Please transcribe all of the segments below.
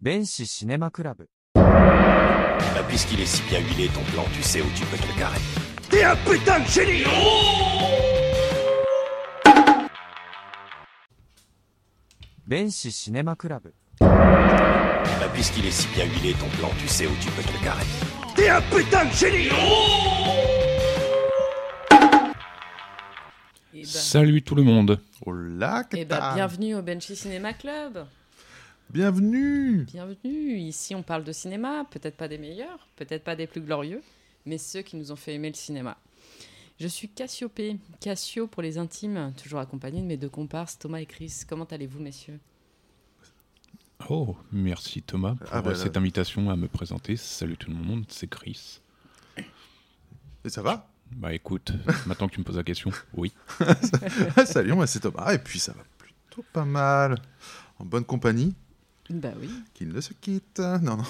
弁士シネマクラブ。 Bah, Puisqu'il est si bien huilé ton plan, tu sais où tu peux te le carrer. T'es un putain de génie 弁士シネマクラブ。 Bah, Puisqu'il est si bien huilé ton plan, tu sais où tu peux te le carrer. T'es un putain de génie Et bah, Salut tout le monde. Oh là, que eh bah, t'as- bienvenue au Benchy Cinéma Club. Bienvenue Bienvenue. Ici, on parle de cinéma, peut-être pas des meilleurs, peut-être pas des plus glorieux, mais ceux qui nous ont fait aimer le cinéma. Je suis Cassiopée, Cassio pour les intimes, toujours accompagné de mes deux comparses Thomas et Chris. Comment allez-vous, messieurs Oh, merci Thomas pour euh, Ah bah là. cette invitation à me présenter. Salut tout le monde, c'est Chris. Et ça va Bah écoute, maintenant que tu me poses la question, oui. Ah, Salut, moi c'est Thomas, et puis ça va plutôt pas mal. En bonne compagnie, Bah oui. qu'il ne se quitte. Non, non.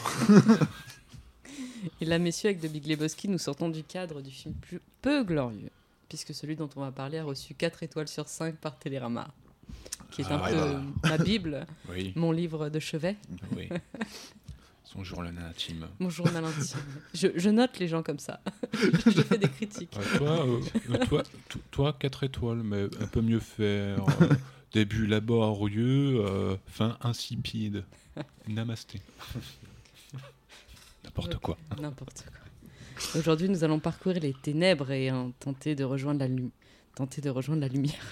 Et là, messieurs, avec The Big Lebowski, nous sortons du cadre du film plus- peu glorieux, puisque celui dont on va parler a reçu 4 étoiles sur 5 par Télérama, qui est un Ah, peu voilà. ma Bible, Oui, mon livre de chevet. oui. Son jour la nana team. Mon journal intime. Je, je note les gens comme ça. je fais des critiques. Ah, toi, euh, euh, toi, to- toi, 4 étoiles, mais un peu mieux faire. euh, début laborieux, euh, fin insipide. Namasté. N'importe quoi. N'importe quoi. Aujourd'hui, nous allons parcourir les ténèbres et hein, tenter de rejoindre la lumi- Tenter de rejoindre la lumière.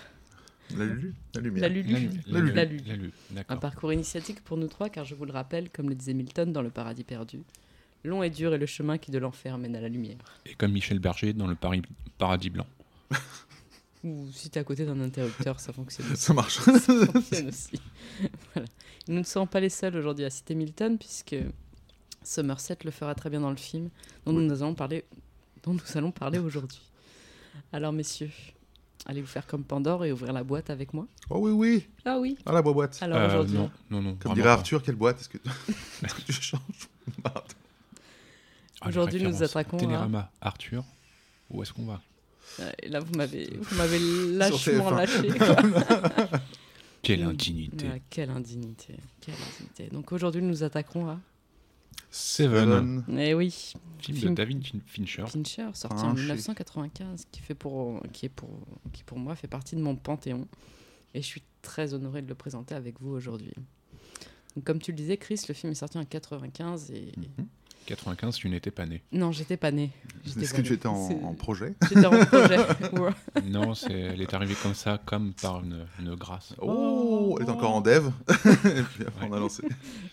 La, lu- la lumière. La lulu. La La lulu. lulu. La lulu. Un D'accord. parcours initiatique pour nous trois, car je vous le rappelle, comme le disait Milton dans Le Paradis perdu, long et dur est le chemin qui de l'enfer mène à la lumière. Et comme Michel Berger dans le Paris- paradis blanc. Ou si t'es à côté d'un interrupteur, ça fonctionne aussi. Ça marche. Ça fonctionne aussi. Voilà. Nous ne serons pas les seuls aujourd'hui à citer Milton, puisque Somerset le fera très bien dans le film dont, nous, allons parler, dont nous allons parler aujourd'hui. Alors, messieurs, allez vous faire comme Pandore et ouvrir la boîte avec moi. oh oui, oui. Ah oui Ah la boîte. Alors Euh, aujourd'hui, non, non, non. Comme vraiment dirait pas. Arthur, quelle boîte Est-ce que... est-ce que tu changes Merde. Ah, les Aujourd'hui, nous références. attaquons hein. à- Télérama, Arthur. Où est-ce qu'on va euh, là, vous m'avez vous m'avez Sur lâchement TF1. lâché. quoi. Quelle Mm. indignité. Ah, quelle indignité. Quelle indignité. Donc aujourd'hui, nous nous attaquerons à... Seven, Eh oui, film, Film. de David Fin- Fincher. Fincher, sorti en Pinché. 1995, qui, fait pour, qui, est pour, qui pour moi fait partie de mon panthéon. Et je suis très honoré de le présenter avec vous aujourd'hui. Donc, Comme tu le disais, Chris, le film est sorti en 95 et... Mhm. 95, tu n'étais pas né. Non, j'étais pas né. J'étais Est-ce pas que né. tu étais en, C'est- en projet J'étais en projet. Ouais. Non, c'est- elle est arrivée comme ça, comme par une, une grâce. Oh, elle est encore en dev. et puis après, on a lancé.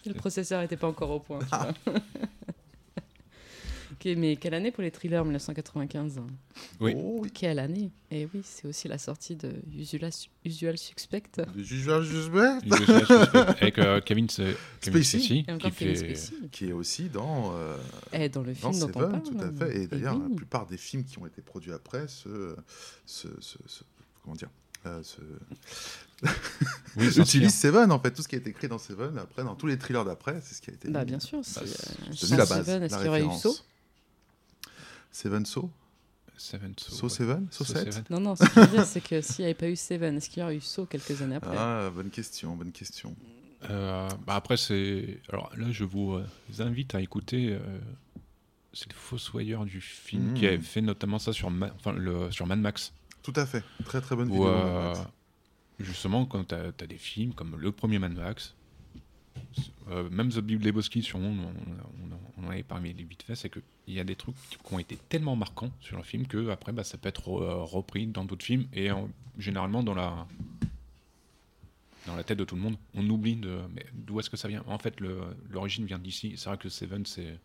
Le processeur n'était pas encore au point. tu vois. Ok, mais quelle année pour les thrillers 1995 hein Oui. Oh, oui. Quelle année Et oui, c'est aussi la sortie de Usual, Usual Suspect. Le Usual Suspect, Une de ces suspectes. Avec euh, Kevin, Se- Kevin Spacey. Spacey, Et qui encore Kevin fait Spacey. Qui est aussi dans... euh, Eh, dans le Dans film dont on Seven, parle. hein. euh, Eh tout à fait. Et d'ailleurs, oui. la plupart des films qui ont été produits après se. se, se- se- comment dire euh, se- oui, c'est utilisent Seven, en fait. Tout ce qui a été écrit dans Seven, après, dans tous les thrillers d'après, c'est ce qui a été. Bah, bien sûr. si, Bah, euh, c'est- Je te sans dis la base. Seven, est-ce la qu'il y aurait eu référence. Saw Seven So Seven, so, So ouais. Seven So So 7 Seven. Non, non, ce que je veux dire, c'est que s'il n'y avait pas eu Seven, est-ce qu'il y aurait eu Saw quelques années après Ah, bonne question, bonne question. Euh, bah après, c'est. Alors là, je vous euh, invite à écouter. euh, C'est le fossoyeur du film Mm. qui avait fait notamment ça sur, Ma- enfin, le, sur Mad Max. Tout à fait. Très très bonne Ou, vidéo. euh, justement, quand tu as, des films comme le premier Mad Max, euh, même The Big Lebowski, sur on, on, on- on en avait parmi les vite fait, c'est qu'il y a des trucs qui, qui ont été tellement marquants sur le film que après bah, ça peut être euh, repris dans d'autres films et en- généralement dans la dans la tête de tout le monde, on oublie de mais d'où est-ce que ça vient. En fait, le- l'origine vient d'ici. C'est vrai que Seven, c'est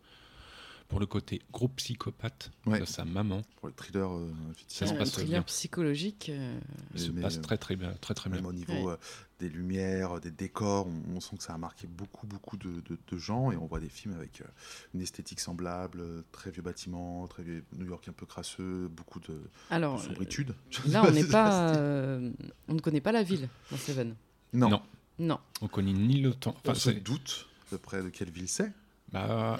pour le côté gros psychopathe Ouais. de sa maman, Pour le thriller euh, ça fictif. se Un passe thriller bien. psychologique. euh, il se Mais- passe très très bien, très très bien. Même au niveau Ouais. euh, des lumières, euh, des décors, on, on sent que ça a marqué beaucoup, beaucoup de, de- de gens et on voit des films avec euh, une esthétique semblable, euh, très vieux bâtiments, très vieux New York un peu crasseux, beaucoup de, de Alors, sombritude. euh, là, on n'est pas. euh, on ne connaît pas la ville dans Seven. Non, Non. Non. On connaît ni le temps. on Enfin, se c'est. doute de près de quelle ville c'est. Bah, Ah,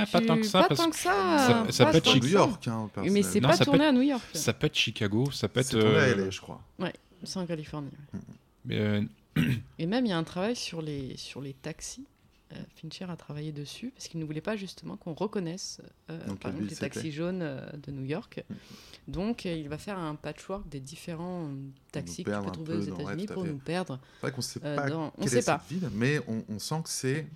bah, pas tu- tant que ça, pas parce tant que que ça. ça- ça Ah, pas peut être tant Pas que New ça. York, hein, personnellement. Mais c'est Non, pas ça peut tourné à New York. ça peut être Chicago, ça peut C'est être. tourné à euh, LA, je crois. C'est en Californie. ouais. mais, euh, Et même, il y a un travail sur les, sur les taxis. euh, Fincher a travaillé dessus parce qu'il ne voulait pas justement qu'on reconnaisse euh, Donc, par exemple, la ville, les c'était. taxis jaunes euh, de New York. Mm. Donc euh, il va faire un patchwork des différents euh, taxis qu'il perdre peut un trouver peu aux dans- ouais, États-Unis tout à pour fait. nous perdre. C'est vrai qu'on sait Euh, pas dans- on quelle sait est pas. cette ville, mais on, on sent que c'est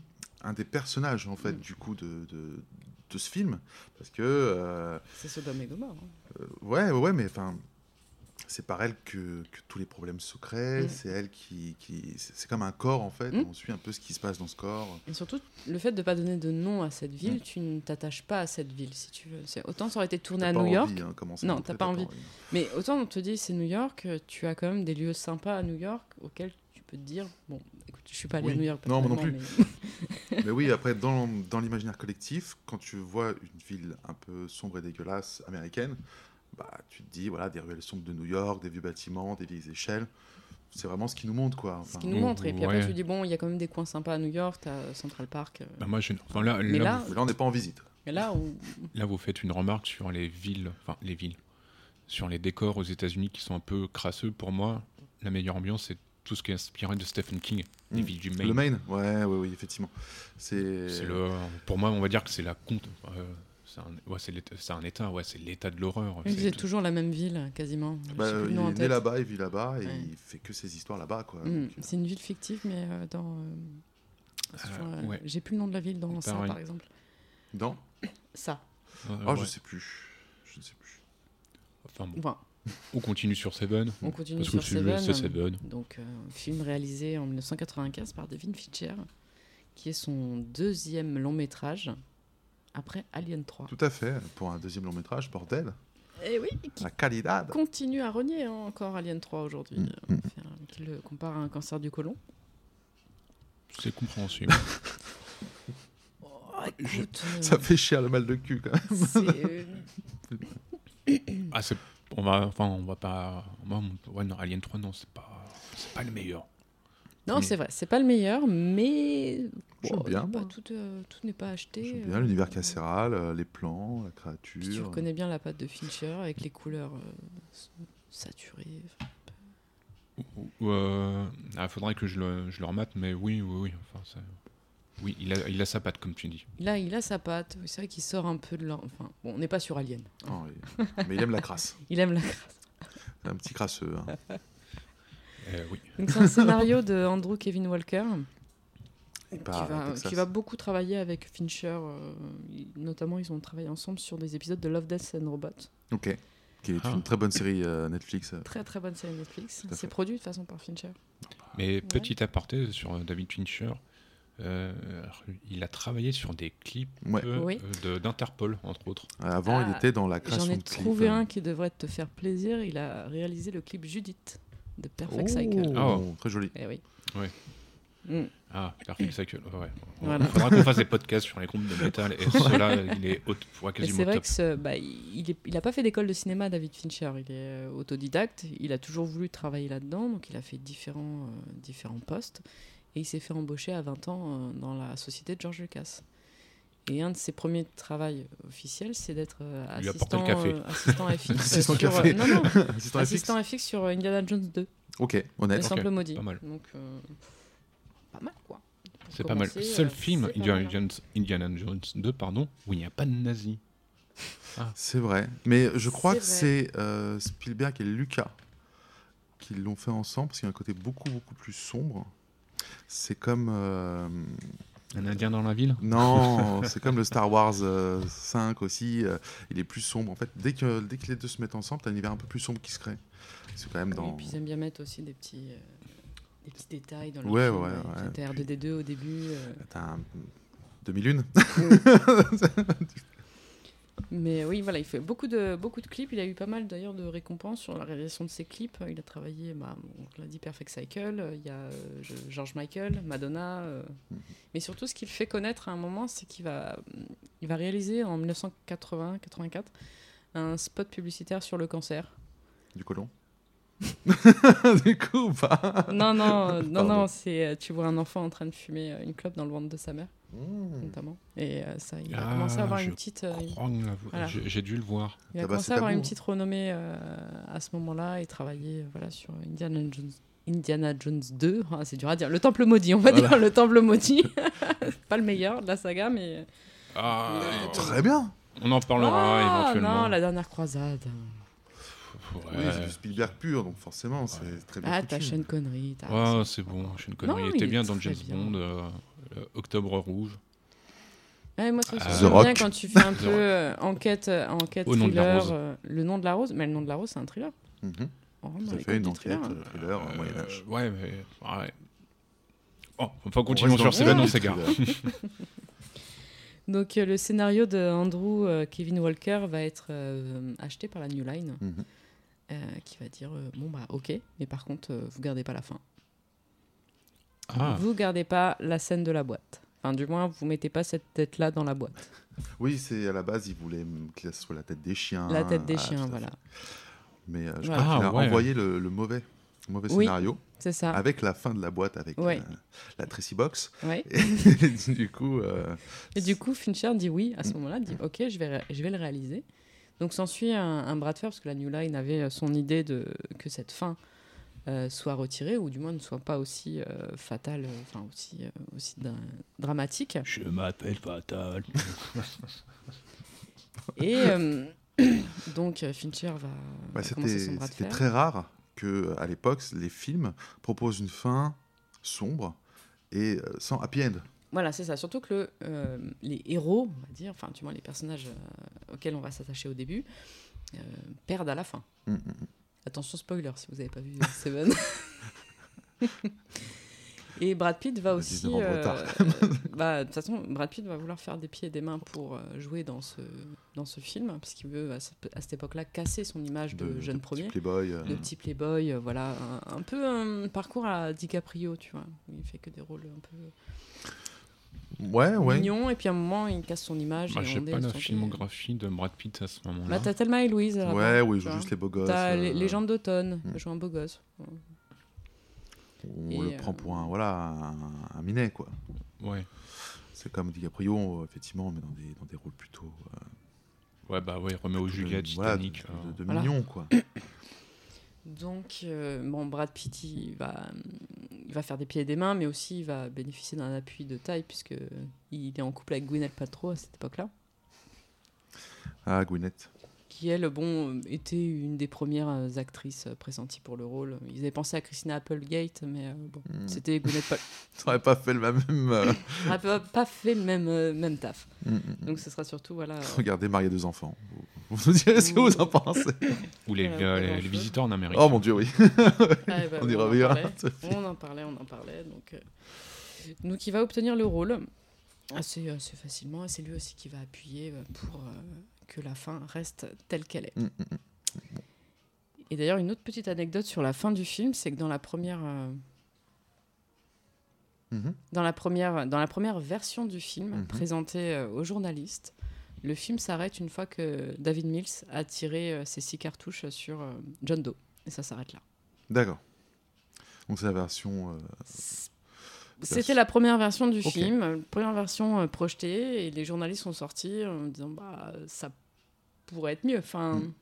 un des personnages en fait Mm. du coup de, de, de ce film parce que euh, C'est Sodome et Gomorre. hein. ouais ouais mais enfin c'est par elle que, que tous les problèmes se créent, Mm. c'est elle qui, qui c'est c'est comme un corps en fait, Mm. on suit un peu ce qui se passe dans ce corps. Et surtout, le fait de ne pas donner de nom à cette ville, Mm. tu ne t'attaches pas à cette ville, si tu veux. C'est- Autant ça aurait été tourné T'as à pas New envie, York, hein, comment c'est Non, montré, t'as pas envie. mais autant on te dit c'est New York, euh, tu as quand même des lieux sympas à New York auxquels tu peux te dire bon, écoute, je suis pas allé à Oui. New York. Non, moi non personnellement, mais- Mais oui, après, dans, dans l'imaginaire collectif, quand tu vois une ville un peu sombre et dégueulasse américaine, bah, tu te dis, voilà, des ruelles sombres de New York, des vieux bâtiments, des vieilles échelles. C'est vraiment ce qui nous montre, quoi. ce Enfin, qui nous Ouais. montre. Et puis après, Ouais. tu dis bon, il y a quand même des coins sympas à New York, tu as Central Park. euh, Bah, moi, je... enfin, là, mais là, là, mais là, on n'est pas en visite. là où. Là, vous faites une remarque sur les villes, enfin les villes, sur les décors aux États-Unis qui sont un peu crasseux. Pour moi, la meilleure ambiance, c'est tout ce qui est inspiré de Stephen King, les Mm. villes du Le Maine. Maine euh, Ouais, oui, oui, effectivement. C'est. C'est le, pour moi, on va dire que c'est la compte. euh, c'est un, ouais, c'est l'état- c'est un état, ouais, c'est l'état de l'horreur. Il C'est faisait tout- toujours la même ville, quasiment. Je Bah, sais plus le il nom en est né tête. là-bas, il vit là-bas, et Ouais. il fait que ses histoires là-bas, quoi. Mm, Donc, euh, C'est une ville fictive, mais euh, dans. euh, c'est toujours, euh, ouais. J'ai plus le nom de la ville dans ça, Pareil. par exemple. dans Ça. euh, Ah, ouais. euh, je sais plus. Je ne sais plus. Enfin, bon. Enfin, On continue sur Seven. on continue Hmm. Parce que sur c'est le- Seven. c'est Seven. Donc, euh, film réalisé en 1995 par Devin Fischer, qui est son deuxième long métrage après Alien 3. Tout à fait. Pour un deuxième long métrage, bordel. Et Eh oui, qui La calidad. continue à renier hein, encore Alien 3 aujourd'hui, Mm, euh, fait, euh, qui le compare à un cancer du côlon. C'est compréhensible. Écoute, euh, Ça fait chier le mal de cul, quand même. c'est, euh, ah, c'est, on va, enfin, on va pas. moi, mon- ouais, non, Alien 3, non, c'est pas, c'est pas le meilleur. Non, Mais- c'est vrai, c'est pas le meilleur, mais J'aime bon, Mm. bien, pas- moi. tout, euh, tout n'est pas acheté. J'aime euh, bien l'univers carcéral, euh, les plans, la créature. Puis tu reconnais bien la patte de Fincher avec les couleurs euh, s- saturées. Ou, euh, ah, faudrait que je le, je le remate, mais oui, oui, oui. Enfin, ça- oui, il a, il a sa patte, comme tu dis. Là, il a sa patte. Oui, C'est vrai qu'il sort un peu de l'or. Enfin, bon, on n'est pas sur Alien. hein. Ah oui. Mais il aime la crasse. Il aime la crasse. C'est un petit crasseux. hein. Euh, oui. Donc, c'est un scénario de Andrew Kevin Walker Il qui part à va, Texas. qui va beaucoup travailler avec Fincher. euh, il- notamment, ils ont travaillé ensemble sur des épisodes de Love, Death and Robot. Ok. Qui est Ah. une très bonne série euh, Netflix. Très très bonne série Netflix. à C'est fait. produit de toute façon par Fincher. Mais petit aparté sur euh, David Fincher, euh, il a travaillé sur des clips Ouais. euh, Oui. euh, de- d'Interpol, entre autres. Avant, il Ah, était dans la création J'en ai de clips, trouvé hein. un qui devrait te faire plaisir. Il a réalisé le clip Judith de Perfect Cycle. Oh, Très joli. Eh oui. Ouais. Mm. Ah, Perfect Cycle. Ouais. On- Voilà. Faudra qu'on fasse des podcasts sur les groupes de métal. Et cela, il est haute, ouais, Mais quasiment c'est vrai top. que ce- bah, il n'a pas fait d'école de cinéma, David Fincher. Il est euh, autodidacte. Il a toujours voulu travailler là-dedans. Donc, il a fait différents, euh, différents postes. Et il s'est fait embaucher à 20 ans euh, dans la société de George Lucas. Et un de ses premiers travaux officiels, c'est d'être euh, Lui apporter assistant, le café. euh, assistant FX. Assistant sur, café. euh, non, non, Ah, Assistant FX. assistant FX sur euh, Indiana Jones 2, Ok, Le honnête. Simple Maudit. pas mal. Donc, euh, pas mal, quoi. Pour C'est pas mal. commencer, Seul euh, film, c'est pas Indiana mal. Jones, Indiana Jones 2, pardon, où il n'y a pas de nazis. C'est vrai. Mais je crois C'est que vrai. c'est euh, Spielberg et Lucas qui l'ont fait ensemble parce qu'il y a un côté beaucoup, beaucoup plus sombre. C'est comme. euh, Un indien dans la ville Non, c'est comme le Star Wars euh, 5 aussi. euh, il est plus sombre. En fait, dès que, dès que les deux se mettent ensemble, t'as un univers un peu plus sombre qui se crée. C'est quand même Ah Oui, dans. puis ils aiment bien mettre aussi des petits, euh, des petits détails dans le Ouais, film. ouais, euh, ouais, C'était puis- R2D2 au début. euh, T'as un 2001. Mais oui, voilà, il fait beaucoup de, beaucoup de clips. Il a eu pas mal d'ailleurs de récompenses sur la réalisation de ses clips. Il a travaillé, bah, on l'a dit, Perfect Cycle. euh, Il y a euh, Je- George Michael, Madonna. euh. Mhm. Mais surtout, ce qu'il fait connaître à un moment, c'est qu'il va, il va réaliser en 1980-84 un spot publicitaire sur le cancer. Du colon. du coup, bah. Non, non, euh, non, Pardon. non, c'est euh, tu vois un enfant en train de fumer euh, une clope dans le ventre de sa mère. Mmh. notamment. Et euh, ça, il a Ah, commencé à avoir je une petite, euh, il- Krang, là, vous- Voilà. j'ai- J'ai dû le voir. il a Ah bah, commencé c'est à avoir tabou, une hein. petite renommée euh, à ce moment-là et travailler euh, voilà sur Indiana Jones, Indiana Jones 2, Ah, c'est dur à dire, le Temple maudit, on va Voilà. dire, le Temple maudit. pas le meilleur de la saga, mais... Ah, Très bien. on en parlera ah, Oh éventuellement. euh, non, la dernière croisade. Ouais. Oui, c'est du Spielberg pur, donc forcément, c'est très bien. Ah, foutu. t'as Sean Connery, t'as... Ouais, oh, c'est bon, je suis une connerie. Non, il il était est bien dans très James bien. Bond, euh, euh, Octobre Rouge. Ouais, Eh, moi, ça, Euh, je The me souviens Rock. quand tu fais un The peu euh, enquête, euh, enquête Au nom de la thriller, rose. euh, le nom de la rose, mais le nom de la rose, c'est un thriller. Mhm. On rentre Tout dans à les fait, codes une du enquête, thriller. euh, thriller, Euh, euh, Moyen-Âge. ouais, mais. Ouais. Oh, enfin, continuons sur reste ces dans on le s'égare. thriller. Donc, euh, le scénario de Andrew euh, Kevin Walker va être euh, acheté par la New Line, Mhm. euh, qui va dire euh, Bon, bah, ok, mais par contre, euh, vous gardez pas la fin. Ah, Vous gardez pas la scène de la boîte. Enfin, du moins, vous mettez pas cette tête-là dans la boîte. Oui, c'est à la base, il voulait mm, que ce soit la tête des chiens. la tête des Ah, tout à chiens, fait. voilà. Mais euh, je Ouais. crois qu'il Ah, a ouais. envoyé le, le mauvais, le mauvais Oui. scénario C'est ça. avec la fin de la boîte, avec Ouais. euh, la Tracy Box. Ouais. Et du coup, euh, Et du coup, Fincher dit oui Mm. à ce moment-là, dit ok, je vais, ré- je vais le réaliser. Donc s'ensuit un, un bras de fer parce que la New Line avait euh, son idée de que cette fin euh, soit retirée ou du moins ne soit pas aussi euh, fatale, euh, enfin aussi euh, aussi dra- dramatique. je m'appelle Fatal. Et euh, donc euh, Fincher va, bah, va commencer son c'était bras de c'était fer. très rare que, euh, à l'époque, les films proposent une fin sombre et euh, sans happy end. Voilà, c'est ça. Surtout que le, euh, les héros, on va dire, enfin du moins les personnages euh, auxquels on va s'attacher au début, euh, perdent à la fin. Mm, mm, Attention spoiler si vous n'avez pas vu euh, Seven. Et Brad Pitt va Vas-y, aussi. devant le euh, retard. euh, bah, De toute façon, Brad Pitt va vouloir faire des pieds et des mains pour euh, jouer dans ce, dans ce film, parce qu'il veut à, ce- à cette époque-là casser son image de, jeune petit premier, Playboy. euh, de petit playboy, euh, voilà, un, un peu un parcours à DiCaprio, tu vois. où Il fait que des rôles un peu Ouais, Ah ouais. mignons, et puis à un moment, il casse son image. Moi, et bah, j'ai on est- pas on la se sent- filmographie de Brad Pitt à ce Bah, moment-là. t'as Thelma et Louise. à la fin, Ouais, oui, ils tu jouent vois. juste les beaux gosses. T'as euh, les Légendes d'automne, Mm. je joue un beau gosse. On Et, le euh, prend pour un, voilà, un, un minet, quoi. Ouais. C'est comme DiCaprio, euh, effectivement, mais dans des, dans des rôles plutôt. euh, ouais, bah ouais, Roméo et Juliette, de- voilà, de- Titanic. de, euh, de Voilà. mignons, quoi. Donc, euh, bon, Brad Pitt, il va, il va faire des pieds et des mains, mais aussi il va bénéficier d'un appui de taille, puisque il est en couple avec Gwyneth Paltrow à cette époque-là, Ah, Gwyneth. qui, elle, bon, était une des premières euh, actrices euh, pressenties pour le rôle. Ils avaient pensé à Christina Applegate, mais euh, bon, Mm. c'était Gwyneth Paltrow. T'aurais pas fait le même. euh, Elle n'a pas- pas fait le même, euh, même taf. mm, mm. Donc, ce sera surtout, voilà... euh, Regardez Marier deux enfants. Vous vous nous direz ce que vous en pensez. Ou les, Voilà, pas les- les grand-chose. visiteurs en Amérique. Oh mon dieu, oui. Ah, bah, On y en revient. parlait. On en parlait, on en parlait. Donc, euh, donc il va obtenir le rôle assez, assez facilement. Et c'est lui aussi qui va appuyer euh, pour euh, que la fin reste telle qu'elle est. Mm, mm, Et d'ailleurs, une autre petite anecdote sur la fin du film, c'est que dans la première, euh, Mhm. dans la première, dans la première version du film Mhm. présentée euh, aux journalistes, le film s'arrête une fois que David Mills a tiré euh, ses six cartouches sur euh, John Doe. Et ça s'arrête là. D'accord. Donc c'est la version. euh, C'était la première version du Ok. film, euh, première version euh, projetée, et les journalistes sont sortis en disant bah ça pourrait être mieux. Enfin, Mm.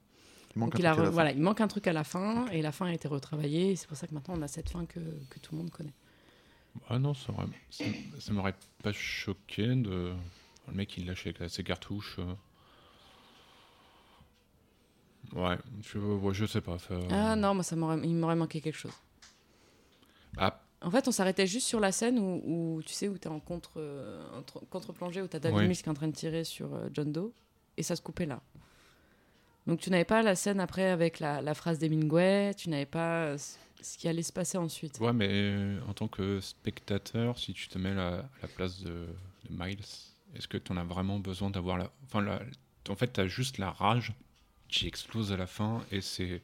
Il manque donc un il, a truc à la re- fin. voilà, il manque un truc à la fin, et la fin a été retravaillée, et c'est pour ça que maintenant on a cette fin que, que tout le monde connaît. Ah non, ça, aurait- ça- ça m'aurait pas choqué de. Le mec, il lâche avec ses cartouches. euh. Ouais, je, ouais, je sais pas. ça- Ah non, moi ça m'aurait, il m'aurait manqué quelque chose. Ah, En fait, on s'arrêtait juste sur la scène où, où, tu sais où t'es en contre euh, entre- contre-plongée où t'as David Ouais. Mills qui est en train de tirer sur euh, John Doe et ça se coupait là. Donc tu n'avais pas la scène après avec la, la phrase d'Hemingway, tu n'avais pas euh, ce- ce qui allait se passer ensuite. ouais, mais euh, en tant que spectateur, si tu te mets la- à la place de, de Miles, est-ce que t'en as vraiment besoin d'avoir la. Enfin, la- en fait, t'as juste la rage qui explose à la fin et c'est.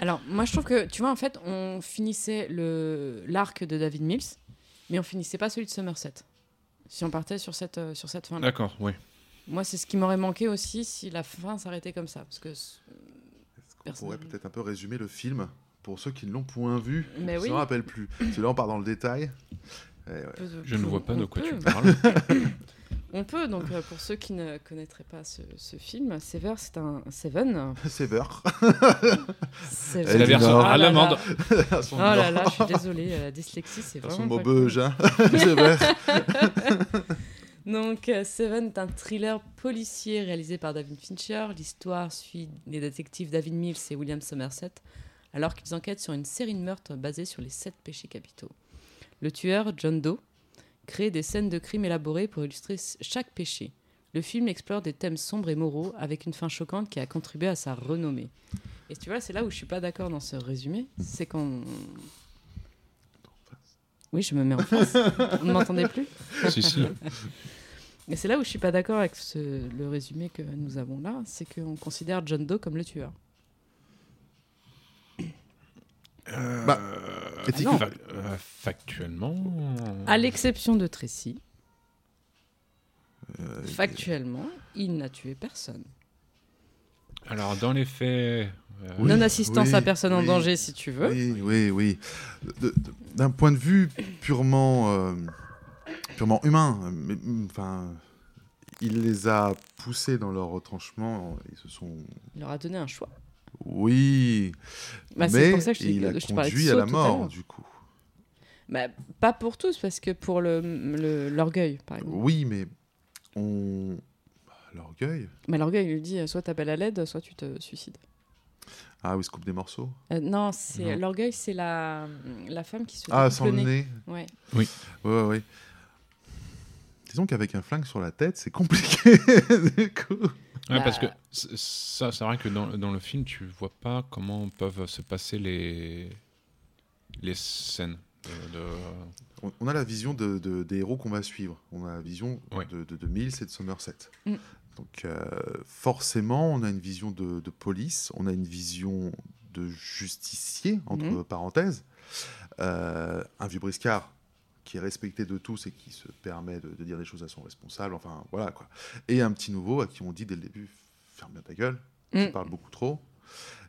Alors, moi, je trouve que, tu vois, en fait, on finissait le l'arc de David Mills, mais on finissait pas celui de Somerset. Si on partait sur cette, euh, sur cette fin-là. D'accord, ouais. Moi, c'est ce qui m'aurait manqué aussi si la fin s'arrêtait comme ça. Parce que. c- Est-ce qu'on Personne. pourrait peut-être un peu résumer le film pour ceux qui ne l'ont point vu Mais Ils oui. ne s'en rappellent plus. Parce que là, on part dans le détail. on peut- Je ne on- vois pas on de quoi tu peut. parles. On peut, donc euh, pour ceux qui ne connaîtraient pas ce, ce film, Sever, c'est un Seven. Sever. Seven. C'est la version Oh là là. allemande. à Oh son là nom. là, je suis désolée, euh, la dyslexie, c'est À vraiment. son pas maubeuge. hein. Sever. Donc, euh, Seven est un thriller policier réalisé par David Fincher. L'histoire suit les détectives David Mills et William Somerset alors qu'ils enquêtent sur une série de meurtres basés sur les sept péchés capitaux. Le tueur, John Doe, crée des scènes de crimes élaborées pour illustrer s- chaque péché. Le film explore des thèmes sombres et moraux avec une fin choquante qui a contribué à sa renommée. Et tu vois, c'est là où je suis pas d'accord dans ce résumé. C'est quand. Oui, je me mets en face. Vous ne m'entendez plus si, si. mais c'est là où je suis pas d'accord avec ce- le résumé que nous avons là, c'est qu'on considère John Doe comme le tueur. Bah, non. Fa- euh, factuellement. euh, À l'exception de Tracy, Euh, factuellement, il n'a tué personne. Alors, dans les faits. euh, Oui, Non-assistance à oui, personne en oui. danger, si tu veux. Oui, oui, oui. De- de- D'un point de vue purement, euh, purement humain, euh, mais, mm, enfin, il les a poussés dans leur retranchement. Ils se sont, Il leur a donné un choix. oui, Bah, c'est mais pour ça que je, te- il a je te parlais de conduit à saut la tout mort, l'heure. du coup. Bah, pas pour tous, parce que pour l'orgueil, le, l'orgueil, par exemple. Oui, mais on bah, l'orgueil. Mais l'orgueil lui dit euh, soit t'appelles à l'aide, soit tu te suicides. Ah, oui, se coupe des morceaux. Euh, non, c'est Non. l'orgueil, c'est la, la femme qui se Ah, découpe sans le nez. Ouais. Ouais, ouais, ouais. Disons qu'avec un flingue sur la tête, c'est compliqué. du coup. ouais, parce que Bah. c- ça, c'est vrai que dans, dans le film, tu vois pas comment peuvent se passer les, les scènes. de- de- On, on a la vision de, de- des héros qu'on va suivre. On a la vision Ouais. de, de, de Mills et de Somerset. Mm. Donc euh, forcément, on a une vision de, de police, on a une vision de justicier, entre Mhm. parenthèses. Euh, un vieux briscard qui est respecté de tous et qui se permet de, de dire des choses à son responsable. Enfin, voilà quoi. Et un petit nouveau à qui on dit dès le début, ferme bien ta gueule, tu Mm. parles beaucoup trop.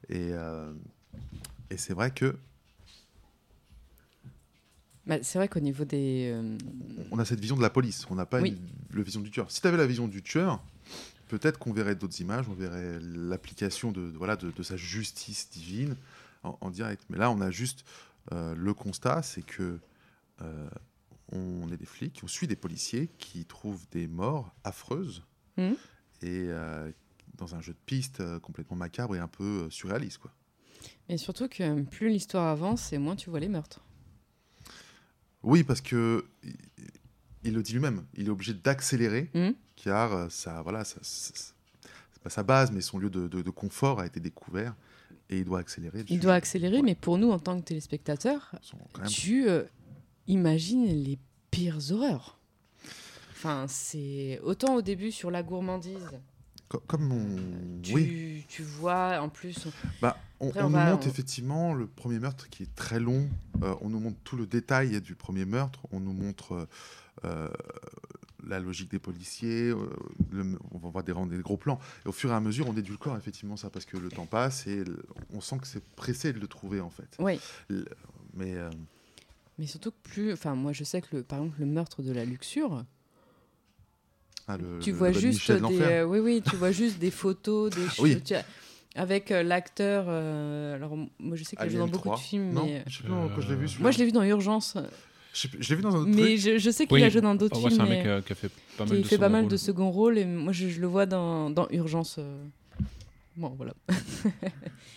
Et, euh, et c'est vrai que Bah, c'est vrai qu'au niveau des. euh, on a cette vision de la police, on n'a pas Oui. une- la vision du tueur. Si tu avais la vision du tueur, peut-être qu'on verrait d'autres images, on verrait l'application de, de- voilà, de, de sa justice divine en, en direct. Mais là, on a juste euh, le constat, c'est que euh, on est des flics, on suit des policiers qui trouvent des morts affreuses Mhm. et euh, dans un jeu de piste euh, complètement macabre et un peu euh, surréaliste. Quoi. Et surtout que euh, plus l'histoire avance et moins tu vois les meurtres. Oui, parce que il, il le dit lui-même, il est obligé d'accélérer, Mhm. car euh, ça, voilà, ça, ça- ça- c'est pas sa base, mais son lieu de, de- de confort a été découvert et il doit accélérer. Il dessus. doit accélérer, Ouais, mais pour nous, en tant que téléspectateurs, ils sont quand même- tu euh, imagines les pires horreurs. Enfin, c'est autant au début sur la gourmandise. co- Comme on, Tu, oui, tu vois, en plus, bah, on, Après, on on nous va- montre on- effectivement le premier meurtre qui est très long. euh, on nous montre tout le détail du premier meurtre. On nous montre euh, euh, la logique des policiers. euh, le- on va voir des, ran- des gros plans. Et au fur et à mesure, on édulcore effectivement ça parce que le temps passe et l- on sent que c'est pressé de le trouver en fait. oui. Mais euh, Mais surtout que plus, enfin, moi, je sais que le, par exemple, le meurtre de la luxure, ah, le- tu le vois Bad juste Michel de des, l'enfer. Ah euh, oui, oui, tu vois juste des photos, des Oui. choses, tu vois, avec euh, l'acteur. euh, alors, moi, je sais qu'il joue dans Alien beaucoup 3. de films, Non, mais je sais plus quand je l'ai vu. Euh, celui-là. moi, je l'ai vu dans Urgence. Je sais plus, je l'ai vu dans un autre Mais truc. je, je sais qu'il Oui. a joué dans d'autres Ah ouais, c'est films. un mais- mec euh, qui a fait pas mal qui de fait pas second mal rôle. de second rôle et moi je, je le vois dans, dans Urgence. euh. Bon voilà.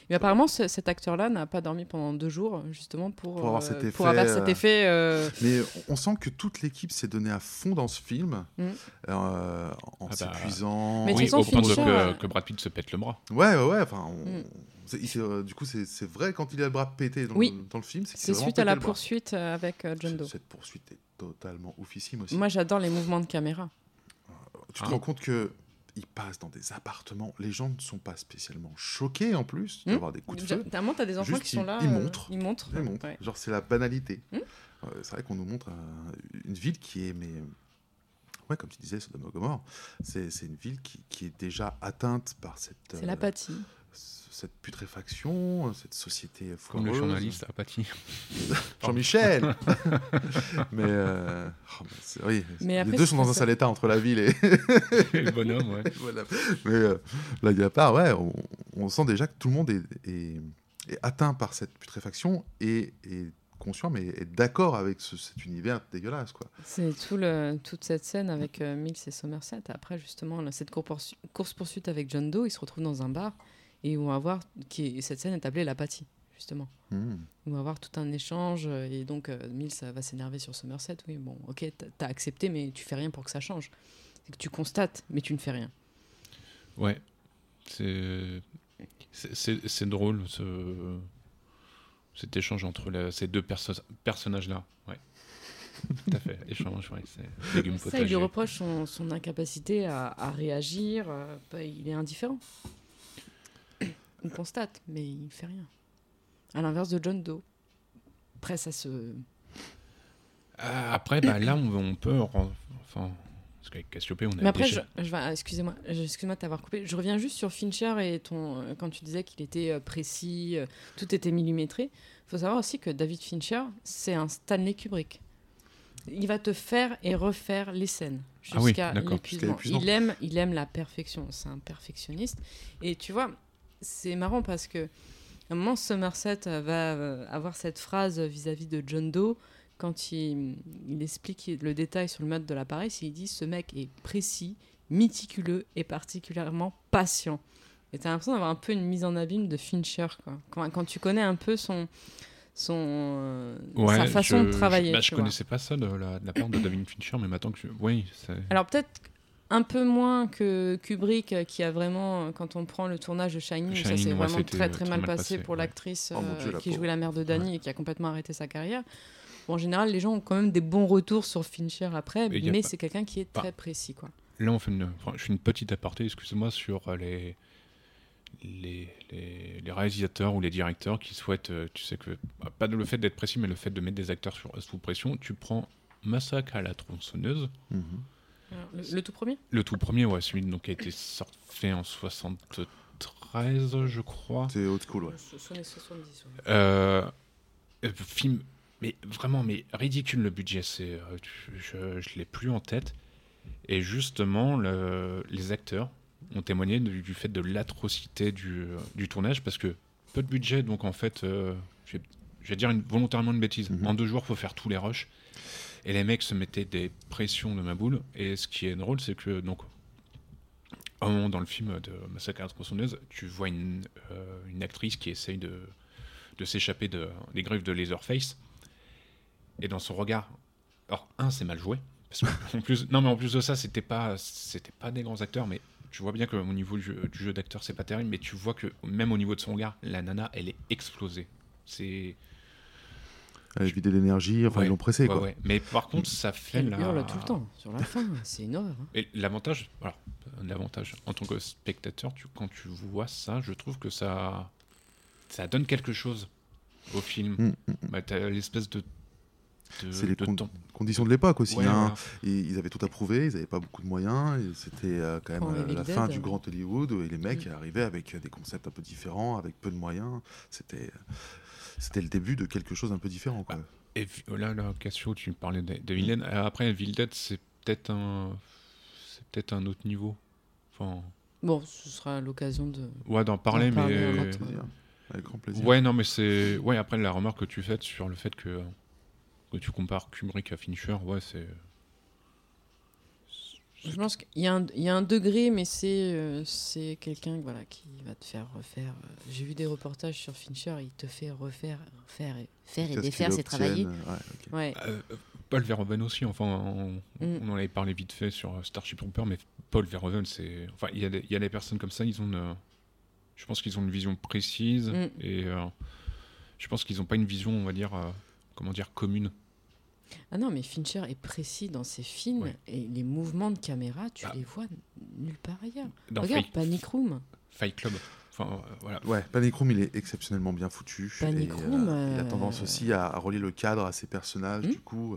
Mais apparemment ce- cet acteur-là n'a pas dormi pendant deux jours justement pour, Pour avoir euh, cet pour avoir effet, cet euh, effet, euh, Mais on on sent que toute l'équipe s'est donnée à fond dans ce film, Mhm. euh, Ah en bah. s'épuisant. Mais de oui, toute façon, au point de Fincher, que, euh, que Brad Pitt se pète le bras. Ouais, ouais, ouais. Enfin, on- Mm. c'est- il s'est, euh, du coup, c'est c'est vrai quand il a le bras pété dans, Oui. le, dans le film. qu'il s'est C'est vraiment suite à pété la le bras. poursuite euh, avec euh, John Cette- Doe. Cette poursuite est totalement oufissime aussi. Moi j'adore les mouvements de caméra. tu te Ah. rends compte que il passe dans des appartements. Les gens ne sont pas spécialement choqués en plus Mhm. d'avoir des coups de feu. Notamment t'as des enfants Juste, qui sont ils- là. ils euh, montrent. Ils montrent. Ils montrent. ouais. Genre, c'est la banalité. Hmm. Euh, c'est vrai qu'on nous montre un- une ville qui est, mais. Ouais, comme tu disais, Sodome et Gomorre, c'est c'est une ville qui, qui est déjà atteinte par cette. C'est euh, l'apathie. c- cette putréfaction, cette société Comme foireuse. le journaliste a pâti. Jean-Michel Mais euh, oh, mais c'est- oui, Mais après, les deux c'est sont dans pas un ça. sale état entre la ville et le bonhomme, ouais. voilà. Mais euh, là, il y a pas, ouais, on, on sent déjà que tout le monde est, est- est atteint par cette putréfaction et est conscient, mais est d'accord avec ce- cet univers dégueulasse, quoi. C'est tout le, toute cette scène avec euh, Mills et Somerset. Après, justement, là, cette course-poursu- course-poursuite avec John Doe, ils se retrouvent dans un bar et ils vont avoir. Qui, est- cette scène est appelée l'apathie, justement. Hmm. Ils vont avoir tout un échange euh, et donc euh, Mills euh, va s'énerver sur Somerset. Oui, bon, ok, t'as- t'as accepté, mais tu fais rien pour que ça change. C'est que tu constates, mais tu ne fais rien. Ouais. C'est- C'est c'est- c'est drôle, ce... cet échange entre la- ces deux perso- personnages-là. Ouais. Tout à fait. Échange, ouais. C'est légumes Ça, il lui potagers. reproche son, son incapacité à, à réagir. euh, bah, il est indifférent. On constate, mais il ne fait rien. À l'inverse de John Doe, presse à se Ah, après, bah, là, on, on peut... ren- Enfin, parce qu'avec Cassiopée, on a Mais après, je, déjà- je vais- ah, excusez-moi, je- excuse-moi de t'avoir coupé. Je reviens juste sur Fincher et ton, euh, quand tu disais qu'il était euh, précis, euh, tout était millimétré. Il faut savoir aussi que David Fincher, c'est un Stanley Kubrick. Il va te faire et refaire les scènes Ah oui, jusqu'à d'accord, jusqu'à l'épuisement. l'épuisement. Il aime, il aime la perfection. C'est un perfectionniste. Et tu vois, c'est marrant parce que à un moment, Somerset euh, va euh, avoir cette phrase vis-à-vis de John Doe quand il, il explique le détail sur le mode de l'appareil. c'est Il dit ce mec est précis, méticuleux et particulièrement patient. Et t'as l'impression d'avoir un peu une mise en abîme de Fincher, quoi. Quand, quand tu connais un peu son, son, euh, Ouais, sa façon je- de je- travailler. bah, Je, tu vois. connaissais pas ça de la, de la part de David Fincher, mais maintenant que je... Oui, c'est... Alors peut-être un peu moins que Kubrick, euh, qui a vraiment, euh, quand on prend le tournage de Shining, ça Shining, s'est ouais, vraiment c'était euh, très très mal passé, pour ouais. l'actrice Oh mon euh, Dieu, la qui pauvre. jouait la mère de Danny et qui a complètement arrêté sa carrière. Bon, en général, les gens ont quand même des bons retours sur Fincher après, Et il y a mais pas- c'est quelqu'un qui est pas- très précis, quoi. Là, on fait une, enfin, je fais une petite aparté, excusez-moi, sur euh, les, les, les, les réalisateurs ou les directeurs qui souhaitent, euh, tu sais que, bah, pas le fait d'être précis, mais le fait de mettre des acteurs sur- sous pression, tu prends Massacre à la tronçonneuse, Mhm. Alors, le, le tout premier le tout premier, ouais, celui donc, qui a été sorti, fait en 73, je crois. C'est old school, ouais. Ce- ce n'est 70, ouais. Euh, euh, film, mais vraiment, mais ridicule le budget. C'est, euh, tu- je, je l'ai plus en tête. Et justement, le- les acteurs ont témoigné du, du fait de l'atrocité du, euh, du tournage parce que peu de budget, donc en fait, euh, je vais- je vais dire une- volontairement une bêtise. Mhm. En deux jours, faut faire tous les rushs. Et les mecs se mettaient des pressions de ma boule. Et ce qui est drôle, c'est que donc à un moment dans le film de Massacre à la tronçonneuse, tu vois une, euh, une actrice qui essaye de, de s'échapper de- des griffes de Laserface. Et dans son regard, alors un, c'est mal joué. Parce que, en plus, non, mais en plus de ça, c'était pas, c'était pas des grands acteurs, mais tu vois bien que au niveau du jeu, du jeu d'acteur, c'est pas terrible, mais tu vois que même au niveau de son regard, la nana, elle est explosée. C'est. Elle est vidée d'énergie, enfin, Ouais, ils l'ont pressé, ouais, quoi. ouais. Mais par contre, ça fait Elle la. hurle tout le temps, sur la fin, c'est une horreur. hein. Et l'avantage, alors, euh, l'avantage, en tant que spectateur, tu, quand tu vois ça, je trouve que ça, ça donne quelque chose au film. Mm, Bah, t'as l'espèce de, de, C'est les de con- temps. Conditions de l'époque aussi. Ouais, hein. voilà. ils, ils avaient tout approuvé, ils n'avaient pas beaucoup de moyens. et C'était euh, quand même Oh, euh, Evil la Dead. fin du grand Hollywood et les mecs Mm. arrivaient avec euh, des concepts un peu différents, avec peu de moyens. C'était euh, c'était le début de quelque chose un peu différent, quoi. Et vi- oh là, là, Cassio, tu parlais de, Mm. de Villaine. Euh, Après, Evil Dead, c'est peut-être un, c'est peut-être un autre niveau. Enfin, Bon, ce sera l'occasion de... ouais, d'en parler, parler mais. un Avec autre. plaisir. Avec grand plaisir. Ouais, non, mais c'est. Ouais, après, la remarque que tu fais sur le fait que, que tu compares Kubrick à Fincher, ouais, c'est. Je pense qu'il y, a un- il y a un degré, mais c'est euh, c'est quelqu'un voilà, qui va te faire refaire. euh, J'ai vu des reportages sur Fincher, il te fait refaire, faire et faire et Jusqu'à ce défaire, qu'ils c'est travaillé. obtiennent, euh, ouais, ok. Ouais. Euh, Paul Verhoeven aussi, enfin, on, Mm. on en avait parlé vite fait sur euh, Starship Trooper, mais Paul Verhoeven, c'est. Enfin, il y, a des- il y a des personnes comme ça, ils ont. une- euh, je pense qu'ils ont une vision précise Mm. et euh, je pense qu'ils n'ont pas une vision, on va dire, euh, comment dire, commune. Ah non, mais Fincher est précis dans ses films Ouais. et les mouvements de caméra, tu Bah. les vois nulle part ailleurs. Dans Regarde Oh, Fight, Panic Room. Fight Club. Enfin, euh, voilà. Ouais, Panic Room, il est exceptionnellement bien foutu. Panic et, Room, Il a euh, tendance aussi à, à relier le cadre à ses personnages. Hmm. Du coup,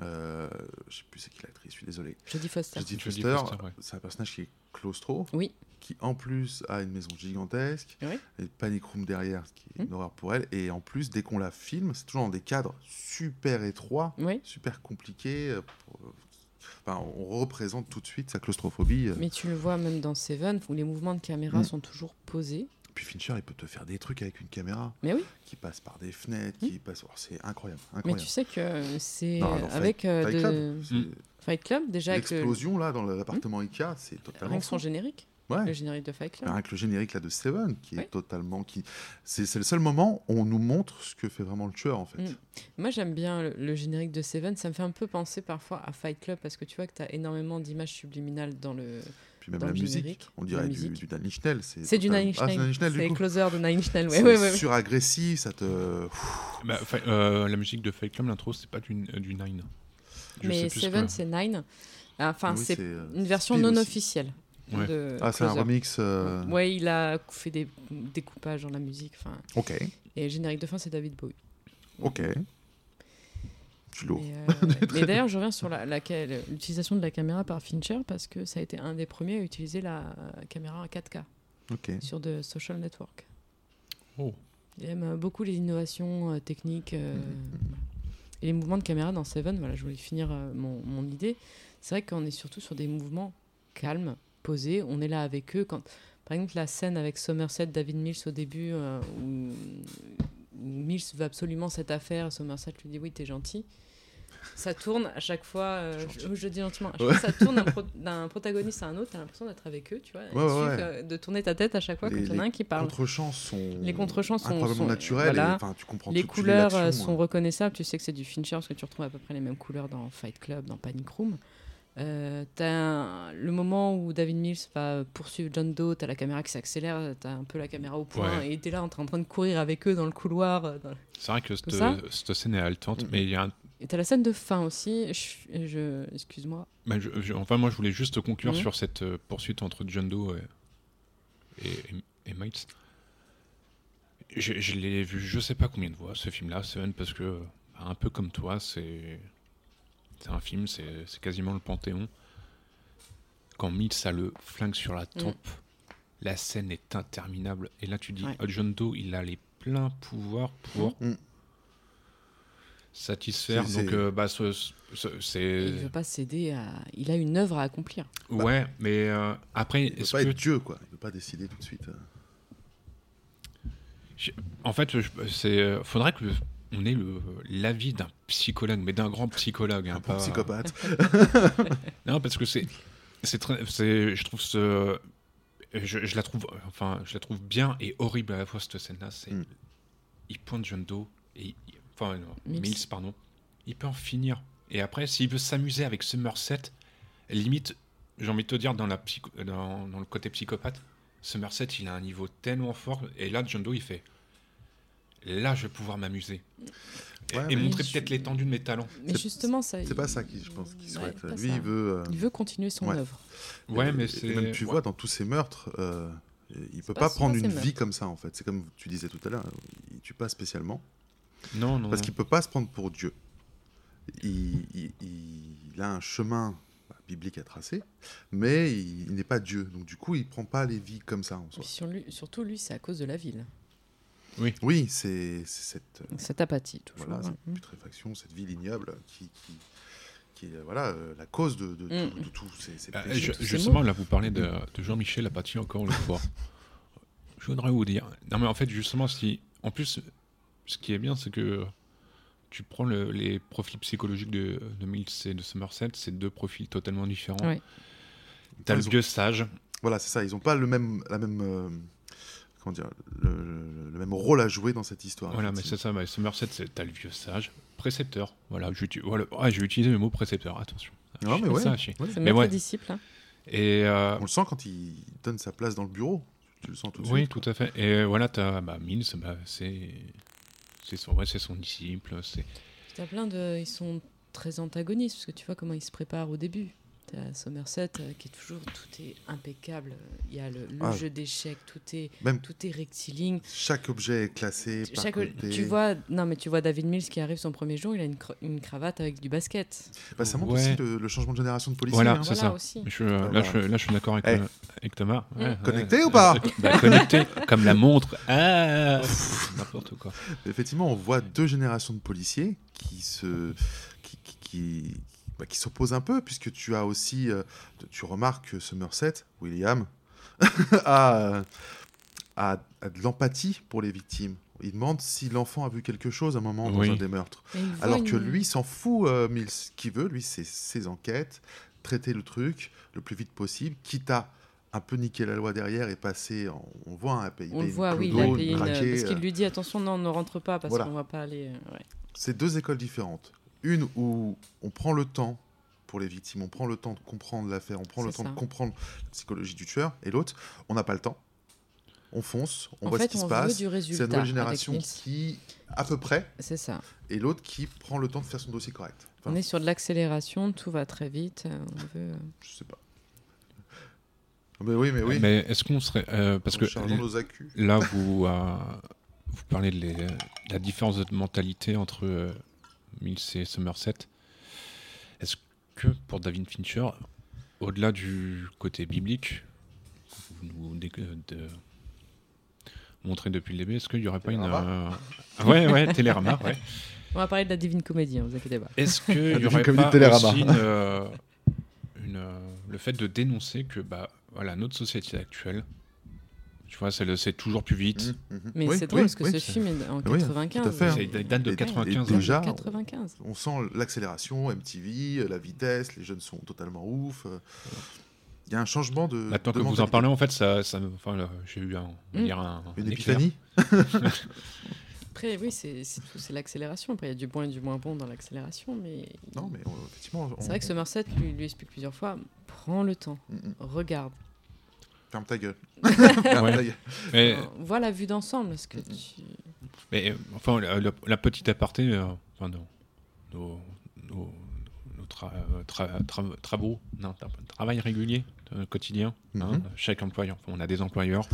Euh, je sais plus c'est qui l'actrice, je suis désolé. Jodie Foster. Jodie Jodie Foster, Foster, ouais. c'est un personnage qui est claustro, Oui, qui en plus a une maison gigantesque, Oui. et panic room derrière, ce qui est une Mm. horreur pour elle. Et en plus, dès qu'on la filme, c'est toujours dans des cadres super étroits, oui. super compliqués. euh, pour- Enfin, on représente tout de suite sa claustrophobie. euh. Mais tu le vois même dans Seven, où les mouvements de caméra Mm. sont toujours posés. Puis Fincher, il peut te faire des trucs avec une caméra Mais oui, Hum. qui passe par des fenêtres, qui passe. oh, c'est incroyable, mais incroyable. tu sais que euh, c'est Non, dans Fight- avec euh, Fight de- Club, c'est- Mm. Fight Club, déjà avec le... L'explosion là dans l'appartement Ikea, c'est Hum. rien totalement que son générique, fou. Ouais. le générique de Fight Club. Rien que le générique là de Seven, qui Ouais. est totalement, qui, c'est c'est le seul moment où on nous montre ce que fait vraiment le tueur en fait. Mm. Moi, j'aime bien le, le générique de Seven. Ça me fait un peu penser parfois à Fight Club parce que tu vois que tu as énormément d'images subliminales dans le. Puis même Dans la le musique, générique, on la dirait du, musique. du Nine Inch Nails, C'est du totalement- Nine Inch Ah, c'est Nails. Nails, du c'est coup. Closer de Nine Inch Nails. Ouais, C'est ouais, ouais. ouais. suragressif, ça te. Pff, Bah, fa- euh, la musique de Fight Club, l'intro, c'est pas du, euh, du Nine. Je sais Mais plus ce Seven, que- c'est Nine. Enfin, oui, c'est euh, une version Speed non aussi. officielle. Ouais. De Ah, c'est un Closer. remix. euh, Ouais, il a fait des découpages dans la musique. Enfin, Ok, et le générique de fin, c'est David Bowie. ok. Je suis lourd. Mais, euh, mais d'ailleurs, je reviens sur la- la ca- l'utilisation de la caméra par Fincher parce que ça a été un des premiers à utiliser la euh, caméra 4K Ok. sur de social network. Oh. Il aime euh, beaucoup les innovations euh, techniques euh, voilà. et les mouvements de caméra dans Seven. Voilà, je voulais finir euh, mon, mon idée. C'est vrai qu'on est surtout sur des mouvements calmes, posés. On est là avec eux. Quand, par exemple, la scène avec Somerset, David Mills au début, euh, où, où Mills veut absolument cette affaire, Somerset lui dit oui, t'es gentil. Ça tourne à chaque fois, euh, je, je dis gentiment, à chaque fois, ça tourne d'un pro- d'un protagoniste à un autre, t'as l'impression d'être avec eux, tu vois. Ouais, Il ouais, suffit, euh, de tourner ta tête à chaque fois Les- quand il y en a les un qui parle Contre-champs sont. Les contre-champs sont- Incroyablement sont- naturels. et, voilà. Enfin, tu comprends les tout de suite couleurs euh, l'action, sont hein. reconnaissables. Tu sais que c'est du Fincher parce que tu retrouves à peu près les mêmes couleurs dans Fight Club, dans Panic Room. Euh, t'as un- le moment où David Mills va poursuivre John Doe, t'as la caméra qui s'accélère, t'as un peu la caméra au point, et t'es là en train, en train de courir avec eux dans le couloir. euh, dans le- C'est vrai que cette, ça Mm. cette scène est haletante, mais il y a un- Et t'as la scène de fin aussi. Je, je- excuse-moi. bah, je- je- enfin, moi, je voulais juste conclure Mhm. sur cette euh, poursuite entre John Doe euh, et, et, et- et Miles. Je, je l'ai vu, je sais pas combien de fois, ce film-là, Seven, parce que, euh, bah, un peu comme toi, c'est c'est un film, c'est c'est quasiment le panthéon. Quand Miles a le flingue sur la Mm. tempe, la scène est interminable. Et là, tu dis, Ouais. Mm. ah, John Doe, il a les pleins pouvoirs pour Mhm. satisfaire. C'est- Donc, c'est- euh, bah, ce- ce- ce- Euh. c'est. Il veut pas céder à. Il a une œuvre à accomplir. Ouais, mais euh, après, Il ne est-ce veut Bah, pas que. être Dieu, quoi. Il ne veut pas décider tout de suite. euh. En fait, je- c'est. euh, Faudrait que. On ait le- l'avis d'un psychologue, mais d'un grand psychologue. hein, Un bon pas- psychopathe. Ah, Non, parce que c'est. C'est très. c'est- Je trouve ce. Je, je la trouve. Enfin, je la trouve bien et horrible à la fois, cette scène-là. C'est. Mm. Il pointe John Doe. Et. il- Enfin, non, Mills. Mills. pardon. Il peut en finir. Et après, s'il veut s'amuser avec Somerset, limite, j'ai envie de te dire, dans, la psycho- dans, dans le côté psychopathe, Somerset, il a un niveau tellement fort. Et là, John Doe, il fait. Là, je vais pouvoir m'amuser. Et- Ouais, et mais- montrer Je- peut-être l'étendue de mes talents. Mais justement, ça. C'est il- pas ça qui, je pense, qu'il Ouais, souhaite. c'est pas Lui, ça. il veut. euh, Il veut continuer son Ouais. œuvre. Ouais, Et- mais et c'est. même tu ouais. vois dans tous ces meurtres, euh, il peut pas pas, si prendre facile, hein. une même. vie comme ça en fait. C'est comme tu disais tout à l'heure, il tue pas spécialement Non, non. parce non. qu'il peut pas se prendre pour Dieu. Il, il- il- il a un chemin bah, biblique à tracer, mais il, il n'est pas Dieu. Donc du coup, il prend pas les vies comme ça en soi. Puis sur lui- surtout, lui, c'est à cause de la ville. Oui, c'est c'est cette euh, Cette apathie, toujours. hein. voilà, ouais. cette putréfaction, cette ville ignoble qui, qui, qui est voilà euh, la cause de, de, Mm. tout- de tout. C'est- c'est Ah, péché, je- tout ça. justement, là, vous parlez de, Mm. de Jean-Michel Apathy encore une fois. je voudrais vous dire. Non, mais en fait, justement, si. En plus, ce qui est bien, c'est que tu prends le- les profils psychologiques de, de Mills et de Somerset, c'est deux profils totalement différents. Ouais. T'as le Ils ont- vieux sage. Voilà, c'est ça. Ils n'ont pas le même, la même, euh, comment dire, le, le- le même rôle à jouer dans cette histoire. voilà, mais c'est ça, mais Somerset, c'est- t'as le vieux sage. Précepteur. Voilà, j'ai uti- voilà. Ah, j'ai utilisé le mot précepteur, attention. Ah, Non, je- mais ouais. ça, je- C'est Mais maître ouais. disciple. hein. Et. euh, On le sent quand il donne sa place dans le bureau. Tu le sens tout de Oui, suite. tout à fait. Et euh, voilà, t'as bah, Mills, bah, c'est c'est son, ouais, c'est son disciple. c'est- T'as plein de. Ils sont très antagonistes, parce que tu vois comment ils se préparent au début. T'as Somerset euh, qui est toujours tout est impeccable. Il y a le, le Ah. jeu d'échecs, tout est Même tout est rectiligne. chaque objet est classé par Chaque- côté. tu vois, non mais tu vois David Mills qui arrive son premier jour, il a une, cra- une cravate avec du basket. Bah, ça montre Ouais. aussi le, le changement de génération de policiers. Voilà, hein. C'est Voilà ça. aussi. Je suis, euh, Ah, là, bah. je, suis- là, je suis d'accord avec, Eh. Mmh. euh, avec Thomas. Ouais, ouais. Connecté ou pas Euh, bah, Connecté, comme la montre. Ah, N'importe quoi. Effectivement, on voit deux générations de policiers qui se qui, qui, qui- bah, qui s'opposent un peu, puisque tu as aussi, euh, tu remarques que Somerset, William, a, euh, a, a de l'empathie pour les victimes. Il demande si l'enfant a vu quelque chose à un moment Oui. dans un des meurtres. Mais il voit Alors que une- lui, il s'en fout, euh, Mills. Ce qu'il veut, lui, c'est ses enquêtes, traiter le truc le plus vite possible, quitte à un peu niquer la loi derrière et passer. en- on voit hein, un pays. on le voit, oui, il a payé une, parce qu'il lui dit attention, non, on ne rentre pas parce euh. Voilà. qu'on va pas aller. euh, ouais. c'est deux écoles différentes. Une où on prend le temps pour les victimes, on prend le temps de comprendre l'affaire, on prend le C'est temps ça. de comprendre la psychologie du tueur, et l'autre, on n'a pas le temps. On fonce, on En voit fait, ce qui on se veut passe. du C'est résultat la nouvelle avec génération Mills. qui, à peu près, C'est ça. et l'autre qui prend le temps de faire son dossier correct. Enfin, On est sur de l'accélération, tout va très vite. euh, On veut. euh, Je sais pas. Ah Mais oui, mais oui. Mais est-ce qu'on serait. euh, parce que Chargeons nos accus. là, vous, euh, vous parlez de les- la différence de mentalité entre euh, Mills et Somerset. Est-ce que pour David Fincher, au-delà du côté biblique, que vous nous dé- de- montrez depuis le début, est-ce qu'il n'y aurait pas une. Télérama euh, Ouais, ouais, Télérama, ouais. On va parler de la Divine Comédie, hein, vous inquiétez pas. Est-ce qu'il n'y Devenu aurait comme du pas Télérama. aussi une, euh, une, euh, le fait de dénoncer que bah, voilà, notre société actuelle, tu vois, c'est le- c'est toujours plus vite. Mhm, mhm. Mais Oui, c'est drôle oui, parce que oui. ce film est en tout à 95. fait, hein. C'est il date de Et- 95. et hein. déjà, on- 95. On sent l'accélération, MTV, euh, la vitesse, les jeunes sont totalement ouf. euh. Il y a un changement de. Maintenant de que vous en mentalité. parlez, en fait, ça, ça me- enfin, là, j'ai eu un, on va Mm. dire un, Une un éclair. épiphanie Après, oui, c'est c'est tout, c'est l'accélération. Après, il y a du bon et du moins bon dans l'accélération, mais. Non, mais on- effectivement. on- C'est vrai que Somerset lui, lui explique plusieurs fois prends le temps, Mm, mm. regarde, Ferme ta gueule. Ouais. Ferme ta gueule. Mais, euh, vois la vue d'ensemble. Parce que Mhm. tu- mais, euh, enfin, la, la- la petite aparté, euh, enfin, nos, nos- nos- nos tra- euh, tra- tra- travaux, non, tra- travail régulier, euh, quotidien, hein, Mhm. chaque employeur. Enfin, on a des employeurs.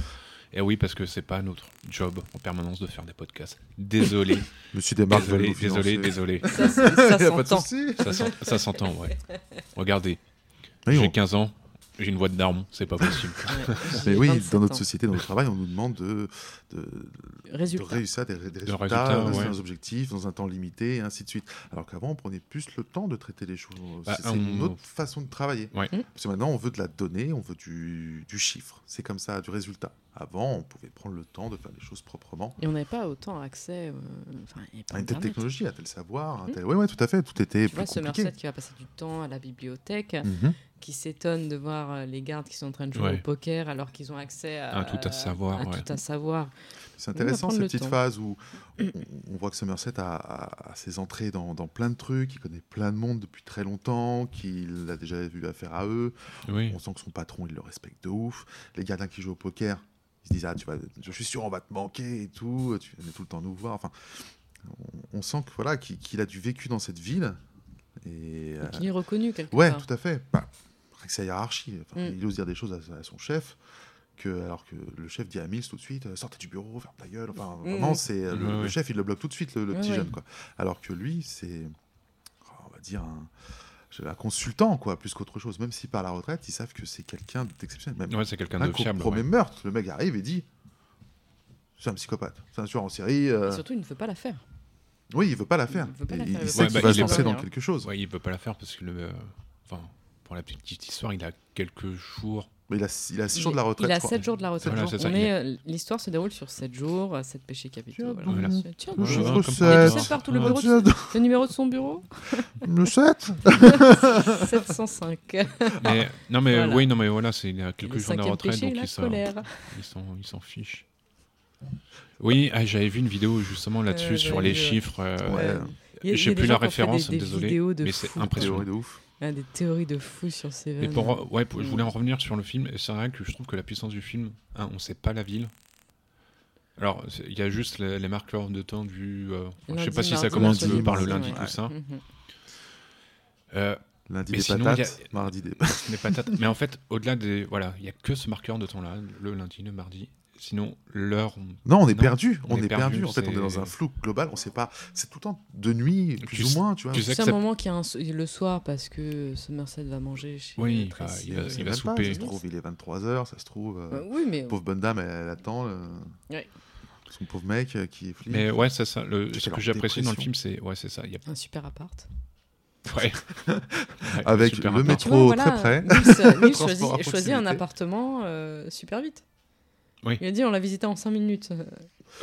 Et oui, parce que c'est pas notre job en permanence de faire des podcasts. Désolé, Je me suis des marques veulent désolé, nous désolé, désolé. financer. Ça, c'est- ça Y a pas de s'entend. souci. Ça s'ent- Ça s'entend, ouais. Regardez, Oui, j'ai on- 15 ans, j'ai une voix de daron, c'est pas possible. Ouais, j'ai Mais oui, 27 dans notre ans. société, dans notre travail, on nous demande de, de, de Résultat. réussir des, des résultats, résultats, euh, ouais. certains objectifs dans un temps limité, et ainsi de suite. Alors qu'avant, on prenait plus le temps de traiter les choses. Bah, c'est c'est une on- autre façon de travailler. Ouais. Mm. Parce que maintenant, on veut de la donnée, on veut du, du chiffre. C'est comme ça, du résultat. Avant, on pouvait prendre le temps de faire les choses proprement. Et on n'avait pas autant accès. euh, Enfin, il n'y avait pas À Ah, une telle Internet. technologie, à tel savoir, à Mm. tel... Oui, ouais, tout à fait, tout était Tu vois, plus Somerset compliqué. qui va passer du temps à la bibliothèque. Mhm. qui s'étonnent de voir euh, les gardes qui sont en train de jouer Ouais. au poker alors qu'ils ont accès à, euh, Un tout à savoir, à ouais. tout à savoir. C'est va intéressant prendre cette le petite temps. phase où on, on- on voit que Somerset a, a- a ses entrées dans, dans plein de trucs, il connaît plein de monde depuis très longtemps, qu'il a déjà vu affaire à eux. Oui. On sent que son patron, il le respecte de ouf. Les gardiens qui jouent au poker, ils se disent Ah, tu vas, je suis sûr, on va te manquer et tout, tu viens tout le temps nous voir. Enfin, on, on sent que voilà qu'il qu'il a du vécu dans cette ville. Et, euh, Et qu'il est reconnu quelque Ouais, part. tout à fait. Bah, rien que sa hiérarchie. Enfin, Mm. Il ose dire des choses à, à son chef, que, alors que le chef dit à Mills tout de suite euh, Sortez du bureau, ferme ta gueule. Enfin, Mm. vraiment, c'est, euh, le, Ouais, le ouais. chef, il le bloque tout de suite, le, le Ouais, petit ouais. jeune. Quoi. Alors que lui, c'est, oh, on va dire, un, je- un consultant, quoi, plus qu'autre chose. Même si par la retraite, ils savent que c'est quelqu'un d'exceptionnel. Même Ouais, c'est quelqu'un rien de qu'au fiable. premier ouais. meurtre, le mec arrive et dit C'est un psychopathe, c'est un tueur en série. euh, Et surtout, il ne veut pas la faire. Oui, il veut pas la faire. Il veut pas la Et faire, il veut sait bah, pas la qu'il va se faire lancer dans dormir. quelque chose. Ouais, il peut pas la faire parce que le. euh, Enfin, pour la petite histoire, il a quelques jours. Mais il a, il a six jours de la retraite. Il a je crois. 7 jours de la retraite. Voilà, c'est ça, On il est, euh, L'histoire se déroule sur 7 jours, 7 péchés capitaux. Tiens, voilà. donc, Tiens, Le donc, Voilà, chiffre comme il par sépare hasard. 7. partout le Ouais. bureau. de- Le numéro de son bureau Le 7 705. Mais- non, mais Voilà. oui, non, mais voilà, c'est il a quelques le jours de cinquième retraite, péché, donc la il s'en- colère. il s'en- il s'en fiche. Oui, ah, j'avais vu une vidéo justement là-dessus Euh, sur j'avais les vu, ouais. chiffres. euh, Ouais. Il y a- il y J'ai a des plus la gens qui ont fait des- référence, des désolé, vidéos de mais fou, c'est quoi. impressionnant. Théorie de ouf. Ah, des théories de fou sur Seven. Et pour, ouais, pour- je Mm. voulais en revenir sur le film. et C'est vrai que je trouve que la puissance du film, un, on sait pas la ville. Alors, c'est- il y a juste les, les marqueurs de temps du. euh, enfin, je sais Lundi, pas si ça mardi, commence mercredi, par le mardi, lundi, ouais. tout ça. Mhm. Euh, Lundi Mais des sinon, patates, il y a- mardi des Les patates. Mais en fait, au-delà des. Voilà, il n'y a que ce marqueur de temps-là, le lundi, le mardi. Sinon, l'heure. on- Non, on est Non, perdu. on On, est est, perdu, perdu. En fait, on est c'est- dans un flou global. On sait pas. C'est tout le temps de nuit, plus Tu ou sais- moins, tu vois. tu sais C'est que un ça- moment qui est un so- le soir parce que Somerset va manger chez euh, Oui, bah, Tracy. il va- On sait il va même pas, souper. ça se trouve, il est 23h. Ça se trouve, euh, Euh, oui, mais pauvre bonne dame, elle, elle attend. euh, Ouais. Son pauvre mec euh, qui est flic. Mais ouais, c'est ça. Le... C'est Ce que leur j'ai apprécié dans le dépression. film, c'est. Ouais, c'est ça. Il y a... un super appart. ouais. Ouais, Avec super le appart. Tu métro. Trop vois, très près. Nils, euh, Nils Transport à choisit, proximité. choisit un appartement euh, super vite. Oui. Il a dit on l'a visité en 5 minutes. Euh,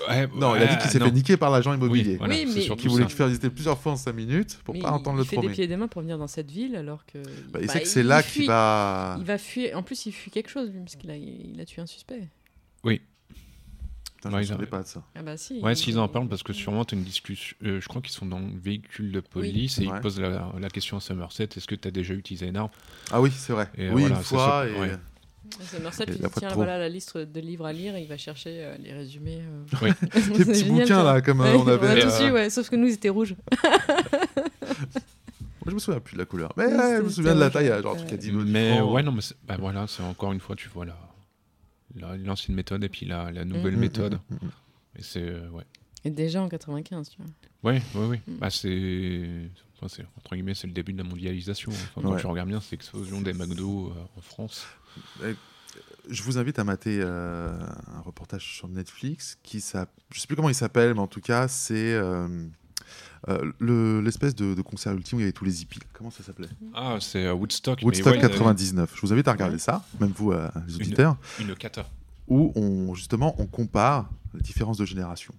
Ouais, Non, il a dit qu'il s'est ah, non. fait niquer par l'agent Oui, immobilier. voilà, Oui, c'est mais- surtout Qui voulait ça. le faire visiter plusieurs fois en 5 minutes pour mais pas il- entendre le il fait des premier. pieds et des mains pour venir dans cette ville alors que. Bah, il bah, sait que c'est il là qu'il fuit. va. Il va fuir. En plus, il fuit quelque chose lui, parce qu'il a, il a tué un suspect. Putain, je Ouais, me il a- savais pas de ça. Ah bah si. Ouais, il- s'ils en parlent, parce que sûrement, t'as une discussion. euh, je crois qu'ils sont dans le véhicule de police et Ouais. ils posent la, la question à Somerset est-ce que t'as déjà utilisé une arme Ah oui, c'est vrai. Et oui, voilà, une ça fois. se- et- euh, ouais. Somerset Et lui dit la fois de tiens, trop. voilà la liste de livres à lire et il va chercher euh, les résumés. euh. Oui. Des C'est petits génial, bouquins ça. là, comme euh, Ouais, on avait. ouais, euh, dessus, ouais, sauf que nous, ils étaient rouges. Moi, je me souviens plus de la couleur. Mais Ouais, ouais, je me c'était souviens de la taille, horrible. genre un truc à 10 Mais ouais, non, mais c'est- bah, voilà, c'est encore une fois, tu vois la- la- l'ancienne méthode et puis la, la nouvelle Mm, Mhm. méthode. Et c'est. euh, ouais. Et déjà en 95, tu vois. Ouais, ouais, ouais. Mm. Bah, c'est. enfin, c'est- entre guillemets, c'est le début de la mondialisation. Enfin, quand Ouais. tu regardes bien, c'est l'explosion des McDo euh, en France. Je vous invite à mater euh, un reportage sur Netflix qui s'appelle, je sais plus comment il s'appelle, mais en tout cas, c'est euh, euh, le- l'espèce de, de concert ultime où il y avait tous les hippies. Comment ça s'appelait Ah, c'est euh, Woodstock. mais Woodstock ouais, 99. Je vous invite à regarder Ouais. ça, même vous, euh, les auditeurs, euh, Une cata. où on, justement on compare les différences de génération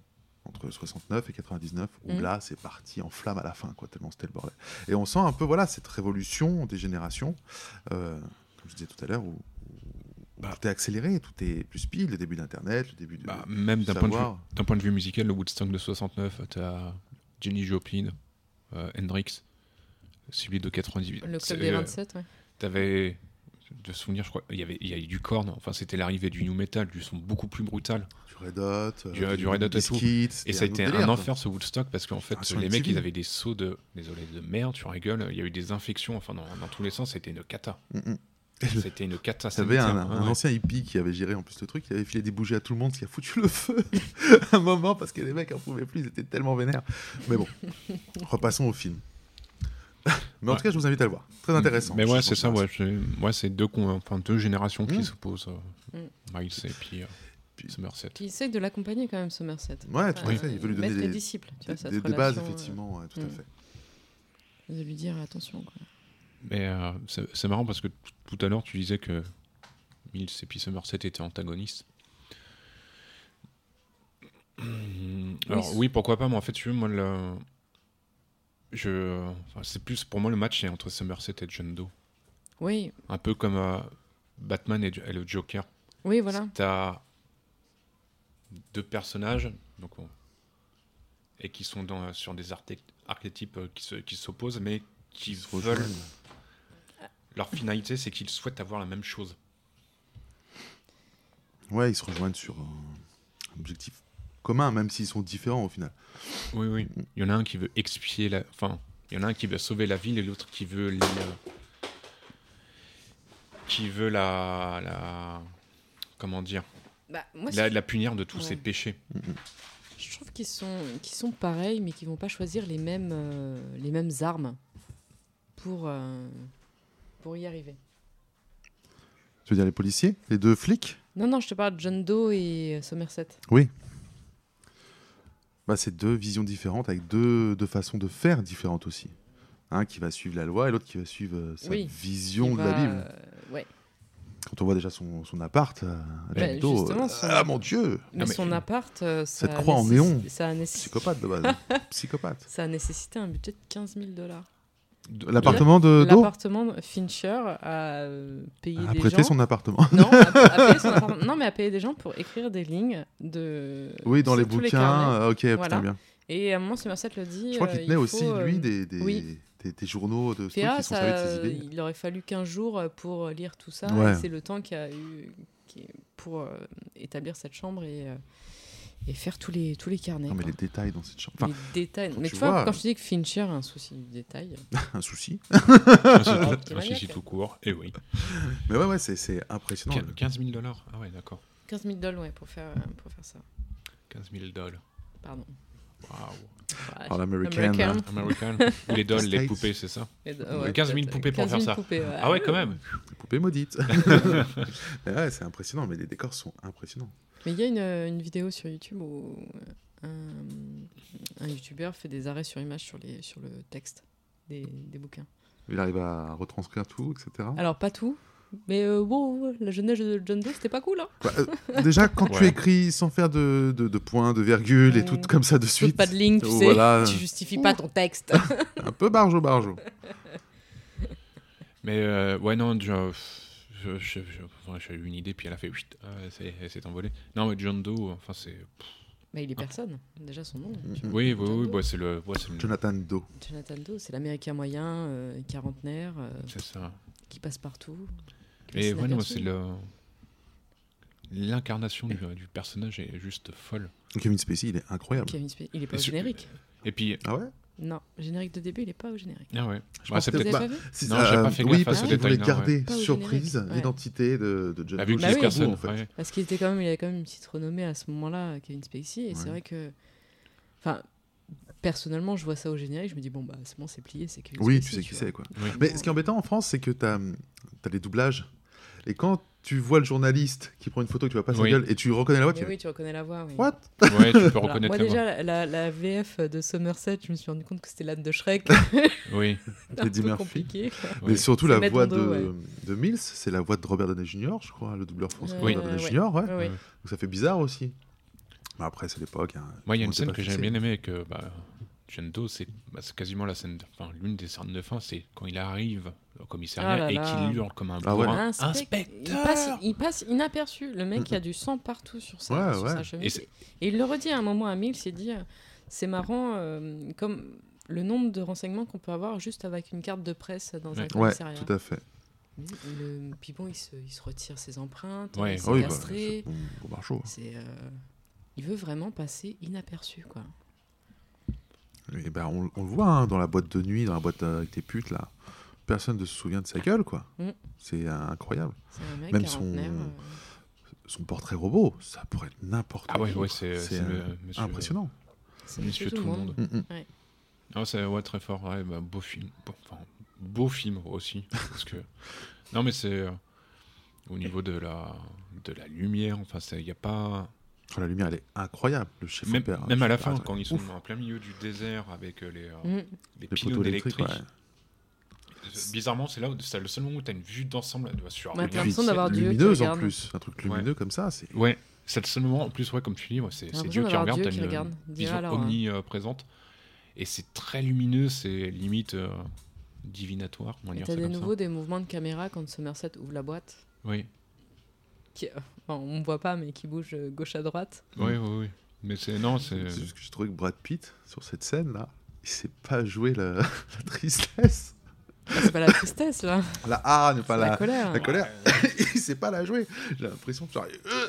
entre 69 et 99, où Mhm. là c'est parti en flamme à la fin, quoi, tellement c'était le bordel. Et on sent un peu voilà cette révolution des générations, euh, comme je disais tout à l'heure, où, où Bah. tout est accéléré, tout est plus speed, le début d'Internet, le début de, Bah, même d'un point, de vue- savoir. d'un point de vue musical, le Woodstock de 69, t'as Jenny Joplin, euh, Hendrix, celui de 98. Le C'est, club des euh, 27, ouais. T'avais, de souvenir, je crois, il y avait, il y a eu du corn. Enfin, c'était l'arrivée du new metal, du son beaucoup plus brutal. du Red Hot, euh, Du- du Red Hot et tout. Biscuits, Et c'était ça a été autre un délire, quoi. enfer ce Woodstock parce qu'en fait, Ah, sur les MTV. mecs, ils avaient des sauts de, désolé, de merde sur la gueule. Il y a eu des infections, enfin, dans, dans tous les sens, c'était une cata. Mm, mm. C'était une cata. T'avais un, sanitaire. un Ouais. ancien hippie qui avait géré en plus le truc, qui avait filé des bougies à tout le monde, qui a foutu le feu un moment parce que les mecs en pouvaient plus, ils étaient tellement vénères. Mais bon, repassons au film. Mais en Ouais. tout cas, je vous invite à le voir. Très intéressant. Mais Je ouais, pense c'est ça, que ouais. c'est- ouais, c'est deux, con- enfin, deux générations qui Mm. s'opposent. euh, Miles et puis, euh, Puis- Somerset. Il essaie de l'accompagner quand même, Somerset. Ouais, tout à Euh, fait, il veut lui donner mettre les des- disciples, tu vois, Des, cette des relation, bases, euh, effectivement, ouais, tout à mm. fait. de lui dire attention. Quoi. Mais euh, c'est c'est marrant parce que t- tout à l'heure, tu disais que Mills et puis Somerset étaient antagonistes. Hum, Alors Oui. oui, pourquoi pas, mais en fait, tu veux, moi, le... je... enfin, c'est plus pour moi le match est entre Somerset et John Doe. Oui, Un peu comme euh, Batman et, et le Joker. oui, voilà. T'as deux personnages donc, on- et qui sont dans, sur des arté- archétypes euh, qui se- qui s'opposent, mais qui se veulent. rejoignent. Leur finalité, c'est qu'ils souhaitent avoir la même chose. Ouais, ils se rejoignent sur euh, un objectif commun, même s'ils sont différents au final. Oui, oui. Il y en a un qui veut expier la. Enfin, il y en a un qui veut sauver la ville et l'autre qui veut. les, euh, Qui veut la. la... Comment dire Bah, moi, la, la punir de tous Ouais. ses péchés. je trouve qu'ils sont, qu'ils sont pareils, mais qu'ils vont pas choisir les mêmes, euh, les mêmes armes pour, euh, pour y arriver. Tu veux dire les policiers Les deux flics Non, non, je te parle de John Doe et euh, Somerset. bah, C'est deux visions différentes, avec deux, deux façons de faire différentes aussi. Un qui va suivre la loi et l'autre qui va suivre euh, sa Oui, vision Il de la va, Bible. Ah, euh, ouais. Quand on voit déjà son, son appart euh, à Bah, Giotto, justement, euh, son- ah mon dieu Mais, Non, mais- son appart, euh, ça Cette a croix en nécess- néon. Ça a, nécess- Psychopathe de base. Psychopathe. ça a nécessité un budget de 15 000 dollars. L'appartement de Do L'appartement Fincher a euh, payé a des prêté gens. son appartement. Non, à- à payer son appartement. non, mais à payer des gens pour écrire des lignes de. Oui, dans sur les tous bouquins. carnets. euh, ok, Voilà. putain, bien. et à un moment, Somerset le dit. Je crois qu'il euh, tenait il aussi, faut, euh, lui, des, des, oui. des- des journaux de ce fait, truc ah, qui sont ça, servis de ses euh, idées. il aurait fallu 15 jours pour lire tout ça. Ouais. et C'est le temps qu'il y a eu qui- pour euh, établir cette chambre et, euh, et faire tous les, tous les carnets. Non, mais quoi. les détails dans cette chambre. les... Enfin, détails. faut que Mais tu tu vois, vois. quand je dis que Fincher a un souci du détail, un souci. Un souci- Ah, un maniaque, souci hein. tout court. Et Eh oui. Mais ouais, ouais, c'est- c'est impressionnant. Quin- 15 000 dollars. Ah ouais, d'accord. 15 000 dollars ouais, pour, faire, pour faire ça. 15 000 dollars. Pardon. Waouh. Ah, Ouais, Alors, l'américaine, American. hein. là. American. Ou les dolls, les States. poupées, c'est ça Et de- Mais 15 000 peut-être, poupées pour 15 faire 000 ça. poupées, Ah ouais, quand même. Les poupées maudites. Mais ouais, c'est impressionnant, mais les décors sont impressionnants. Mais il y a une, une vidéo sur YouTube où un, un youtubeur fait des arrêts sur image sur, les, sur le texte des, des bouquins. Il arrive à retranscrire tout, etc. Alors, pas tout, mais euh, wow, la jeunesse de John Doe, c'était pas cool. Hein Bah, euh, déjà, quand tu Ouais. écris sans faire de, de, de points, de virgules et Mm. tout comme ça de Tu veux suite, pas de ligne, tu Oh, sais, voilà. tu justifies pas ton texte. un peu barjo barjo. Mais euh, ouais, non, je- je- je- je- enfin, j'ai eu une idée, puis elle a fait. Whist, ah, c'est- elle s'est envolée. Non, mais John Doe, enfin, c'est. mais il est personne, déjà son nom. Oui, oui, oui, John Doe. bah, c'est le. ouais, c'est le- Jonathan Doe. Jonathan Doe, c'est l'américain moyen, euh, quarantenaire, euh, c'est ça. qui passe partout. qui Et passe ouais, non, inaperçu. c'est le. L'incarnation du, du personnage est juste folle. Kevin Spacey, il est incroyable. Kevin Spacey, il est pas Et au sur- générique. Et puis. Ah ouais Non, générique de début, il est pas au générique. Ah ouais. Je Ouais, pense c'est que Vous peut-être avez bah, pas vu Si, Non, j'ai pas fait oui, gaffe à parce ce qu'il voulait détail, non, garder Pas au surprise générique, ouais. l'identité de, de John La Doe vue de Bah oui. jusqu'au Giscard, bout, en fait. ouais. Parce qu'il était quand même, il avait quand même une petite renommée à ce moment-là, Kevin Spacey. Et c'est Ouais. vrai que, enfin, personnellement, je vois ça au générique, je me dis bon bah c'est bon, c'est plié, c'est Kevin Oui, tu Spacey. sais qui c'est, quoi. Oui. Mais ce qui est embêtant en France, c'est que t'as as les doublages. Et quand tu vois le journaliste qui prend une photo, que tu vois pas sa Oui. gueule, et tu reconnais la voix, Mais tu fais oui, tu reconnais la voix. Oui. What Ouais, tu peux Alors, reconnaître moi la voix. déjà, la, la- la VF de Somerset, je me suis rendu compte que c'était l'âme de Shrek. Oui. un Eddie peu Murphy. compliqué. quoi. Mais oui. surtout C'est la mettre voix dans de, le dos, de Mills, c'est la voix de Robert Downey Jr., je crois, le doubleur français de Oui. Robert Downey Euh, Jr., ouais. Ouais, ouais. Ouais. Donc ça fait bizarre aussi. Bah après, c'est l'époque. hein. Moi, il y a On une sait scène pas que j'ai fixer. bien aimée avec euh, bah, John Doe, c'est bah, c'est quasiment la scène, de- enfin l'une des scènes de fin, c'est quand il arrive au Ah commissariat là et là. qu'il hurle comme un Ah ouais. bourrin. Inspect- Il passe, il passe inaperçu. Le mec, il y a du sang partout sur sa, Ouais, sur ouais. sa chemise. Et Et, c'est- il le redit à un moment à Mills, il dit euh, c'est marrant, euh, comme le nombre de renseignements qu'on peut avoir juste avec une carte de presse dans un Ouais. Ouais, commissariat. tout à fait. Le- Puis bon, il se, il se retire ses empreintes, Ouais. il s'est Ah oui, bah, castré. c'est bon, bon bar chaud. C'est, euh, il veut vraiment passer inaperçu, quoi. Et bah, on, on le voit hein, dans la boîte de nuit, dans la boîte euh, avec tes putes, là. Personne ne se souvient de sa gueule, quoi. Mm. C'est euh, incroyable. C'est un mec Même son- quarantenaire. euh, Son portrait robot, ça pourrait être n'importe Ah ouais, qui. ouais, c'est C'est, c'est le- euh, monsieur- impressionnant. c'est Monsieur tout le monde. Mm, mm. Ah, c'est ouais, très fort. Ouais, bah, beau film. Bon, enfin, beau film aussi. parce que... Non, mais c'est euh, au niveau de la, de la lumière. Enfin, c'est- il n'y a pas. Oh, la lumière, elle est incroyable. Le chef Même, opéra, Ah, même à la je sais fin, hein, pas, quand ils sont ouf. en plein milieu du désert avec euh, les, euh, Mm. les Les pylônes poteaux électriques, électriques. euh, ouais. Bizarrement, c'est là où c'est le seul moment où tu as une vue d'ensemble euh, sur Ouais, un t'as l'impression ciel. d'avoir Dieu qui lumineuse en regarde. plus. Un truc lumineux comme ça, c'est Ouais, c'est le seul moment, en plus, ouais, comme tu dis, ouais, c'est T'as c'est l'impression Dieu qui d'avoir regarde, Dieu t'as qui une regarde. Dis, vision alors, hein. omniprésente. Et c'est très lumineux, c'est limite euh, divinatoire, on va Et dire t'as ça des comme ça. nouveaux des mouvements de caméra quand Somerset ouvre la boîte. Oui, qui- euh, enfin, on ne voit pas, mais qui bouge euh, gauche à droite. oui, oui. oui. Mais c'est. Non, c'est. C'est juste que j'ai trouvé que Brad Pitt, sur cette scène-là, il sait pas jouer la, la tristesse. Ah, c'est pas la tristesse, là. La hargne, pas c'est la, la, colère. la colère. il sait pas la jouer. J'ai l'impression que genre, euh,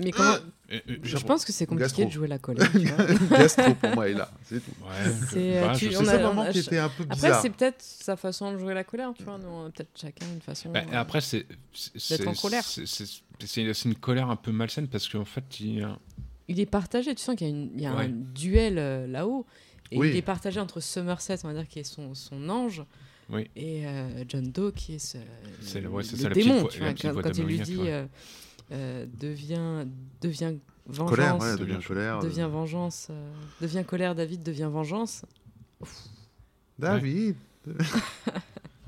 Mais comment- Euh, euh, Je pense que c'est compliqué Gastro. de jouer la colère. tu vois. gastro pour moi est là. C'est tout. ouais, je- C'est, euh, bah, je tu- sais on C'est a- pas. ce moment on a qui ch- était un peu bizarre. Après, c'est peut-être sa façon de jouer la colère, tu vois. Nous, on a peut-être chacun une façon. Bah, euh, après, c'est. c'est- c'est- en colère. c'est- C'est c'est- c'est une colère un peu malsaine parce qu'en fait, il. Il est partagé, tu sens qu'il y a, une- il y a un Ouais. duel euh, là-haut. Et Oui. il est partagé entre Somerset, on va dire, qui est son, son ange, Oui. et euh, John Doe, qui est ce, C'est le, le- ouais, c'est le ça, la petite démon. voix- tu la vois, petite quand voix quand il lui démoniaque, dit ouais. euh, euh, deviens, deviens vengeance, colère, ouais, devient- devient colère. devient vengeance, euh, devient colère, David devient vengeance. David. ouais,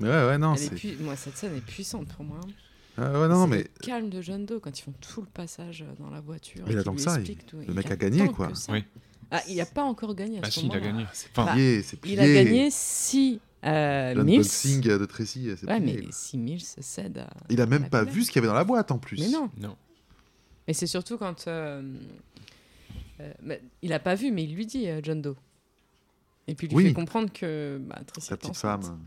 ouais, non, Elle est Ah, c'est. pui- Moi, cette scène est puissante pour moi. hein. Ah ouais, non, non, C'est mais le calme de John Doe quand ils font tout le passage euh, dans la voiture. et Mais il qu'il attend lui que ça, il- explique tout. mec a gagné, attend quoi. que ça. Oui. Ah, il n'a pas encore gagné à Ah ce si, il a moment-là. gagné. Enfin, Bah, plié, c'est plié. Il a gagné si euh, John Mills. Boxing de Tracy, c'est Ouais, plié, mais quoi. si Mills cède à. Il a même la pas colère. vu ce qu'il y avait dans la boîte en plus. Mais non. non. Mais c'est surtout quand. euh, euh, bah, il a pas vu, mais il lui dit, euh, John Doe. Et puis il lui Oui. fait comprendre que. Bah, Tracy Sa est petite enceinte femme.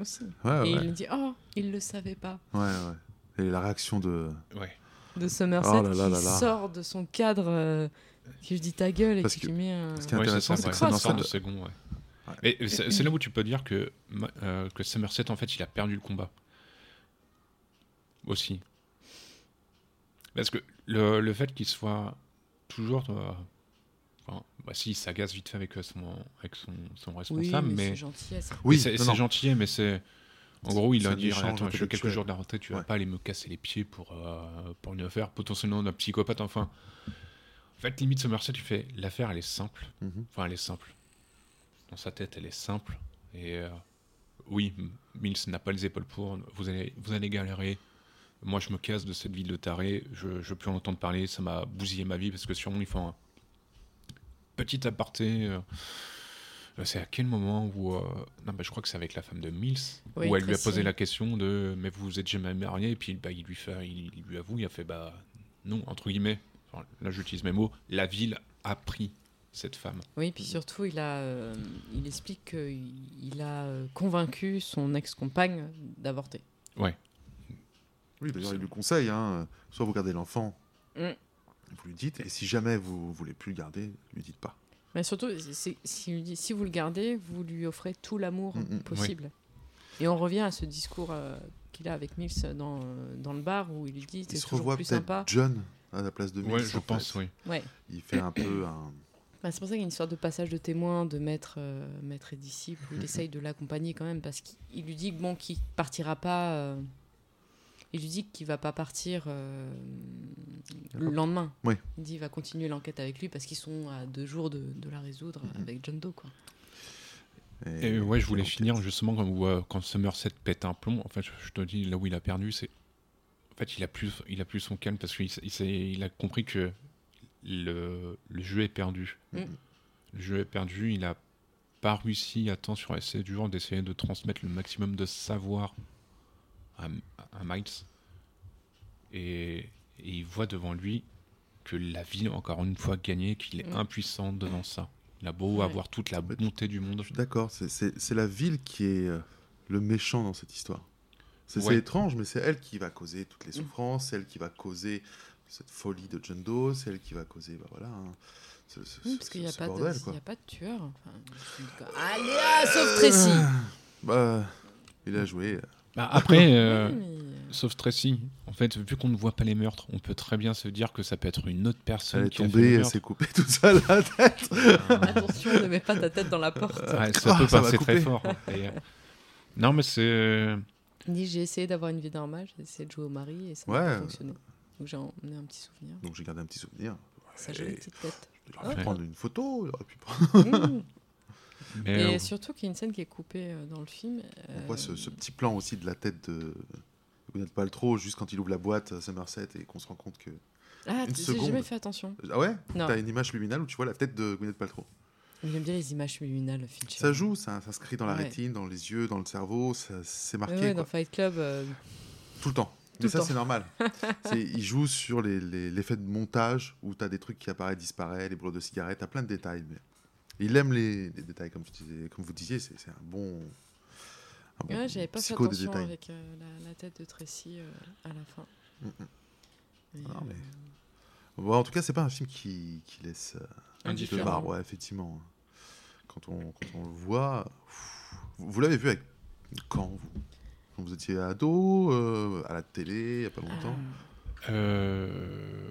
Aussi. Et Ouais, ouais. il lui dit, oh, il le savait pas. Ouais, ouais. Et la réaction de, Ouais. de Somerset Oh là là qui là là. sort de son cadre, euh, qui lui dit ta gueule et Parce qui que- lui met euh, un. parce qu'il y a Ouais, c'est intéressant, ça, c'est ouais, que ça Somerset- sort de second, ouais. Et c'est c'est là où tu peux dire que, ma- euh, que Somerset, en fait, il a perdu le combat. Aussi. Parce que le, le fait qu'il soit toujours. euh, enfin, bah, si, il s'agace vite fait avec euh, son, avec son, son Oui, responsable, mais, mais. c'est gentillesse. Oui, Oui, c'est non, c'est non. gentil, mais c'est. En C'est- gros, il c'est a un dit échange Attends, je suis à quelques intellectuel. jours de la retraite, tu vas Ouais. pas aller me casser les pieds pour, euh, pour une affaire potentiellement d'un psychopathe, enfin. En fait, limite, Somerset, tu fais L'affaire, elle est simple. Mhm. Enfin, elle est simple. Dans sa tête, elle est simple. Et euh, oui, M- Mills n'a pas les épaules pour. Vous allez, vous allez galérer. Moi, je me casse de cette ville de taré. Je, je peux en entendre parler. Ça m'a bousillé ma vie parce que sûrement, ils font un petit aparté. euh, euh, C'est à quel moment où. euh, non, bah, je crois que c'est avec la femme de Mills, Oui, où elle lui a Tracy. posé la question de Mais vous vous êtes jamais marié Et puis bah, il, lui fait, il lui avoue, il a fait Bah non, entre guillemets, enfin, là j'utilise mes mots, la ville a pris cette femme. Oui, puis surtout, il, a, euh, il explique qu'il a euh, convaincu son ex-compagne d'avorter. Oui, d'ailleurs, il lui conseille hein, euh, soit vous gardez l'enfant, Mm. vous lui dites, et si jamais vous voulez plus le garder, lui dites pas. Mais surtout, c'est- c'est- si, lui dit- si vous le gardez, vous lui offrez tout l'amour Mm, mm, possible. Et on revient à ce discours euh, qu'il a avec Mills dans, euh, dans le bar où il lui dit Il c'est se toujours revoit plus peut-être sympa. John à la place de Mills. Ouais, je en pense, fait. oui. Ouais. Il fait un peu un. Bah, c'est pour ça qu'il y a une sorte de passage de témoin de maître, euh, maître et disciple Mm-hmm. où il essaye de l'accompagner quand même parce qu'il lui dit que, bon qu'il partira pas. euh, il lui dit qu'il va pas partir euh, le lendemain. Oui. Il dit qu'il va continuer l'enquête avec lui parce qu'ils sont à deux jours de, de la résoudre Mm-hmm. avec John Doe. Quoi. Et ouais, je voulais l'enquête. finir justement quand, où, euh, quand Somerset pète un plomb. En fait, je, je te dis là où il a perdu, c'est en fait il a plus, il a plus son calme parce qu'il s- il, s'est- il a compris que le, le jeu est perdu. Mm. Le jeu est perdu. Il a pas réussi à temps sur essai du genre d'essayer de transmettre le maximum de savoir à, à Miles. Et, et il voit devant lui que la vie encore une fois gagnée, qu'il est Mm. impuissant devant ça. Il a beau Ouais. avoir toute la Ouais. bonté du monde. Je suis d'accord, c'est- c'est c'est la ville qui est euh, le méchant dans cette histoire. C'est c'est Ouais. étrange, mais c'est elle qui va causer toutes Mmh. les souffrances, c'est elle qui va causer cette folie de John Doe, c'est elle qui va causer bah, voilà, hein, ce, ce- Oui, ce- parce qu'il n'y a, ce pas de- bordel. il quoi. y a pas de tueur. Enfin, je dis quoi. Allez, ah, sauf Tracy Bah, il a joué. Bah, après, Ouais, euh, mais- sauf Tracy, en fait, vu qu'on ne voit pas les meurtres, on peut très bien se dire que ça peut être une autre personne Elle est qui a fait le tombée, elle meurtre. s'est coupée toute seule la tête. euh, Attention, ne mets pas ta tête dans la porte. Ouais, ça peut Ah, passer ça m'a très coupé. fort. hein, d'ailleurs. non, mais c'est. Il dit, j'ai essayé d'avoir une vie normale, j'ai essayé de jouer au mari et ça n'a Ouais. pas fonctionné. Donc j'ai emmené un petit souvenir. Donc j'ai gardé un petit souvenir. Sa Et jolie petite tête. Il aurait pu Ouais. prendre une photo, il aurait pu prendre. Mmh. Mais, Et euh, surtout qu'il y a une scène qui est coupée euh, dans le film. On euh, voit ce, ce petit plan aussi de la tête de Gwyneth Paltrow, juste quand il ouvre la boîte à Somerset et qu'on se rend compte que. Ah, une tu sais, j'ai jamais seconde. fait attention. Ah ouais Non, T'as une image luminale où tu vois la tête de Gwyneth Paltrow. il aime bien les images luminales, Fincher. Ça joue, ça s'inscrit dans la Ouais. rétine, dans les yeux, dans le cerveau, ça- c'est Ouais, marqué ouais, quoi. dans Fight Club, euh, tout le temps. le Mais ça, temps. c'est normal. C'est- il joue sur les- les- l'effet de montage où t'as des trucs qui apparaissent, disparaissent, les brûlures de cigarettes, t'as plein de détails. Mais... Il aime les, les détails, comme, je disais- comme vous disiez, c'est c'est un bon. Un bon ouais, j'avais pas fait psycho des attention détails. avec euh, la, la tête de Tracy euh, à la fin. Mm, mm. Mais, Non, euh, mais- Bon, en tout cas, c'est pas un film qui, qui laisse euh, Indifférent. de marbre, ouais, effectivement. hein. Quand on, quand on le voit, pff, vous, vous l'avez vu avec quand vous Quand vous étiez ado, euh, à la télé, il n'y a pas longtemps Ah. euh,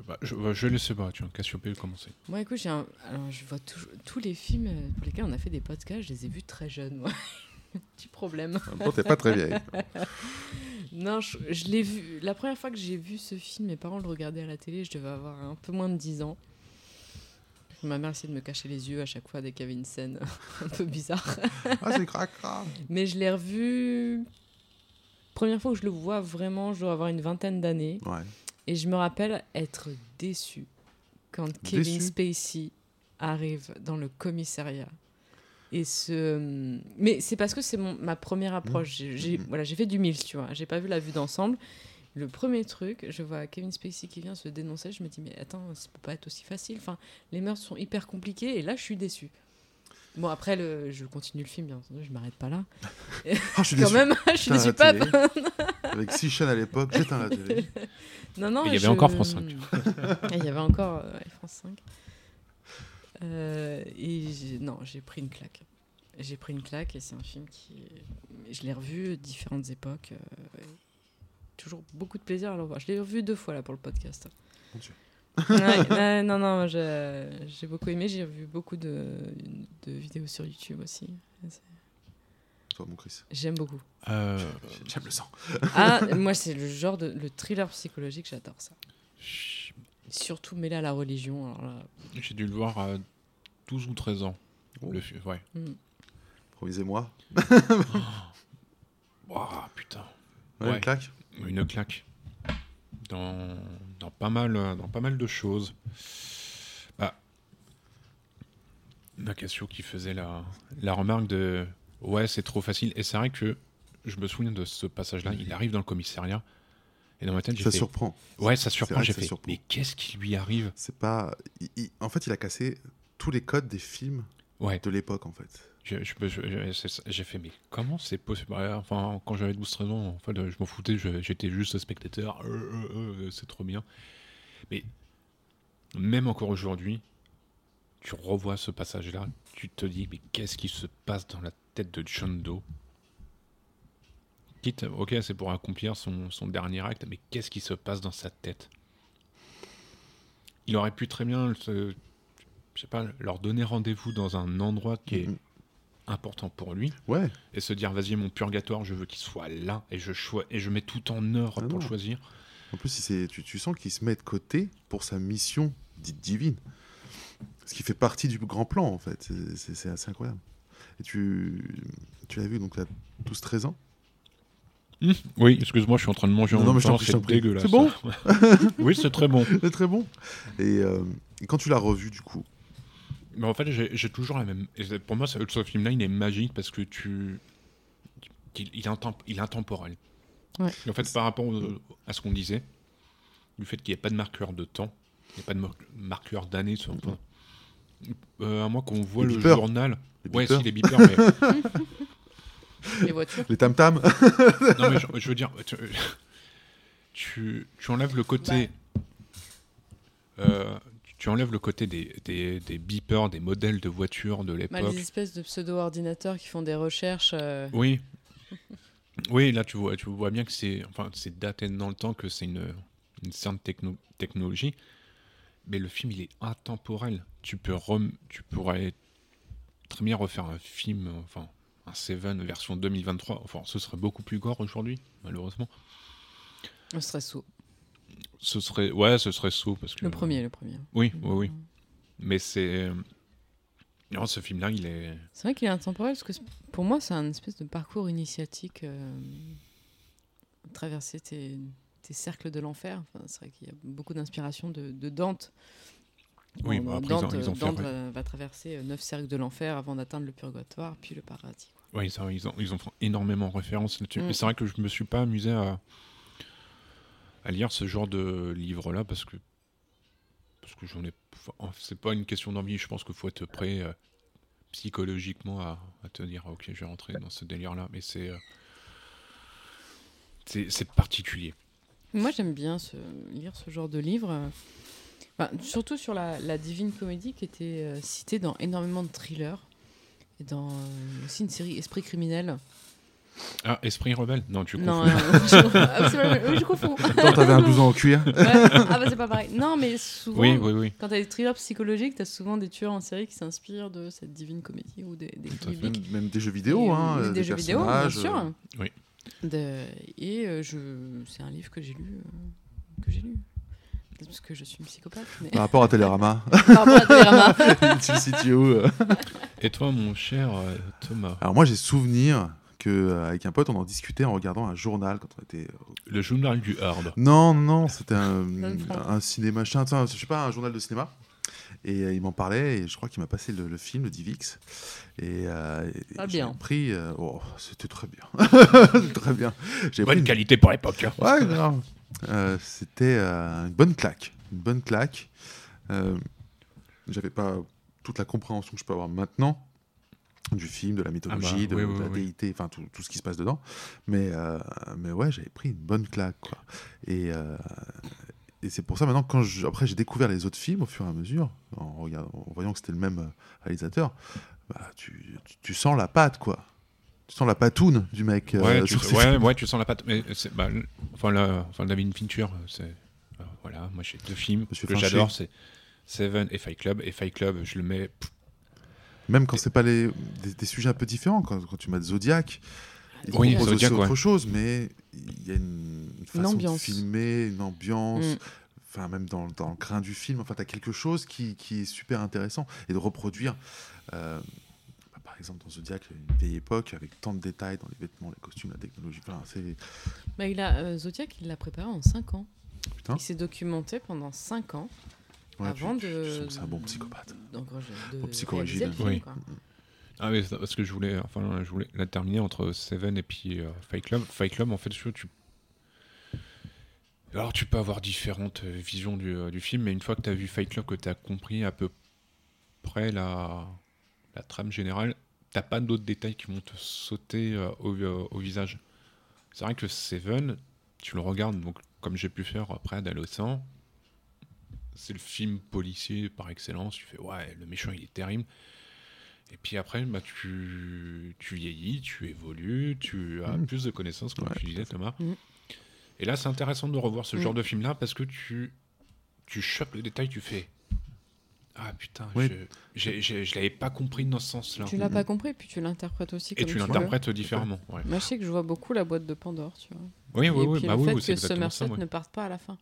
bah, je, bah, je vais laisser pas, tu vois, Cassiopée commencer. Moi, écoute, j'ai un- alors, je vois toujours- tous les films euh, pour lesquels on a fait des podcasts, je les ai vus très jeunes, moi. Petit problème. En même temps, t'es pas très vieille. Non, je, je l'ai vu. La première fois que j'ai vu ce film, mes parents le regardaient à la télé, je devais avoir un peu moins de 10 ans. Ma mère essayait de me cacher les yeux à chaque fois dès qu'il y avait une scène un peu bizarre. Ah, c'est crac, crac. Mais je l'ai revu. Première fois que je le vois vraiment, je dois avoir une vingtaine d'années. Ouais. Ah, Et je me rappelle être déçue quand Kevin Déçue Spacey arrive dans le commissariat. Et ce... Mais c'est parce que c'est mon- ma première approche. J'ai- J'ai Mhm. voilà, j'ai fait du mille, tu vois. J'ai pas vu la vue d'ensemble. Le premier truc, je vois Kevin Spacey qui vient se dénoncer. Je me dis, mais attends, ça peut pas être aussi facile. Enfin, les mœurs sont hyper compliquées. Et là, je suis déçue. Bon, après, le... je continue le film, bien entendu, je m'arrête pas là. Ah, je suis Quand déçu. même, je suis Putain, déçue, la pape télé. Avec six chaînes à l'époque, j'éteins la télé. Non, non, Il y avait je- encore France 5. Et Il y avait encore euh, ouais, France 5. Euh, et j'ai- non, j'ai pris une claque. J'ai pris une claque et c'est un film qui. Je l'ai revu à différentes époques. euh, et toujours beaucoup de plaisir à le revoir. Je l'ai revu deux fois là pour le podcast. Mon Dieu. Ouais, ouais, non, non, moi, j'ai j'ai beaucoup aimé. J'ai revu beaucoup de, de vidéos sur YouTube aussi. Toi, mon Chris. J'aime beaucoup. Euh, J'aime le sang. Ah, moi, c'est le genre de. Le thriller psychologique, j'adore ça. ch- Surtout mêlé à la religion. Alors là, J'ai dû le voir à 12 ou 13 ans. Oh. Le film, ouais. hmm. Promisez-moi. Ouah, putain. Ouais, Ouais. une claque. Une claque. Dans, dans, pas, mal, euh, dans pas mal de choses. Bah, Nakassio qui faisait la, la remarque de Ouais, c'est trop facile. Et c'est vrai que je me souviens de ce passage-là. Il arrive dans le commissariat. Et dans ma tête, j'ai Ça fait, surprend. Ouais, ça C'est surprend. vrai que J'ai ça fait surprend. Mais qu'est-ce qui lui arrive C'est pas. il- il- En fait, il a cassé tous les codes des films Ouais, de l'époque, en fait. je- je me- je- je- c'est ça. j'ai fait Mais comment c'est possible Ouais, Enfin, quand j'avais 12-13 ans, en fait, je m'en foutais. je- J'étais juste spectateur. Euh, euh, euh, c'est trop bien. Mais même encore aujourd'hui, tu revois ce passage-là, tu te dis Mais qu'est-ce qui se passe dans la tête de John Doe Quitte, ok, c'est pour accomplir son, son dernier acte, mais qu'est-ce qui se passe dans sa tête Il aurait pu très bien, se- je sais pas, leur donner rendez-vous dans un endroit qui est Mhm. important pour lui Ouais. et se dire vas-y mon purgatoire, je veux qu'il soit là et je choi- et je mets tout en œuvre Ah pour le non. choisir. En plus, il s'est- tu, tu sens qu'il se met de côté pour sa mission dite divine. Ce qui fait partie du grand plan, en fait. C'est- C'est c'est assez incroyable. Et tu, tu l'as vu, donc, à 12-13 ans Oui, excuse-moi, je suis en train de manger Non, en non, même mais je t'en temps, prie, je c'est t'en prie. dégueulasse. C'est bon Oui, c'est très bon. C'est très bon. Et euh, quand tu l'as revu, du coup, Mais en fait, j'ai j'ai toujours la même. et c'est- Pour moi, ce, ce film-là, il est magique parce que tu. Il, il est, intemp- il est intemporel. Ouais. Et En fait, par rapport au- à ce qu'on disait, du fait qu'il n'y ait pas de marqueur de temps, il n'y a pas de mar- marqueur d'année sur toi. Euh, à moins qu'on voit Les le beepers. journal. Les ouais, beepers. si, les beepers, mais. les voitures. les tam-tams, Non, mais je, je veux dire, tu, tu, tu enlèves le côté. Euh, tu enlèves le côté des, des, des beepers, des modèles de voitures de Bah, l'époque. les espèces de pseudo-ordinateurs qui font des recherches. euh, Oui. Oui, là, tu vois, tu vois bien que c'est enfin, c'est daté dans le temps, que c'est une, une certaine techno- technologie. Mais le film, il est intemporel. Tu, peux rem- tu pourrais très bien refaire un film, enfin, un Seven version 2023. Enfin, ce serait beaucoup plus gore aujourd'hui, malheureusement. On serait sous. Ce serait, ouais, ce serait saut parce que Le premier, Mm. le premier. Oui, oui, oui. Mais c'est euh, non, ce film-là, il est C'est vrai qu'il est intemporel parce que c'est- pour moi, c'est un espèce de parcours initiatique. euh, traverser tes, tes cercles de l'enfer. Enfin, c'est vrai qu'il y a beaucoup d'inspiration de, de Dante. Oui, bah, après, ils ont- Dante, ils ont fait- Dante ouais. va, va traverser euh, neuf cercles de l'enfer avant d'atteindre le purgatoire, puis le paradis. quoi. Oui, ça, ils ont, ils ont fait énormément référence là-dessus. Mm. Mais c'est vrai que je me suis pas amusé à, à lire ce genre de livre-là parce que parce que j'en ai. enfin, C'est pas une question d'envie. Je pense qu'il faut être prêt euh, psychologiquement à, à te dire ok, je vais rentrer dans ce délire-là. Mais c'est euh, c'est c'est particulier. Moi, j'aime bien ce- lire ce genre de livre. euh, enfin, surtout sur la, la Divine Comédie qui était euh, citée dans énormément de thrillers. Et dans euh, aussi une série Esprit criminel. Ah, Esprit Rebelle Non, tu Non, confonds. euh, je, ah, c'est vrai, oui, je confonds. quand t'avais un blouson en cuir, Ouais, Ah bah c'est pas pareil. Non, mais souvent, Oui, oui, oui. quand t'as des thrillers psychologiques, t'as souvent des tueurs en série qui s'inspirent de cette Divine Comédie ou des, des Tout à fait. même, bibliques. même des jeux vidéo, Et, hein, ou euh, des, jeux vidéo, bien personnages, euh, sûr. Oui. De- et euh, je, c'est un livre que j'ai lu, euh, que j'ai lu, parce que je suis une psychopathe. Mais... Par rapport à Télérama, Pardon, Adrien. tu le situes où euh Et toi, mon cher euh, Thomas, Alors moi j'ai souvenir que euh, avec un pote on en discutait en regardant un journal quand on était. euh, le journal du hard. Non non c'était un, euh, Donne Franck. un cinéma chien, tiens, je sais pas un journal de cinéma. Et euh, il m'en parlait et je crois qu'il m'a passé le, le film le Divix et, euh, et Pas j'ai bien. pris euh, oh, c'était très bien C'était très bien j'ai pris Bonne une- qualité pour l'époque. hein. Ouais, grave. Euh, c'était euh, une bonne claque. Une bonne claque. Euh, J'avais pas toute la compréhension que je peux avoir maintenant, du film, de la mythologie, Ah bah, de, oui, oui, de la oui. déité, enfin tout, tout ce qui se passe dedans. Mais, euh, mais ouais, j'avais pris une bonne claque. Quoi. Et, euh, et c'est pour ça maintenant, quand je- après j'ai découvert les autres films au fur et à mesure, en, regard- en voyant que c'était le même euh, réalisateur, bah, tu, tu- tu sens la patte, quoi. Tu sens la patoune du mec. euh, Ouais, tu, sur ses ouais, films. ouais, tu sens la patte. Mais c'est- bah, le- enfin, là, enfin, David Fincher, euh, c'est. alors, Voilà, moi j'ai deux films Monsieur que Fincher. j'adore, c'est Seven et Fight Club. Et Fight Club, je le mets. pff, Même quand c'est pas les, des, des sujets un peu différents, quand, quand tu mets Zodiac, il Oui, propose Zodiac, aussi autre ouais. chose, mais il y a une, une façon de ambiance. filmer, une ambiance, Mm. enfin même dans, dans le grain du film, enfin tu as quelque chose qui, qui est super intéressant et de reproduire. euh, bah, par exemple, dans Zodiac, une vieille époque, avec tant de détails dans les vêtements, les costumes, la technologie. Enfin, c'est- Bah, il a, euh, Zodiac, il l'a préparé en 5 ans. Putain. Il s'est documenté pendant 5 ans. ouais, Avant tu- tu- de- tu sens que C'est un bon psychopathe. Donc, euh, de Pour psychorigine. réaliser le film, Oui. quoi. Ah oui, c'est parce que je voulais, enfin, je voulais la terminer entre Seven et puis euh, Fight Club. Fight Club, en fait, tu, tu- alors tu peux avoir différentes euh, visions du, euh, du film, mais une fois que tu as vu Fight Club, que tu as compris à peu près la, la trame générale, t'as pas d'autres détails qui vont te sauter euh, au, euh, au visage. C'est vrai que Seven, tu le regardes, donc comme j'ai pu faire après d'aller au Océan, c'est le film policier par excellence. Tu fais ouais, le méchant il est terrible. Et puis après, bah, tu, tu vieillis, tu évolues, tu as Mm. plus de connaissances, comme Ouais, tu disais, Thomas. Mm. Et là, c'est intéressant de revoir ce Mm. genre de film-là parce que tu, tu chopes le détail, tu fais Ah putain, Oui. je- j'ai- j'ai- je l'avais pas compris dans ce sens-là. Tu l'as pas compris, puis tu l'interprètes aussi Et comme tu tu veux. l'interprètes différemment. ouais. Moi, je sais que je vois beaucoup la boîte de Pandore, tu vois. Oui, oui, et oui, puis bah le oui, fait oui, c'est que exactement Somerset ça. ouais. ne parte pas à la fin.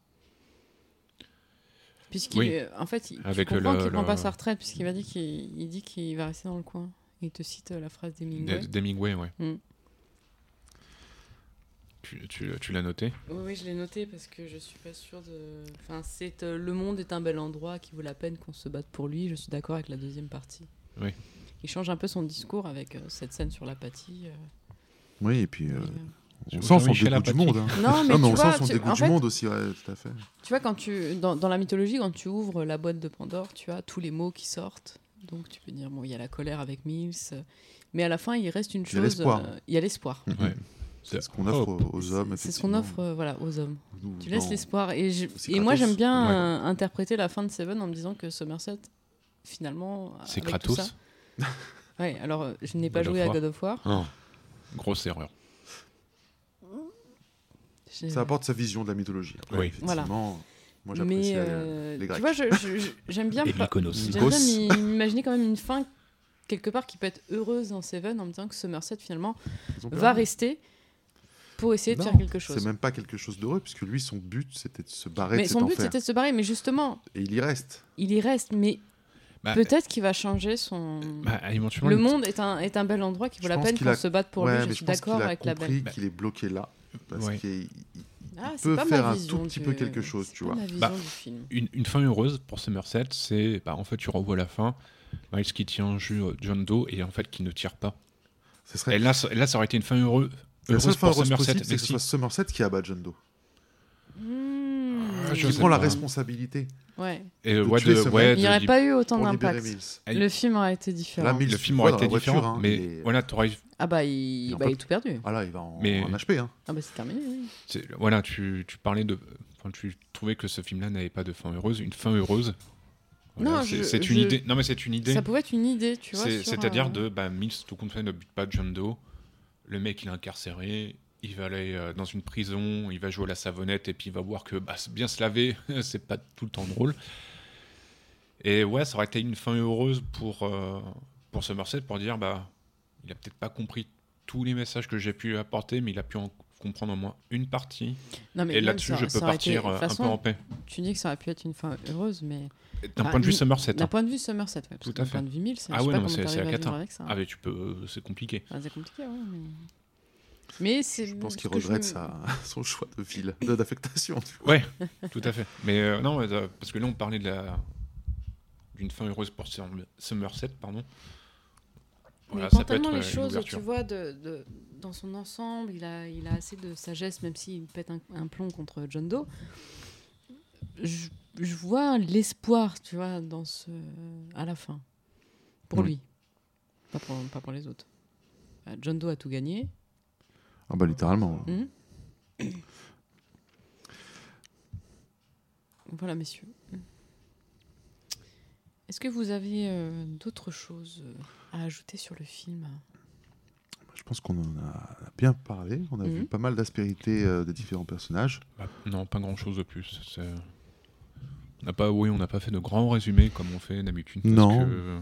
Puisqu'il, Oui. euh, en fait, il, Avec tu comprends le- qu'il le- prend pas sa retraite, puisqu'il m'a dit qu'il il dit qu'il va rester dans le coin. Il te cite euh, la phrase d'Hemingway. D- d'Hemingway, ouais. Mm. Tu, tu- tu l'as noté Oui, oui, je l'ai noté parce que je suis pas sûre de. Enfin, c'est euh, le monde est un bel endroit qui vaut la peine qu'on se batte pour lui. Je suis d'accord avec la deuxième partie. Oui. Il change un peu son discours avec euh, cette scène sur l'apathie. euh, Oui, et puis euh, et, euh, Jean- on sent son Jean-Michel dégoût du Apathy. monde. hein. Non, mais Non, tu mais on vois, sent son tu- dégoût en du fait, monde aussi, ouais, tout à fait. Tu vois, quand tu, dans, dans la mythologie, quand tu ouvres la boîte de Pandore, tu as tous les mots qui sortent. Donc tu peux dire, bon, il y a la colère avec Mills, euh, mais à la fin, il reste une y a chose. l'espoir. euh, Il y a l'espoir. Ouais. C'est ce qu'on offre Oh, aux- aux C'est- hommes. C'est ce qu'on offre euh, voilà, aux hommes. effectivement. Nous, Tu laisses dans- l'espoir. Et, je- C'est et moi, Kratos. j'aime bien euh, interpréter la fin de Seven en me disant que Somerset, finalement. C'est avec tout Kratos. ça- Ouais, alors euh, je n'ai pas God of joué à War. God of War. Oh, grosse erreur. J'ai- Ça apporte sa vision de la mythologie. Après, Oui. effectivement, mais moi j'apprécie la- euh, les tu Grecs. vois, je- je- je- j'aime bien. Et pas- l'Iconos. J'aime Nikos. bien m'y- m'imaginer quand même une fin quelque part qui peut être heureuse dans Seven en me disant que Somerset finalement Ils ont va perdu. rester pour essayer de Bah Non, faire quelque chose. C'est même pas quelque chose d'heureux, puisque lui, son but, c'était de se barrer Mais de son cet but enfer. c'était de se barrer, mais justement, Et il y reste. il y reste, mais Bah, peut-être qu'il va changer son. bah, éventuellement, le il- monde est un, est un bel endroit qui vaut Je la pense peine qu'il qu'on a- se batte pour Ouais, lui, mais je je suis pense qu'il d'accord a avec la belle. compris qu'il est bloqué là, parce Ouais. qu'il il- il Ah, c'est peut pas ma faire un vision tout petit du- peu quelque chose, c'est tu pas vois. ma vision Bah, du film. une, une fin heureuse pour Somerset, c'est bah, en fait, tu revois la fin. Miles qui tient ju- euh, John Doe et en fait qui ne tire pas. ce serait. Et là, ça- là ça aurait été une fin heureuse, la seule heureuse fin pour heureuse Somerset. possible, c'est mais que ce si. soit Somerset qui abat John Doe. Mmh. Ah, je Qui sais prend la pas. responsabilité. Ouais. Et, de ouais, tuer de- Somerset. ouais, Il n'y de- aurait du- pas eu autant pour libérer d'impact. Mills. Mills. Le film aurait été différent. Là, Mills, le tu film vois aurait dans été la voiture, différent, hein, mais il est- voilà, t'aurais Ah bah, il, Il en bah, peut il est tout perdu. Ah là, il va en, Mais- en HP. Hein. Ah bah c'est terminé. oui. C'est- Voilà, tu, tu parlais de. Enfin, tu trouvais que ce film-là n'avait pas de fin heureuse, une fin heureuse. Voilà, Non, c'est je- c'est une je- idée. Non, mais c'est une idée. Ça pouvait être une idée, tu vois. C'est- sur, C'est-à-dire euh, de bah, Mills, tout compte fait, ne bute pas John Doe. Le mec, il est incarcéré. Il va aller euh, dans une prison. Il va jouer à la savonnette et puis il va voir que bah, c'est bien se laver, c'est pas tout le temps drôle. Et ouais, ça aurait été une fin heureuse pour, euh, pour Somerset pour dire bah, il a peut-être pas compris tous les messages que j'ai pu apporter, mais il a pu en comprendre au moins une partie. Non, mais Et même là-dessus, ça- je peux ça aurait été- partir de euh, toute un façon, peu en paix. Tu dis que ça aurait pu être une fin heureuse, mais D'un bah, point de vue ni- Somerset. d'un hein. point de vue Somerset, ouais, parce Tout que à d'un fait. point de vue Mills, Ah je sais ouais, pas non, comment c'est- c'est t'arrives à à vivre Catin. avec ça. Ah, mais tu peux. C'est compliqué. Enfin, c'est compliqué, ouais. Mais, Ah. mais c'est. Je pense ce qu'il que regrette me- sa- son choix de ville, de- d'affectation. du coup. Ouais, tout à fait. Mais euh, non, mais, euh, parce que là, on parlait de la d'une fin heureuse pour Som- Somerset, pardon. Mais Voilà, il prend ça peut tellement être, les euh, une choses, tu ouverture. vois, de, de- dans son ensemble, il a, il a assez de sagesse, même s'il pète un, un plomb contre John Doe. Je, je vois l'espoir, tu vois, dans ce, à la fin, pour Mm. lui. Pas pour, pas pour les autres. Euh, John Doe a tout gagné. Ah bah littéralement. Hmm voilà, messieurs. Est-ce que vous avez euh, d'autres choses euh, à ajouter sur le film Je pense qu'on en a bien parlé. On a Mhm. vu pas mal d'aspérités euh, des différents personnages. Bah, non, pas grand chose de plus. C'est- On n'a pas, oui, on n'a pas fait de grands résumés comme on fait d'habitude. parce Non. que, euh,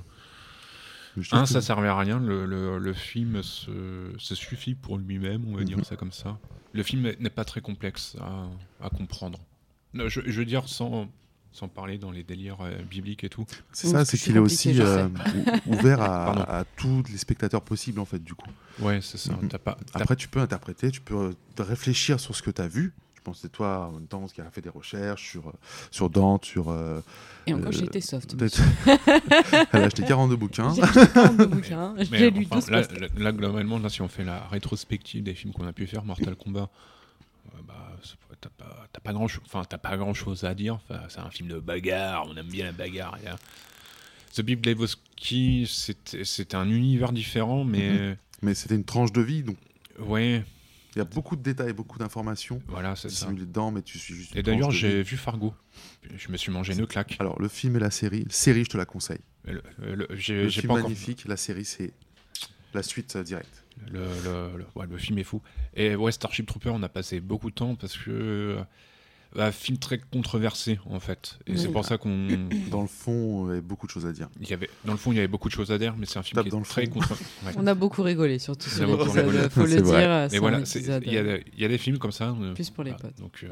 Mais je trouve un, Ah, que- Hein, ça servait à rien. Le, le- le film se, se suffit pour lui-même, on va dire Mhm. ça comme ça. Le film n'est pas très complexe à, à comprendre. Non, Je, je veux dire, sans, sans parler dans les délires euh, bibliques et tout. C'est Ouf, ça, c'est c'est qu'il est compliqué, aussi je euh, ou- ouvert Pardon. à, à tous les spectateurs possibles, en fait, du coup. Ouais, c'est ça. Mhm. T'as pas, t'as- Après, tu peux interpréter, tu peux euh, te réfléchir sur ce que tu as vu. Je pense que c'est toi, en même temps, qui a fait des recherches sur, euh, sur Dante, sur... euh, Et encore, Euh, j'ai été soft. peut-être- Elle a acheté 42 bouquins. J'ai acheté 42 bouquins, mais j'ai lu enfin, 12 là, postes. là- là, globalement, là, si on fait la rétrospective des films qu'on a pu faire, Mortal Kombat, euh, bah, c'est pas- t'as pas, t'as pas grand chose, enfin, t'as pas grand chose à dire. Enfin, c'est un film de bagarre, on aime bien la bagarre. et, euh, The Big Lebowski, c'était c'était un univers différent, mais Mais c'était une tranche de vie, donc ouais, il y a beaucoup de détails, beaucoup d'informations voilà, c'est ça. dissimulées dedans, mais tu suis juste... Et une tranche d'ailleurs, de vie. j'ai vu Fargo. Je me suis mangé une claque. Alors, le film et la série, série, je te la conseille. Le, le- j'ai- Le j'ai film pas encore- magnifique, la série, c'est la suite euh, directe. Le, le- le- ouais, le film est fou. Et ouais, Starship Trooper, on a passé beaucoup de temps parce que. euh, bah, film très controversé, en fait. Et Oui. c'est pour ça qu'on. Dans le fond, euh, il y a beaucoup de choses à dire. Il y avait, dans le fond, il y avait beaucoup de choses à dire, mais c'est un film Tape qui est dans le très fond. contre. ouais. On a beaucoup rigolé, surtout sur On a beaucoup rigolé. l'épisode. Faut le C'est vrai. dire, Mais c'est un voilà, c'est- épisode il y, a des- il y a des films comme ça. euh, plus pour les Ah, voilà. potes. Donc, euh,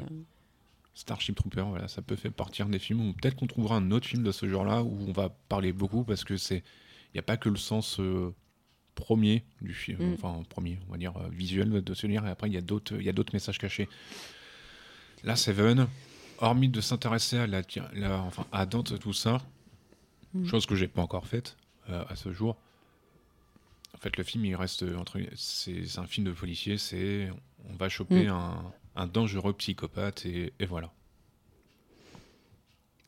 Starship Trooper, voilà, ça peut faire partir des films où peut-être qu'on trouvera un autre film de ce genre-là où on va parler beaucoup parce que c'est, il n'y a pas que le sens euh, premier du film, Mm. enfin premier, on va dire euh, visuel de ce lire et après il y a d'autres, il y a d'autres messages cachés. Là, Seven, hormis de s'intéresser à la, la- enfin à Dante tout ça, Mm. chose que j'ai pas encore faite euh, à ce jour. En fait, le film, il reste euh, entre, c'est c'est un film de policier, c'est on va choper un, un dangereux psychopathe et, et voilà.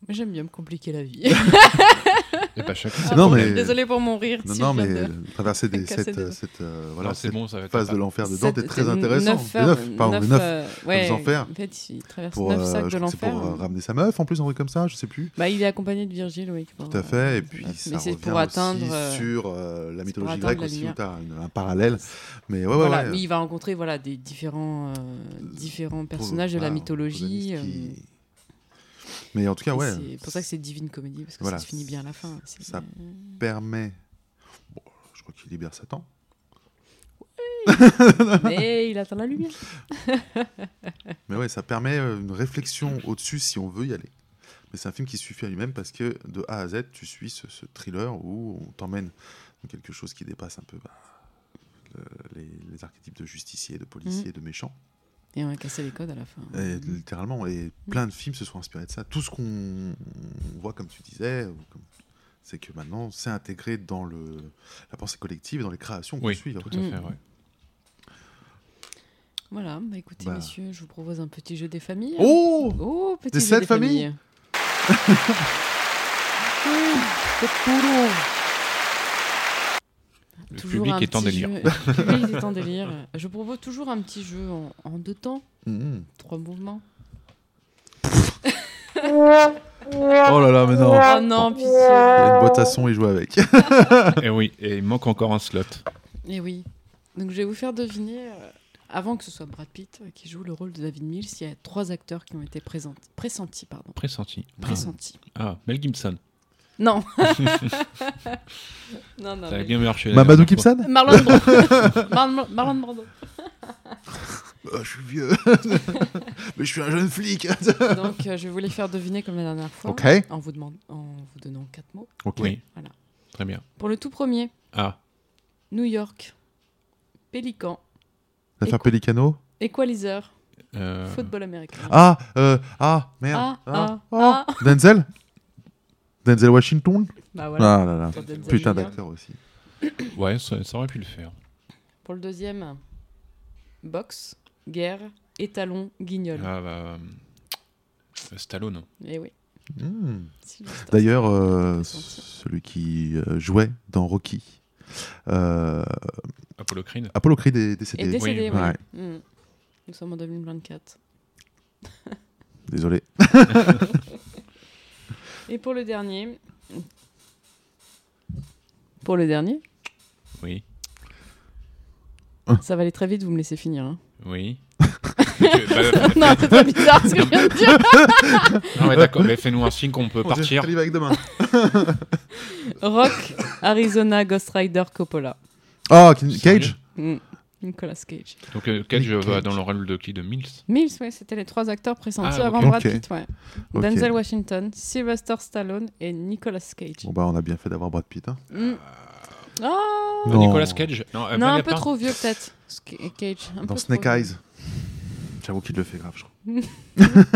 Mais J'aime bien me compliquer la vie. Et pas chaque Ah Non, bon, mais- Désolé pour mon rire. Non, si non, je viens mais de- euh, traverser des, casser cette, des euh, doigts. cette, euh, voilà, c'est cette bon, ça va être phase de sympa. l'enfer de Dante est Sept- euh, très neuf intéressant. heures, Des neuf, pardon, des neuf, neuf. euh, ouais, enfers. En fait, il traverse Pour, 9 euh, sacs je de crois que c'est l'enfer. hein. pour euh, ramener sa meuf, en plus, un truc comme ça, je sais plus. Bah, il est accompagné de Virgile, oui. pour, Tout à euh, fait, et puis Mais ça c'est revient pour aussi atteindre, euh, sur euh, la pour mythologie atteindre grecque la aussi, lumière. où tu as un parallèle. Mais ouais, ouais, voilà, ouais. euh, mais il va rencontrer voilà, des différents, euh, différents Pour- personnages de la voilà, mythologie. protagoniste euh, qui- Mais en tout cas, et ouais, C'est pour ça que c'est Divine Comédie, parce que Voilà, ça se finit bien à la fin. C'est- ça- permet... Bon, je crois qu'il libère Satan. Mais il atteint la lumière. Mais ouais, ça permet euh, une réflexion au-dessus si on veut y aller. Mais c'est un film qui suffit à lui-même parce que de A à Z, tu suis ce, ce thriller où on t'emmène dans quelque chose qui dépasse un peu bah, le- les, les archétypes de justicier, de policier, de méchant. Et on a cassé les codes à la fin. Et, Littéralement. Et plein de films se sont inspirés de ça. Tout ce qu'on on voit, comme tu disais, ou comme- c'est que maintenant, c'est intégré dans le, la pensée collective et dans les créations qu'on Oui, suit. hein. tout à Mm. fait. Ah ouais. Voilà, bah écoutez, Bah. messieurs, je vous propose un petit jeu des familles. Oh Oh, petit Des jeu sept des familles familles. Mmh, c'est tout. Le Toujours public un est en petit délire. jeu- Le public est en délire. Je propose toujours un petit jeu en, en deux temps, Mhm. trois mouvements. Oh là là, mais non Oh non, pitié. Il y a une boîte à son et joue avec. et Eh oui, et il manque encore un slot. Et Eh oui. Donc je vais vous faire deviner, euh, avant que ce soit Brad Pitt euh, qui joue le rôle de David Mills, il y a trois acteurs qui ont été présent- pressentis. Pardon. Pressenti. Pressentis. Ah, Mel Gibson. Non. non, non. Ça a mais- bien marché. la Mamadou dernière fois. Gibson Marlon Brando. Marlon, Marlon Brando. Euh, je suis vieux. Mais je suis un jeune flic. Donc euh, je vais vous les faire deviner comme la dernière fois. Ok. En vous, demandant, en vous donnant quatre mots. Ok. Oui. Voilà. Très bien. Pour le tout premier, Ah, New York, Pélican, L'affaire Pelicano. Equalizer, euh, football américain. Ah, euh, ah, merde. Ah, ah, ah. ah. Denzel Denzel Washington Bah voilà. Ah là là. Pour Denzel Putain Junior. d'acteur aussi. ouais, ça, ça aurait pu le faire. Pour le deuxième, boxe, guerre, étalon, guignol. Ah, bah, euh, Stallone. Eh oui. Hmm. Sylvester. D'ailleurs, euh, Pressentir. celui qui euh, jouait dans Rocky, Euh, Apollo Creed. Apollo Creed est Et décédé. décédé, Oui, oui. ouais. Mm. Nous sommes en 2024. Désolé. Et pour le dernier. Pour le dernier, Oui. Ah. ça va aller très vite, vous me laissez finir. hein. Oui. Ok, bah, non, c'est pas bizarre ce que je viens de dire. non, mais d'accord, mais fais-nous un signe qu'on peut On dirait partir. que t'arrives avec demain. Rock, Arizona, Ghost Rider, Coppola. Oh, Kin- Sérieux Cage Mm. Nicolas Cage. Donc, euh, Cage Nick euh, va Cage. dans le rôle de qui De Mills Mills, ouais, c'était les trois acteurs pressentis Ah, avant ok. Brad Ok. Pitt. ouais. Ok. Denzel Washington, Sylvester Stallone et Nicolas Cage. Bon, bah, on a bien fait d'avoir Brad Pitt. hein. Mm. Ah Ah, Non. Nicolas Cage Non, euh, non, un peu Bonaparte. trop vieux peut-être. Sc- Cage. un Dans peu Snake trop vieux. Eyes. J'avoue qu'il le fait grave, je crois.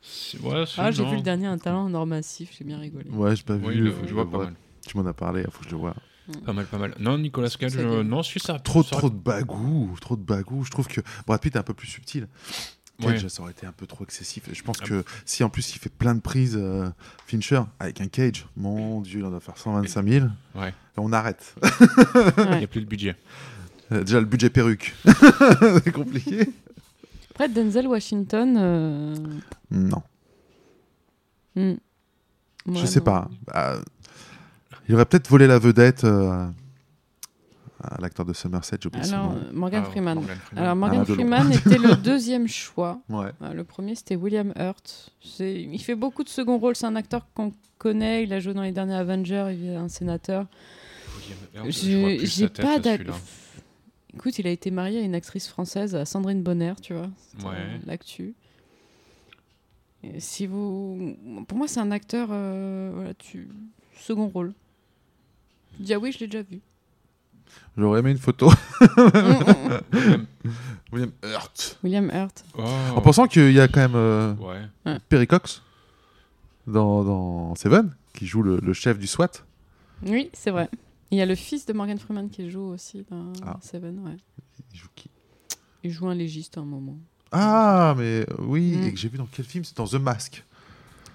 C'est- Ouais, c'est- Ah, j'ai non. vu le dernier, un talent en or massif, j'ai bien rigolé. Ouais, j'ai pas Oui, vu. le- euh, je vois pas ouais. mal. Tu m'en as parlé, faut que je le vois. Pas mal, pas mal. Non, Nicolas Cage, Ça euh, dit. non, si ça. Trop, ça- trop de bagou, trop de bagou. Je trouve que Brad Pitt est un peu plus subtil. Cage, Ouais. ça aurait été un peu trop excessif. Et je pense Ah. que si en plus il fait plein de prises, euh, Fincher, avec un Cage, mon dieu, il en doit faire 125 000. Ouais. Et on arrête. Il n'y a plus le budget. Euh, déjà, le budget perruque, c'est compliqué. Après, Denzel Washington. euh, Non, hmm. Ouais, je sais non. pas. Bah, il aurait peut-être volé la vedette euh, à l'acteur de Somerset, j'ai oublié Alors, son nom. euh, Morgan Ah, Freeman. Morgan Alors, Morgan Ah, de long. Freeman était le deuxième choix. Ouais. Euh, Le premier, c'était William Hurt. C'est- Il fait beaucoup de second rôle. C'est un acteur qu'on connaît. Il a joué dans les derniers Avengers. Il est un sénateur. William Hurt, Ah je vois Je- plus J'ai sa tête, pas là, d'ac- celui-là. Écoute, il a été marié à une actrice française, à Sandrine Bonner, tu vois. C'était, Ouais. euh, L'actu. Et Si vous, pour moi, c'est un acteur, euh, voilà, tu second rôle. Tu dis ah oui, je l'ai déjà vu. J'aurais aimé une photo. Mm, mm, mm. William- William Hurt. William Hurt. Oh. En pensant qu'il y a quand même euh, Ouais. Perry Cox dans, dans Seven, qui joue le, le chef du SWAT. Oui, c'est vrai. Il y a le fils de Morgan Freeman qui joue aussi dans Ah. Seven. Ouais. Il joue qui Il joue un légiste à un moment. Ah, mais oui, Mm. et que j'ai vu dans quel film C'est dans The Mask.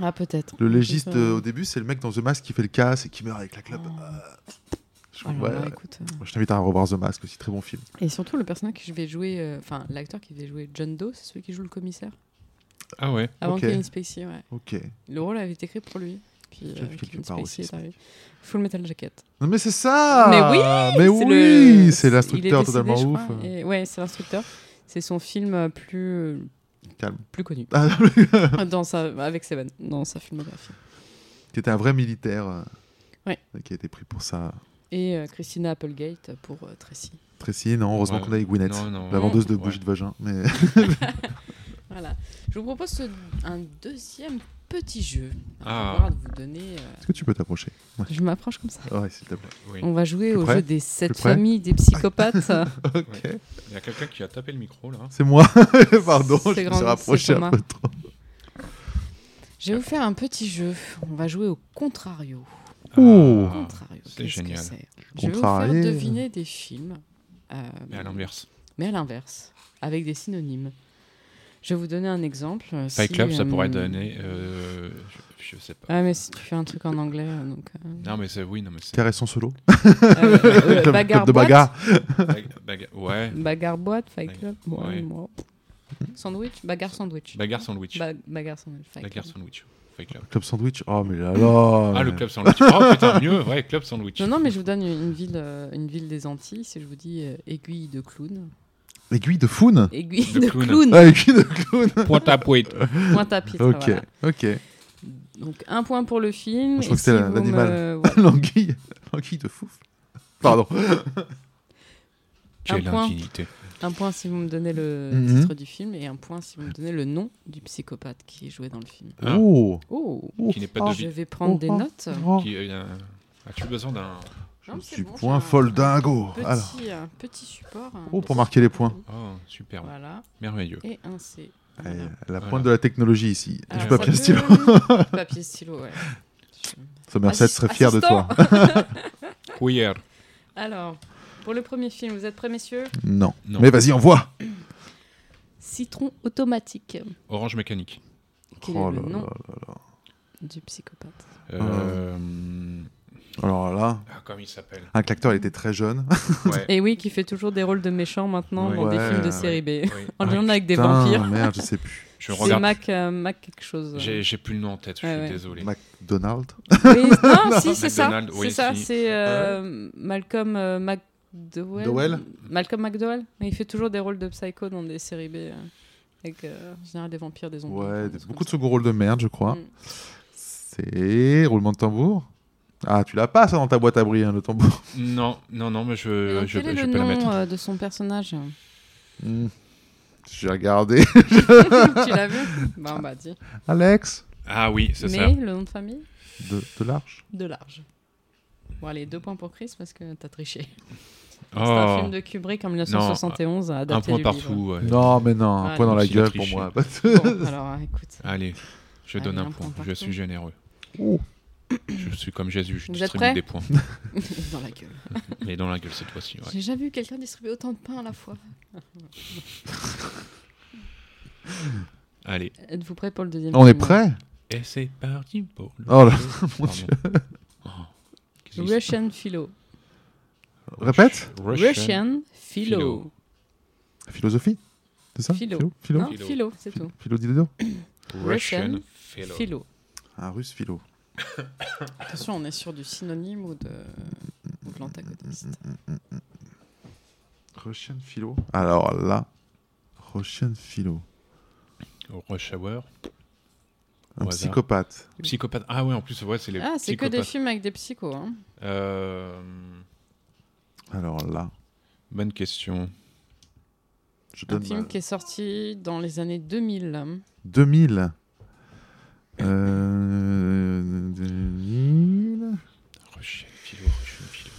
Ah peut-être. Le C'est légiste ça. euh, au début, c'est le mec dans The Mask qui fait le casse et qui meurt avec la clope. Oh. Euh, je, Alors ouais, là, ouais. écoute, euh, Moi, je t'invite à revoir The Mask aussi, très bon film. Et surtout le personnage que je vais jouer, euh, enfin l'acteur qui vais jouer John Doe, c'est celui qui joue le commissaire. Ah ouais. Avant Ok. Kevin Spacey, ouais. Ok. Le rôle avait été écrit pour lui. Puis J'ai euh, vu quelque Kevin part Spacey aussi, est ça. arrivé. Full Metal Jacket. Non, mais c'est ça Mais oui, Mais C'est oui le- C'est il est l'instructeur décédé, totalement je ouf. crois, et- ouais, c'est l'instructeur. C'est son film euh, plus Calme. plus connu Ah, dans sa avec Seven dans sa filmographie. qui était un vrai militaire euh, Ouais. qui a été pris pour ça. Et euh, Christina Applegate pour euh, Tracy. Tracy, non, heureusement Ouais. qu'on a eu Gwyneth, Non, non. la vendeuse de Ouais. bougies de vagin. Mais... Voilà. Je vous propose ce- un deuxième petit jeu. Ah. On va vous donner. euh, Est-ce que tu peux t'approcher Je m'approche comme ça. Ouais, s'il te plaît. Oui. On va jouer Plus au près jeu des sept près familles des psychopathes. Ok. Il y a quelqu'un qui a tapé le micro là. C'est moi. Pardon, je C'est me suis grand- c'est rapproché Thomas. un peu trop. Je vais vous faire un petit jeu. On va jouer au contrario. Oh. Ah, Contrario, c'est qu'est-ce que génial. c'est Je vais vous faire Contrarié. deviner des films, euh, Mais à l'inverse. mais à l'inverse, avec des synonymes. Je vais vous donner un exemple. euh, Fight si, Club, ça euh, pourrait donner. euh, je, je sais pas. Ouais, mais si tu fais un truc en anglais, euh, donc. euh, Non, mais c'est. Oui, non, mais c'est. Caresson solo. euh, euh, Club- bagarre club de boîte. bagarre. Baga- baga- ouais. Bagarre boîte, Fight Ouais. Club. Ouais, Ouais. moi. Hmm. Sandwich, bagarre sandwich. Bagarre sandwich. Ba- bagarre sandwich. Fight Bagarre Club. sandwich. Fight Club. Club sandwich. Oh, mais là là. Ah, le club sandwich. Oh putain, mieux. Ouais, club sandwich. Non, non, mais je vous donne une une ville, euh, une ville des Antilles. Si je vous dis euh, aiguille de clown. Aiguille de faune. Aiguille De de clown. clown. Ah, aiguille de clown. Pointe à pointe. Pointe à pitre. Ok, voilà. ok. Donc un point pour le film. Je crois et que c'est si vous l'animal. me- voilà. L'anguille. L'anguille de fouf. Pardon. Quelle point. indignité. Un point si vous me donnez le Mhm. titre du film et un point si vous me donnez le nom du psychopathe qui est joué dans le film. Ah. Oh. Oh, Oh. Qui n'est pas de je vie. vais prendre Oh, des oh. notes. Oh. Qui, euh, un- As-tu besoin d'un. Je Non, c'est suis bon, point j'ai un- folle dingo. Petit, Alors. un petit support. un Oh, pour petit marquer les support. points. Oh, superbe. Voilà, Merveilleux. et un C. Eh, Voilà. La pointe Voilà. de la technologie ici. Alors, du papier ça stylo. peut- Du Ah, papier stylo, ouais. hein. Somerset Assist- serait fier de toi. assistant. Queer. Alors, pour le premier film, vous êtes prêts, messieurs Non. Non. Mais vas-y, envoie. Citron automatique, Orange mécanique. qui est Oh le là nom là là là. du psychopathe. Euh, Alors là, Ah, comme il s'appelle. un l'acteur il était très jeune. Ouais. Et oui, qui fait toujours des rôles de méchants maintenant dans des Ouais, films de ouais. série B. Oui. En lien avec des Putain, vampires. merde, je sais plus. Je C'est regarde. Mac, euh, Mac quelque chose. J'ai j'ai plus le nom en tête, je suis Ouais, ouais. désolé. McDonald Oui, non, si, c'est ça. McDonald, C'est oui, ça, si. c'est euh, Malcolm euh, McDowell. Dowell Malcolm McDowell. Mais il fait toujours des rôles de psycho dans des séries B. euh, avec, euh, en général, des vampires, des zombies. Ouais, enfin, des- des beaucoup de trucs second rôle de merde, je crois. Mm. C'est roulement de tambour. Ah, tu l'as pas ça dans ta boîte à bruit, hein, le tambour. Non, non, non, mais comme ça. Et je, donc, je, quel est je le peux la mettre. nom euh, de son personnage Mm. J'ai regardé. Tu l'as vu Bah, on m'a dit. Alex Ah oui, c'est Mais ça. le nom de famille de, de l'Arche. De Large. Bon, allez, deux points pour Chris parce que t'as triché. C'est un Oh, film de Kubrick en 1971, adapté un point du livre. partout. ouais. Non, mais non, un Ah, point dans la il a gueule pour triché. moi. Bon, alors, euh, écoute. Allez, je Allez, donne un, un point. point Je partout. suis généreux. Oh. Je suis comme Jésus, je Vous êtes distribue prêts des points. Dans la gueule. Mais dans la gueule cette fois-ci. ouais. J'ai jamais vu quelqu'un distribuer autant de pain à la fois. Allez, Êtes-vous prêt pour le deuxième On est film prêt et c'est parti pour le. Oh là, jeu. mon Pardon. Dieu. Oh, qu'est-ce qui se- Russian Philo. Répète Russian. Russian Philo. Philo. Philosophie C'est ça Philo. Philo Non, Philo. philo, c'est tout. Philo Didodo Russian Russian Philo. Philo. Un russe philo. Attention, on est sur du synonyme ou de, ou de l'antagoniste. Russian philo Alors là, Russian philo. Rush Hour. Un Au hasard. psychopathe. Psychopathe. Ah ouais, en plus, ouais, c'est les Ah, c'est que des psychopathes. films avec des psychos. Hein. Euh, Alors là, bonne question. je Un donne film ma- qui est sorti dans les années 2000. 2000. Euh, 2000. Russian Philo, Russian Philo.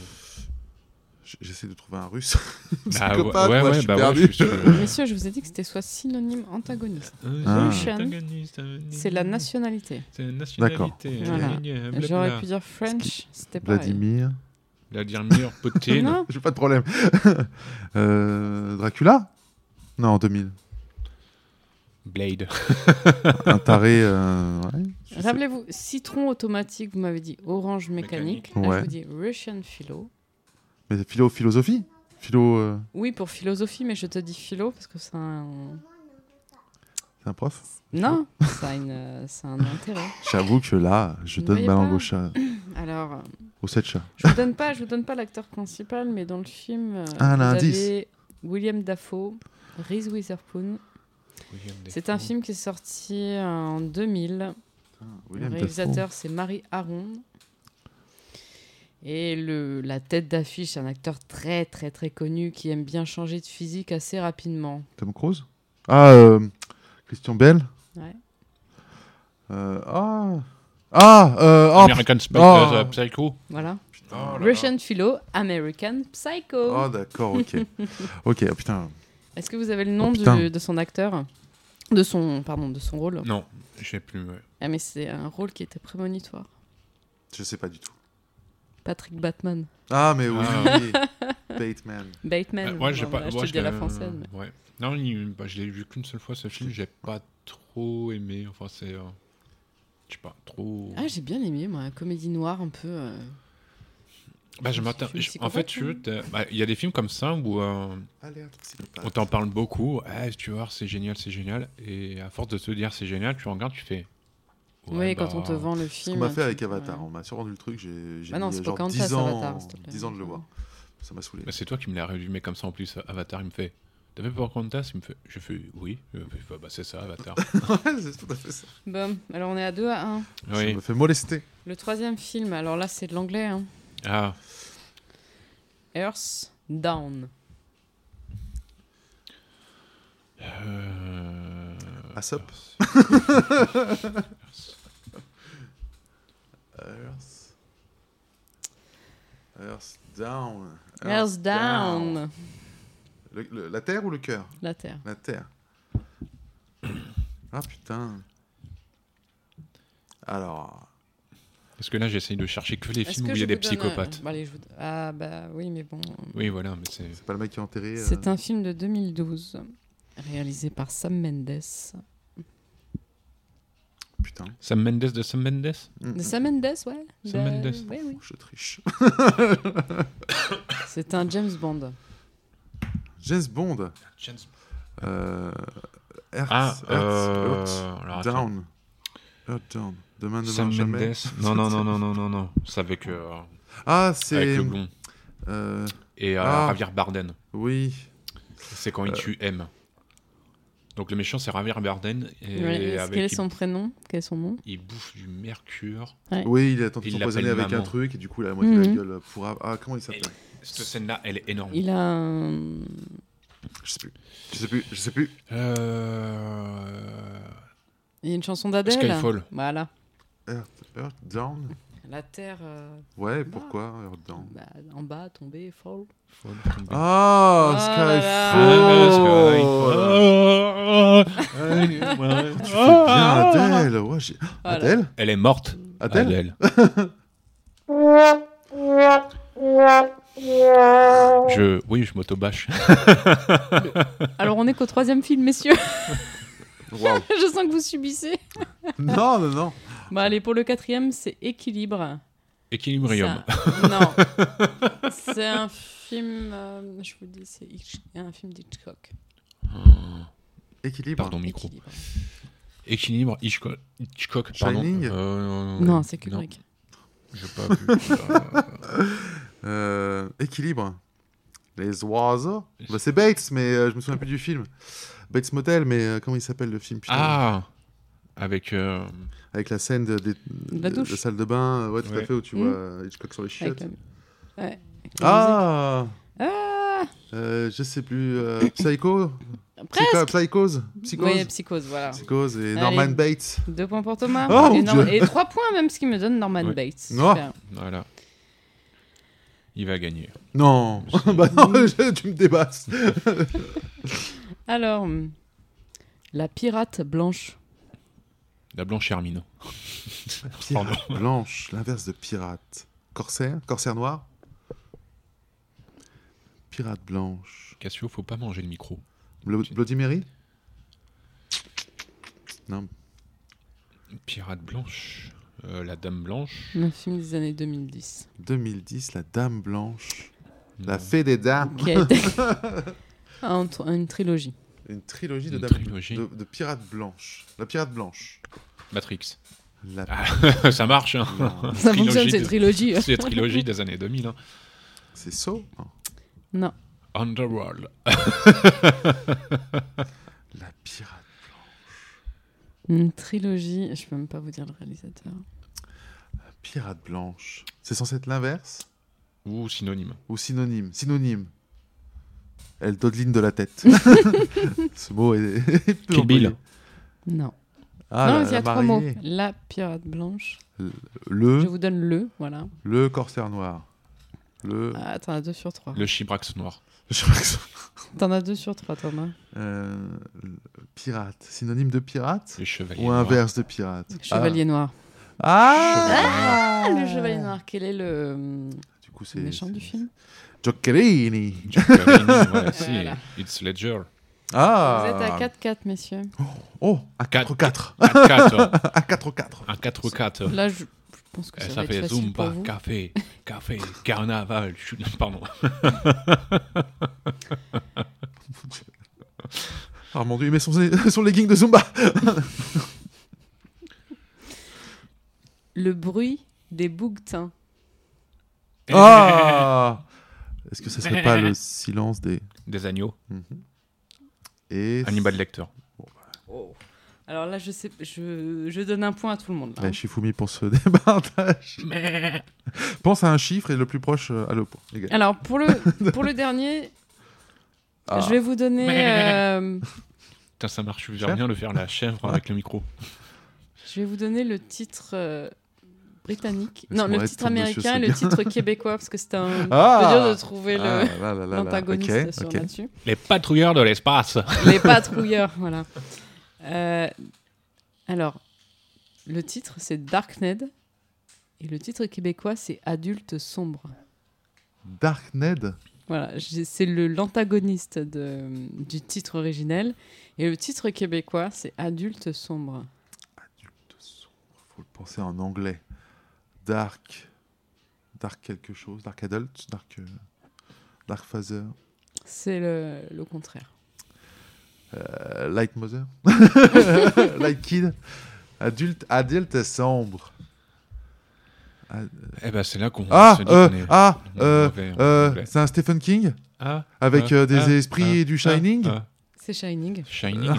J- J'essaie de trouver un russe. Bah, Psychopathe, ouais, moi, ouais, je suis bah ouais, perdu. je suis sûr. Messieurs, je vous ai dit que c'était soit synonyme, antagoniste. Ah. Russian, C'est la nationalité. C'est la D'accord. nationalité. Voilà. blablabla. J'aurais pu dire French, c'était pareil. Vladimir. Vladimir Poutine. Non, J'ai pas de problème. Euh, Dracula Non, 2000. Blade. Un taré. euh, ouais, je sais- Rappelez-vous, citron automatique, vous m'avez dit orange mécanique. Mécanique. Là, Ouais. je vous dis Russian philo. Mais philo, philosophie Philo, euh, Oui, pour philosophie, mais je te dis philo parce que c'est un. c'est un prof Non, ça a, une, euh, ça a un intérêt. J'avoue que là, je Vous donne voyez ma langue pas au chat. Alors, euh, Au sept chats. je vous donne pas, je vous donne pas l'acteur principal, mais dans le film, euh, Ah, un vous indice. avez William Dafoe, Reese Witherspoon. C'est un film qui est sorti euh, en 2000. Le réalisateur, c'est Marie Aron. Et le, la tête d'affiche, c'est un acteur très très très connu qui aime bien changer de physique assez rapidement. Tom Cruise Ah, euh, Christian Bell Ouais. Euh, ah Ah euh, oh, American Spy- Oh. euh, Psycho. Voilà. Oh là là. Russian Philo, American Psycho. Oh, d'accord, ok. ok, oh, putain. Est-ce que vous avez le nom Oh, putain. du- de son acteur de son, pardon, de son rôle. Non, je sais plus. ouais. Ah, mais c'est un rôle qui était prémonitoire. Je sais pas du tout. Patrick Batman. Ah, mais oui, Ah. oui. Bateman. Batman. Euh, ouais, j'ai Non, pas. voilà, je ouais, te dis à la l'ai- française. mais- ouais. Non, il- bah, je l'ai vu qu'une seule fois ce film. J'ai pas trop aimé. Enfin, c'est. euh, Je sais pas, trop. Ah, j'ai bien aimé, moi, comédie noire un peu. euh, Bah, je c'est m'attends. film je- En fait, psychopathe, tu hein. veux, t'as- bah, il y a des films comme ça où euh, Alerte Bah, psychopathe. on t'en parle beaucoup. Ah, tu vois, c'est génial, c'est génial. Et à force de te dire c'est génial, tu regardes, tu fais. oui, Ouais, quand on bah, te vend le Ce film. qu'on m'a fait tu- avec Avatar, ouais. on m'a survendu le truc, j'ai j'ai Ah non, mis euh, c'est genre Pocahontas, 10 ans, Avatar, s'il te plaît. 10 ans de le voir. Ça m'a saoulé. Bah, c'est toi qui me l'as résumé comme ça en plus. Avatar, il me fait. T'as vu Pocahontas Il me fait. Je fais oui. Il me fait, bah, bah, c'est ça, Avatar. Ouais, c'est tout à fait ça. Bon, alors on est à 2 à 1. Ça oui. me fait molester. Le troisième film, alors là, c'est de l'anglais. hein. Ah, Earth Down. Euh... Aesop. Earth. Earth down. Earth Down. Le- le- la terre ou le cœur La Terre. La terre. Ah putain. Alors. Parce que là, j'essaye de chercher que les Est-ce films que où il y je a des vous donne, euh, psychopathes. bah, allez, je vous- Ah bah oui, mais bon. Oui, voilà, mais c'est. C'est pas le mec qui est enterré. euh, C'est un film de 2012, réalisé par Sam Mendes. Putain, putain. Sam Mendes de Sam Mendes Mm, De mm. Sam Mendes, ouais. Sam De- Mendes. ouais, oui. Je triche. C'est un James Bond. James Bond. Euh, Hertz, Ah, Hertz, euh, Hertz, alors attends. Down. Earth Down. Demain ne Sam meurt jamais. Mendes Non, non, non, non, non, non, non. C'est avec, euh, Ah, avec c'est. le blond. euh, Et euh, Ah. Euh. Javier Barden. oui. C'est quand il tue M. Donc le méchant, c'est Javier Barden. Et Ouais, est-ce- avec, Quel est il- son prénom Quel est son nom il bouffe du mercure. Oui, il a tenté Il de s'empoisonner l'appelle avec un maman. truc et du coup, il a la moitié de la Mhm. gueule pour. Ah, comment il s'appelle Cette scène-là, elle est énorme. Il a un... Je sais plus. Je sais plus. Je sais plus. Euh... Il y a une chanson d'Adèle Skyfall. Voilà. Earth, Earth Down. La terre euh, Ouais, pourquoi Earth Down bah, en bas, tombée, fall. Faut le tomber. Ah, Ah là Skyfall. Oh. Oh, Tu fais bien Adèle. Ouais, j'ai- Ah. Voilà. Adèle Elle est morte. Adèle je... Oui, je m'auto-bâche. Alors on est qu'au troisième film, messieurs. Waouh. Je sens que vous subissez. Non, non, non. Bon allez, pour le quatrième, c'est Équilibre. Equilibrium. C'est un- Non. c'est un film... euh, je vous dis, c'est Hitch- un film d'Hitchcock. Équilibre. Pardon, micro. Équilibre. Équilibre, Hitchcock. Hitchcock pardon. Shining Euh, non, Non, c'est Kubrick. J'ai pas vu. Euh, Euh, équilibre. Les oiseaux. Bah, c'est Bates, mais euh, je me souviens plus du film. Bates Motel, mais euh, comment il s'appelle le film putain ah Avec. euh, Avec la scène de, des- la douche. salle de bain, euh, ouais, tout à Ouais. fait, où tu Mhm. vois euh, Hitchcock sur les Avec chiottes. la- ouais, avec la Ah musique. Ah Euh, Je sais plus. euh, Psycho Presque Psycho- Psychose Psychose Oui, psychose, voilà. Psychose et Allez. Norman Bates. Deux points pour Thomas. Oh, mon et, Nor- Dieu. et trois points même, ce qui me donne Norman Ouais. Bates. Non. Super. voilà. Il va gagner. Non Bah non, je- tu me débasses Alors, hum, la pirate blanche. La blanche hermine. Pirate blanche, l'inverse de pirate. Corsaire Corsaire noir Pirate blanche. Cassio, faut pas manger le micro. Blo- Bloody Mary Non. Pirate blanche. Euh, la dame blanche. Un film des années 2010. 2010, la Dame Blanche. La Non. Fée des Dames. Qui a été un- une trilogie. Une trilogie de Une Dames trilogie. De, de pirates blanches. La pirate blanche. Matrix. La Ah. Ça marche, hein. Non. Ça fonctionne, Trilogie ces de- trilogies. C'est trilogie des années 2000. hein. C'est hein. So non. Non. Underworld. La pirate. Une trilogie. Je peux même pas vous dire le réalisateur. La pirate blanche. C'est censé être l'inverse Ou synonyme. Ou synonyme Synonyme. Elle dodeline de la tête. Ce mot est. est peu Kill Bill. employé. Non. Ah, non, la- mais il y la a trois mots. mariée. La pirate blanche. Je Le, vous donne le, voilà. le corsaire noir. Le. Ah, T'en as deux sur trois. Le chibrax noir. Je crois que ça- T'en as deux sur trois, Thomas. Euh, le- pirate. Synonyme de pirate Le chevalier Ou noir. inverse de pirate Chevalier noir. Ah, Le chevalier noir, quel est le hum, Du coup, c'est. méchant du c'est- film Jokerini. Paganini, voilà, si, Voilà. It's Ledger. Ah. Vous êtes à 4-4, messieurs. Oh, à Quatre. hein. 4-4. Un 4. À 4-4. Un 4-4. Là, je, je pense que ça, Oh. Eh, Ça, va être fait facile pour Zumba, vous. café, café, carnaval. je suis- Pardon. Ah mon dieu, il met son, son legging de Zumba. Le bruit des bouquetins. Ah Est-ce que ça serait pas le silence des. Des agneaux. Et. Hannibal Lecter. Alors là, je, sais, je, je donne un point à tout le Ah. monde. là. La Ben, Shifumi pour ce départage. Pense à un chiffre et le plus proche euh, à le point. les gars. Alors, pour le, pour le dernier, Ah. je vais vous donner... euh, Putain, ça marche super Chèvre. bien de faire la chèvre avec le micro. je vais vous donner le titre... euh, britannique. Laisse-moi Non, le être titre ton monsieur américain et le Seguin. titre québécois, parce que c'était un Ah. peu dur de trouver le- Ah, là, là, là, là. l'antagoniste Ok, sur- ok. là-dessus. Les patrouilleurs de l'espace. Les patrouilleurs, voilà. Euh, alors, le titre, c'est Dark Ned. Et le titre québécois, c'est Adulte sombre. Dark Ned. Voilà, j'ai- c'est le- l'antagoniste de- du titre originel. Et le titre québécois, c'est Adulte sombre. Adulte sombre. penser en anglais. Dark. Dark quelque chose. Dark Adult. Dark. euh, Dark Father. C'est le, le contraire. euh, Light Mother. Light Kid. Adulte. Adulte sombre. Ad- Eh ben, c'est là qu'on Ah, se dit euh, qu'on est- ah, on est euh, mauvais en euh, anglais. c'est un Stephen King Ah, avec, ah, euh, des ah, esprits ah, et du ah, Shining Ah. ah. C'est Shining. Shining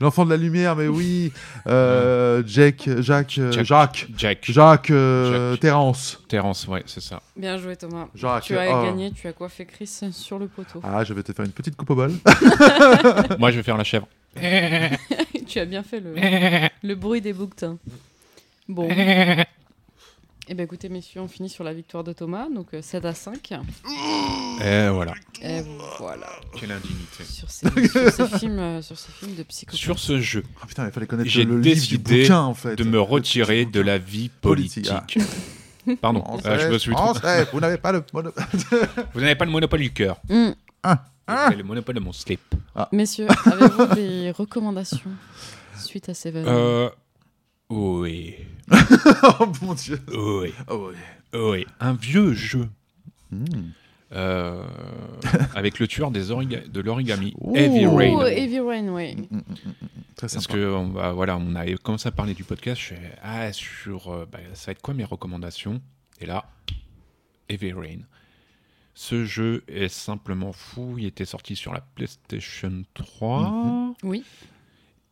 L'enfant de la lumière, mais oui. Euh, Jack, Jacques, euh, Jack. Jacques, Jack. Jacques, euh, Jacques. Terence. Terence, ouais, c'est ça. Bien joué, Thomas. Jacques. Tu as oh. gagné, tu as coiffé Chris sur le poteau. Ah, je vais te faire une petite coupe au bol. Moi, je vais faire la chèvre. tu as bien fait le, le bruit des bouquetins. Bon. Eh bien, écoutez, messieurs, on finit sur la victoire de Thomas, donc euh, 7 à 5. Et Eh, voilà. Et voilà. Quelle indignité. Sur ces, sur ces films, euh, sur ces films de psychopathe. Sur ce jeu, Ah putain, il fallait connaître J'ai le livre du décidé bouquin, en fait. de me retirer de la vie Politique, politique. Pardon, Français, euh, je me suis trompé. Français, vous n'avez pas le... mono- Vous n'avez pas le monopole du cœur. Hum, Vous Ah. avez le monopole de mon slip. Messieurs, avez-vous des recommandations suite à ces événements Euh. Oui. oh mon dieu. Oui. Oh, ouais. Oui. Un vieux jeu. Hmm. euh, avec le tueur des origa- de l'origami, Oh. Heavy Oh, Rain. Mm, Heavy Rain, ouais. Très Parce sympa. que on va- voilà, on a commencé à parler du podcast. Je fais, ah sur euh, bah, ça va être quoi mes recommandations Et là, Heavy Rain. Ce jeu est simplement fou. Il était sorti sur la PlayStation 3. Mhm. Oui.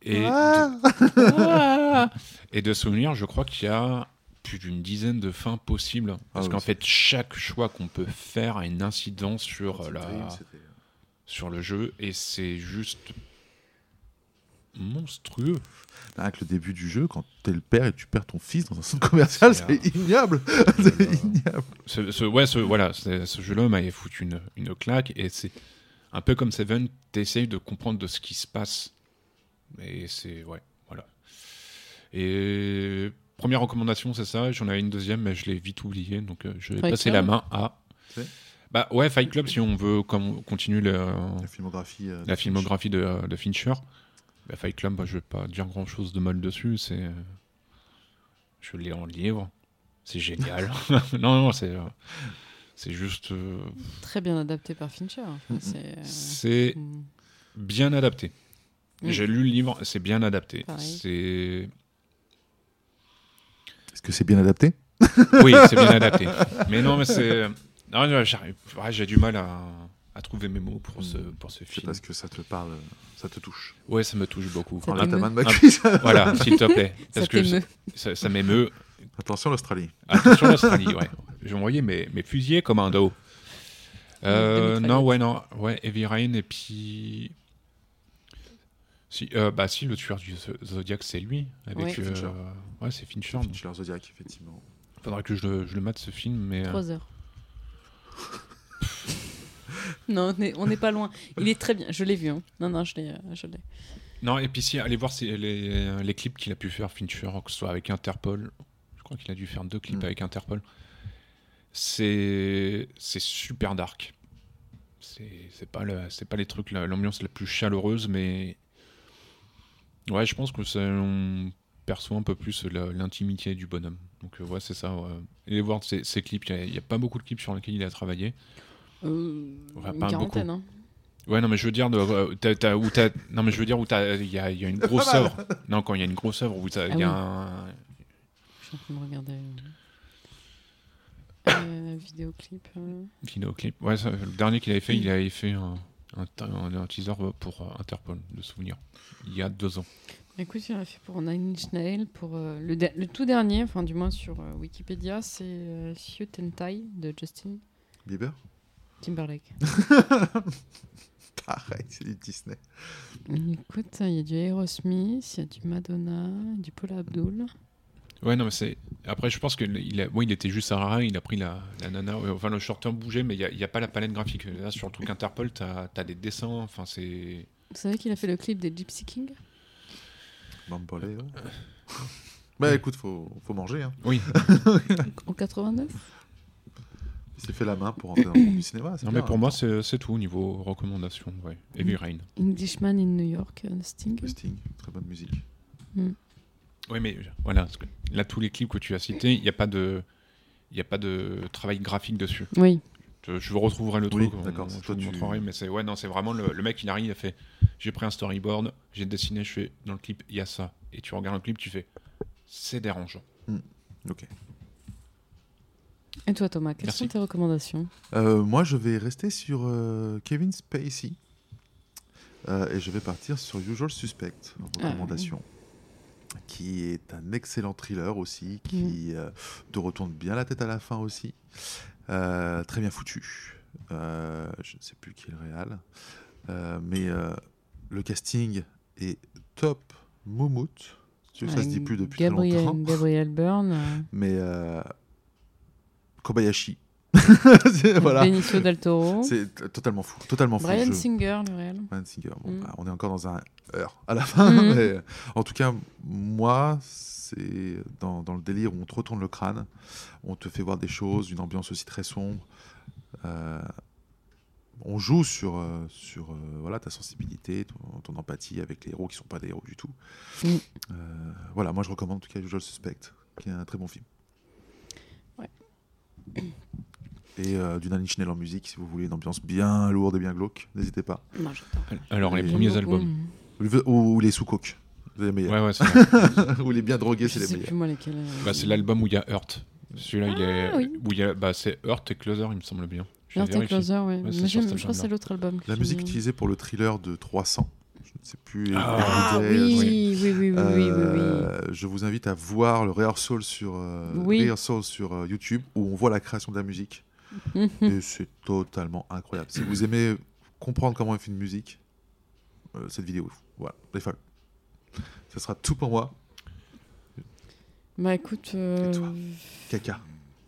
Et Ah. et de souvenir, je crois qu'il y a plus d'une dizaine de fins possibles. Parce oui, qu'en c'est- fait, chaque choix qu'on peut faire a une incidence sur, euh, la, C'était- sur le jeu. Et c'est juste monstrueux. Avec le début du jeu, quand t'es le père et tu perds ton fils dans un centre commercial, C'est Oh c'est ignoble. C'est ignoble. Ce, ce- ouais, ce, voilà, c'est- ce jeu-là m'avait foutu une, une claque. Et c'est un peu comme Seven, t'essayes de comprendre de ce qui se passe. Et c'est. Ouais, voilà. Et. Première recommandation, c'est ça. J'en avais une deuxième, mais je l'ai vite oubliée. Donc, euh, je vais Fight passer Club la main à. C'est Bah ouais, Fight Club, si on veut com- continuer le- La filmographie. euh, la filmographie de, euh, de Fincher. Bah, Fight Club, bah, je vais pas dire grand chose de mal dessus. C'est. euh, Je l'ai en livre. C'est génial. non, non, c'est. euh, C'est juste. euh, Très bien adapté par Fincher. Enfin, c'est, euh, Mm, C'est hum. bien adapté. Mm. J'ai lu le livre, c'est bien adapté. Pareil. C'est. Est-ce que c'est bien adapté Oui, c'est bien adapté. Mais non, mais c'est. Non, non, j'arrive- ouais, J'ai du mal à, à trouver mes mots pour ce, pour ce Je sais film. pas ce que ça te parle, ça te touche. Ouais, ça me euh, touche beaucoup. Ça Prends la t'émeut. ta main de ma cuisse. Voilà, s'il te plaît. Ça Parce que ça, t'émeut. ça- ça m'émeut. Attention l'Australie. Attention l'Australie, ouais. J'ai envoyé mes, mes fusillés commando. Des Euh, mitraillettes. non, ouais, non. Ouais, Heavy Rain et puis. Si, euh, bah, si, le tueur du Zo- Zodiac, c'est lui. Avec, Ouais. euh, Fincher. ouais, c'est Fincher. donc. Fincher Zodiac, effectivement. Faudra que je, le- je le mate ce film, mais. euh, Trois heures. non, on n'est- on n'est pas loin. Il est très bien. Je l'ai vu. hein. Non, non, je l'ai. euh, je l'ai. Non, et puis si, allez voir c'est les, les clips qu'il a pu faire, Fincher, que ce soit avec Interpol. Je crois qu'il a dû faire deux clips Mm. avec Interpol. C'est c'est super dark. C'est c'est pas, le- c'est pas les trucs, la- l'ambiance la plus chaleureuse, mais. Ouais, je pense que ça. On perçoit un peu plus la- l'intimité du bonhomme. Donc, euh, ouais, c'est ça. ouais. Allez voir ces, ces clips. Il n'y a, pas beaucoup de clips sur lesquels il a travaillé. Euh, Ouais, une pas quarantaine. hein. Ouais, non, mais je veux dire, de- euh, t'as- t'as- où t'as- non, mais je veux dire, où t'as- il y a, il y a une grosse œuvre. Non, quand il y a une grosse œuvre, où t'as- il y a un. Je suis en train de regarder. euh, euh, vidéoclip. euh. Vidéoclip. Ouais, ça, le dernier qu'il avait fait, il avait fait un, un te- un- un teaser pour euh, Interpol, de souvenir, il y a deux ans. Écoute, il en a fait pour Nine Inch Nails, pour euh, le, de- le tout dernier, enfin du moins sur euh, Wikipédia, c'est euh, Suit and Tie de Justin Bieber Timberlake. Pareil, c'est du Disney. Écoute, il y a du Aerosmith, il y a du Madonna, du Paula Abdul. Ouais, non, mais c'est. Après, je pense qu'il il a- ouais, il était juste à Rara, il a pris la, la nana. ouais, enfin, le short-term bougeait, mais il n'y a, il y a pas la palette graphique. Là, sur le truc Interpol, t'as as des dessins. Enfin, c'est. Vous savez qu'il a fait le clip des Gypsy King Bambolé. Euh. ouais. Bah écoute, faut, faut manger. Hein. Oui, en 89 Il s'est fait la main pour entrer dans le monde du cinéma. c'est non, bien, mais pour hein. moi, c'est c'est tout au niveau recommandations. Ouais. Heavy Rain. Englishman in New York, euh, Sting. Le Sting, très bonne musique. Oui, mais voilà, parce que là, tous les clips que tu as cités, il n'y a pas de. Il n'y a pas de travail graphique dessus. Oui, Je, je vous retrouverai le Oui, truc. on- d'accord, c'est Je toi, vous tu- montrerai, mais c'est ouais, non, c'est vraiment le, le mec il arrive, il a fait. J'ai pris un storyboard, j'ai dessiné, je fais dans le clip, il y a ça. Et tu regardes le clip, tu fais, c'est dérangeant. Ok. Et toi, Thomas, quelles Merci. sont tes recommandations Euh, moi, je vais rester sur euh, Kevin Spacey. Euh, et je vais partir sur Usual Suspect, en Ah, recommandation. Qui est un excellent thriller aussi, Mm. qui euh, te retourne bien la tête à la fin aussi. Euh, très bien foutu. Euh, je ne sais plus qui est le réal. Euh, mais euh, le casting est top. Moumout. Ça se dit plus depuis Gabriel, très longtemps. Gabriel Byrne, euh, Mais euh, Kobayashi. Ah, Benicio del Toro, C'est t- totalement fou, totalement fou. Brian je- Singer, le réel. Brian Singer. Bon, Mm. bah, on est encore dans un heure à la fin. Mm. mais, euh, en tout cas, moi, c'est dans, dans le délire où on te retourne le crâne, on te fait voir des choses, une ambiance aussi très sombre. Euh, on joue sur, euh, sur euh, voilà, ta sensibilité, ton, ton empathie avec les héros qui sont pas des héros du tout. Mm. Euh, voilà, moi je recommande en tout cas Usual Suspect, qui est un très bon film. Ouais. Et euh, du Nanny Schnell en musique, si vous voulez une ambiance bien lourde et bien glauque, n'hésitez pas. Non, j'adore. Alors, les Et- premiers J'aime albums. beaucoup. Ou les- Ou, ou les sous-coques. C'est les meilleurs. Ouais, ouais, c'est vrai. ou les bien drogués, Je c'est les sais meilleurs. plus moi lesquels. euh, Bah, c'est l'album où il y a Hurt. Celui-là, il est. Ah, oui. Où il y a... bah, c'est Hurt et Closer, il me semble bien. Je vais Earth and vérifier. Closer, ouais. Ouais, Mais c'est j'aime- sur cet je crois que c'est album-là. l'autre album. La qui- musique utilisée pour le thriller de 300. Je ne sais plus. Ah, Everyday, oui, je sais- oui, oui, oui, oui, oui, oui. Euh, Je vous invite à voir le rehearsal sur, euh, Oui. rehearsal sur euh, YouTube où on voit la création de la musique. Mhm. Et c'est totalement incroyable. Si vous aimez comprendre comment on fait une musique, euh, cette vidéo, est fou. voilà, elle est folle. Ce sera tout pour moi. Bah écoute, euh, Et toi Caca.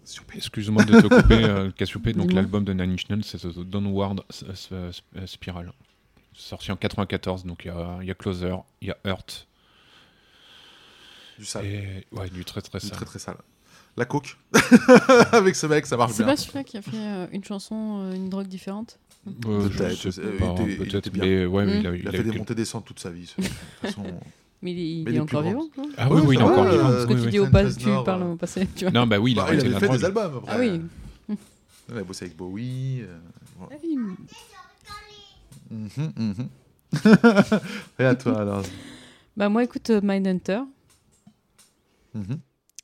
Sur PS. Excuse-moi de te couper, euh, Cassiopée. Donc, Dis-moi. l'album de Nine Inch Nails, c'est The Downward S- S- S- Spiral. Sorti en 94, donc il y a, il y a Closer, il y a Hurt. Du sale. Et ouais, du très très Du sale. très très sale. La coke. Avec ce mec, ça marche c'est bien. pas celui-là qui a fait euh, une chanson, euh, une drogue différente Euh, je Peut-être, sais je sais, pas, il était- il peut-être, était bien. mais ouais, mais Mm. il a, Il a il a fait eu des quel- montées descentes toute sa vie. ce mec. De toute façon, Mais il, il Mais est les plus encore grands. vivant, non Ah oui, oui, il est encore Ouais, vivant. euh, Parce oui, que tu oui. dis au pas, Trésor, tu euh, parles au passé, tu vois. Non, bah oui, il a Bah, il arrêté avait la fait drogue. des albums après. Ah oui. Il a bossé avec Bowie. euh, Ah oui, une- Mhm, mhm. Et à toi alors. Bah moi écoute euh, Mindhunter, Mhm.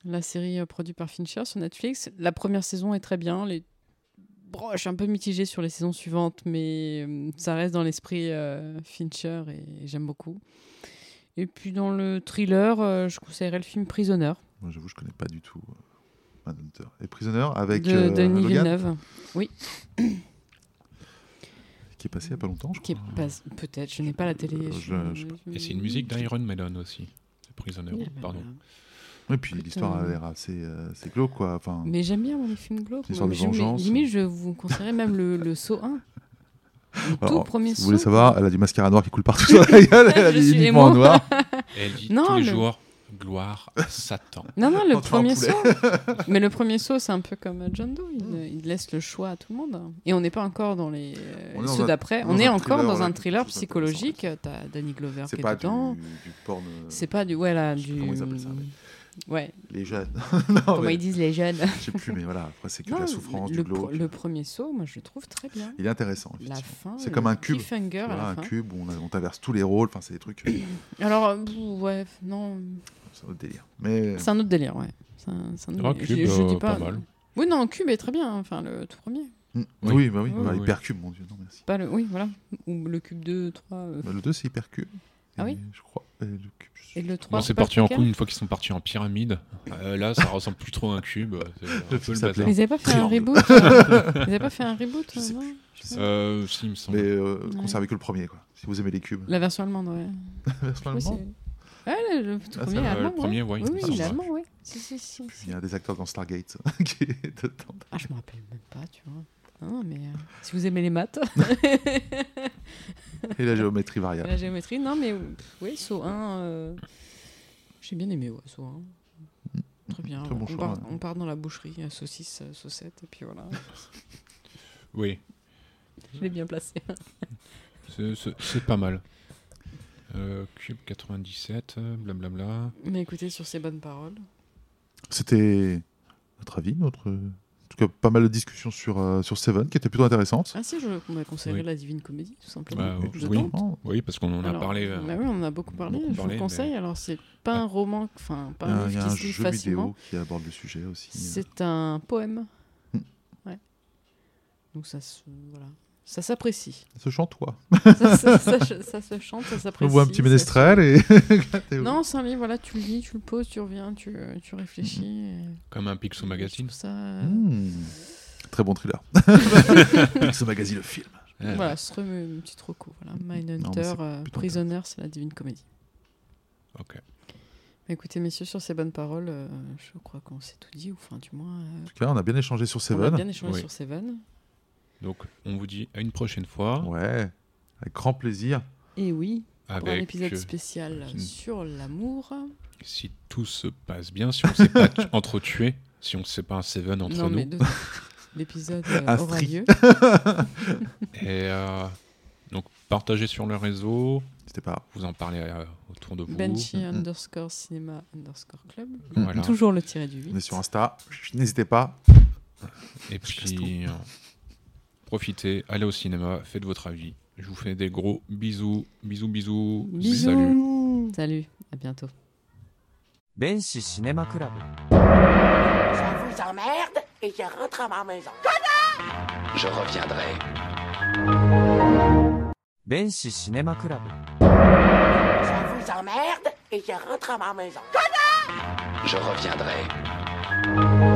la série euh, produite par Fincher sur Netflix. La première saison est très bien. Les... Bon, je suis un peu mitigée sur les saisons suivantes, mais euh, ça reste dans l'esprit euh, Fincher et, j'aime beaucoup. Et puis dans le thriller, euh, je conseillerais le film Prisoner Moi j'avoue, je connais pas du tout euh, Manhunter. Et Prisoner avec de euh, Denis Logan, Villeneuve, qui est passé il y a pas longtemps, je crois. qui est pas... peut-être, je n'ai pas la télé. Euh, je- je- Et c'est une musique d'Iron Maiden aussi. C'est Prisoner, pardon. Et puis Écoute, l'histoire a euh, l'air assez, euh, assez glauque quoi. Enfin, Mais j'aime bien moi, les films glauques. Histoire moi. de Je- mais- vengeance. Limite, je vous conseillerais même le, le saut 1. Le tout alors, premier si vous saut. voulez savoir, elle a du mascara noir qui coule partout sur la gueule. Elle a Je mis suis uniquement en émo. noir. Et elle dit Non, tous les le- jours gloire à Satan. Non, non, le Quand tu vas en premier poulet. saut. Hmm. Mais le premier saut, c'est un peu comme euh, John Doe. Il, il laisse le choix à tout le monde. Et on n'est pas encore dans les euh, On est dans ceux un- d'après. dans On est un encore thriller, dans ouais, un quelque thriller chose d'intéressant, psychologique. T'as Danny Glover qui C'est est pas du, dedans. du porn. euh, C'est pas du. Ouais, là, je sais du. pas comment ils appellent ça, Ah, Ouais, Les jeunes. comment ils disent les jeunes. Je sais plus, mais voilà. Après, c'est que de Non, la souffrance, le, du pro- glauque. le premier saut, moi, je le trouve très bien. Il est intéressant. La effectivement. fin. C'est le comme un cube. cliffhanger à Voilà, la un fin. cube où on, a- on traverse tous les rôles. Enfin, c'est des trucs. Alors, euh, pff, ouais, non. c'est un autre délire. Mais euh, C'est un autre délire, ouais. C'est un, c'est un autre Ah, délire. Cube, euh, pas mal. Oui, non, Cube est très bien. hein. Enfin, le tout premier. Mm. Oui. oui, bah oui. Oui, bah, oui. Hypercube, mon dieu, non merci. Pas le... Oui, voilà. Ou le Cube 2, 3. euh, Bah, le 2 c'est Hypercube. Ah Et oui Je crois. et le cube, je sais Et le Bon, 3, c'est parti en couille une fois qu'ils sont partis en pyramide. Euh, là, ça ressemble plus trop à un cube. euh, C'est un Le peu film le s'appelait- bazar. Mais ils avaient pas fait un Triangle. reboot euh, Ils avaient pas fait un reboot Je sais euh, plus. non Je sais pas. Euh, si, il me pas. semble. Mais euh, Ouais. conservez que le premier, quoi. Si vous aimez les cubes. La version allemande, ouais. Version Oui, c'est- allemande. Ouais, le, le tout Ah, premier est Euh, ça, euh, le allemand. ouais. premier, ouais, Oui, il me oui, semble. il est allemand, ouais. Si, si, si. Puis, Il y a des acteurs dans Stargate hein, qui est dedans. Ah, je me rappelle même pas, tu vois. Non, mais euh, si vous aimez les maths, Et la géométrie variable. la géométrie, non, mais euh, oui, saut 1. euh, J'ai bien aimé, ouais, saut 1. Très bien. Très bon on, choix, part, ouais. on part dans la boucherie, euh, saucisse, euh, saucette, et puis voilà. Oui, Je l'ai bien placé. c'est- c'est c'est pas mal. Euh, Cube 97, euh, blablabla. Mais écoutez, sur ces bonnes paroles. C'était notre avis, notre. En tout cas, pas mal de discussions sur, euh, sur Seven qui étaient plutôt intéressantes. Ah si, je, on m'a conseillé Oui. la Divine Comédie, tout Bah, simplement. Je oui. tente. Non, Oui, parce qu'on en a Alors, parlé. euh, bah oui, on en a beaucoup parlé. beaucoup je parlé, vous mais- conseille. Alors, c'est pas un roman, enfin, pas Ah. Il y a- un il y livre a qui un se lit jeu facilement. vidéo qui aborde le sujet aussi. C'est un poème. Hmm. Ouais. Donc ça se, voilà. ça s'apprécie. Ce chantois. ça, se- ça se- ça se chante, ça On s'apprécie. voit un petit ça ménestrel et. se- Non, c'est un livre, voilà, tu le lis, tu le poses, tu reviens, tu, euh, tu réfléchis. et Comme un Picsou tu Magazine. trouves ça, euh, Hmm. Très bon thriller. Pixel Magazine, le film. Ah, Voilà, ce serait une petite reco. Voilà. Hmm. Non, mais Mindhunter, c'est euh, plutôt Prisoner, c'est la divine comédie. Ah, Ok. Mais Bah, écoutez, messieurs, sur ces bonnes paroles, euh, je crois qu'on s'est tout dit, ou enfin, du moins, euh, En tout cas, on a bien échangé sur on a Seven. bien échangé Oui. sur Seven. Donc, on vous dit à une prochaine fois. Ouais, avec grand plaisir. Et oui, pour un Avec, épisode euh, spécial une- sur l'amour. si tout se passe bien, si on ne s'est pas tu- entretué, si on ne s'est pas un Seven entre Non, nous. mais de- l'épisode euh, Un aura free. lieu. Et euh, donc, partagez sur le réseau, C'était pas. vous en parlez euh, autour de vous. Benchy Mhm. underscore cinéma underscore club. Voilà. Toujours le tiré du 8. On est sur Insta. N'hésitez pas. Et casse tout. puis, euh, profitez, allez au cinéma, faites votre avis. Je vous fais des gros bisous. Bisous, bisous. Bisous. Salut. Salut, à bientôt. 弁士シネマクラブ Ça vous emmerde et je rentre à ma maison. Je reviendrai. 弁士シネマクラブ Ça vous emmerde et je rentre à ma maison. Je reviendrai.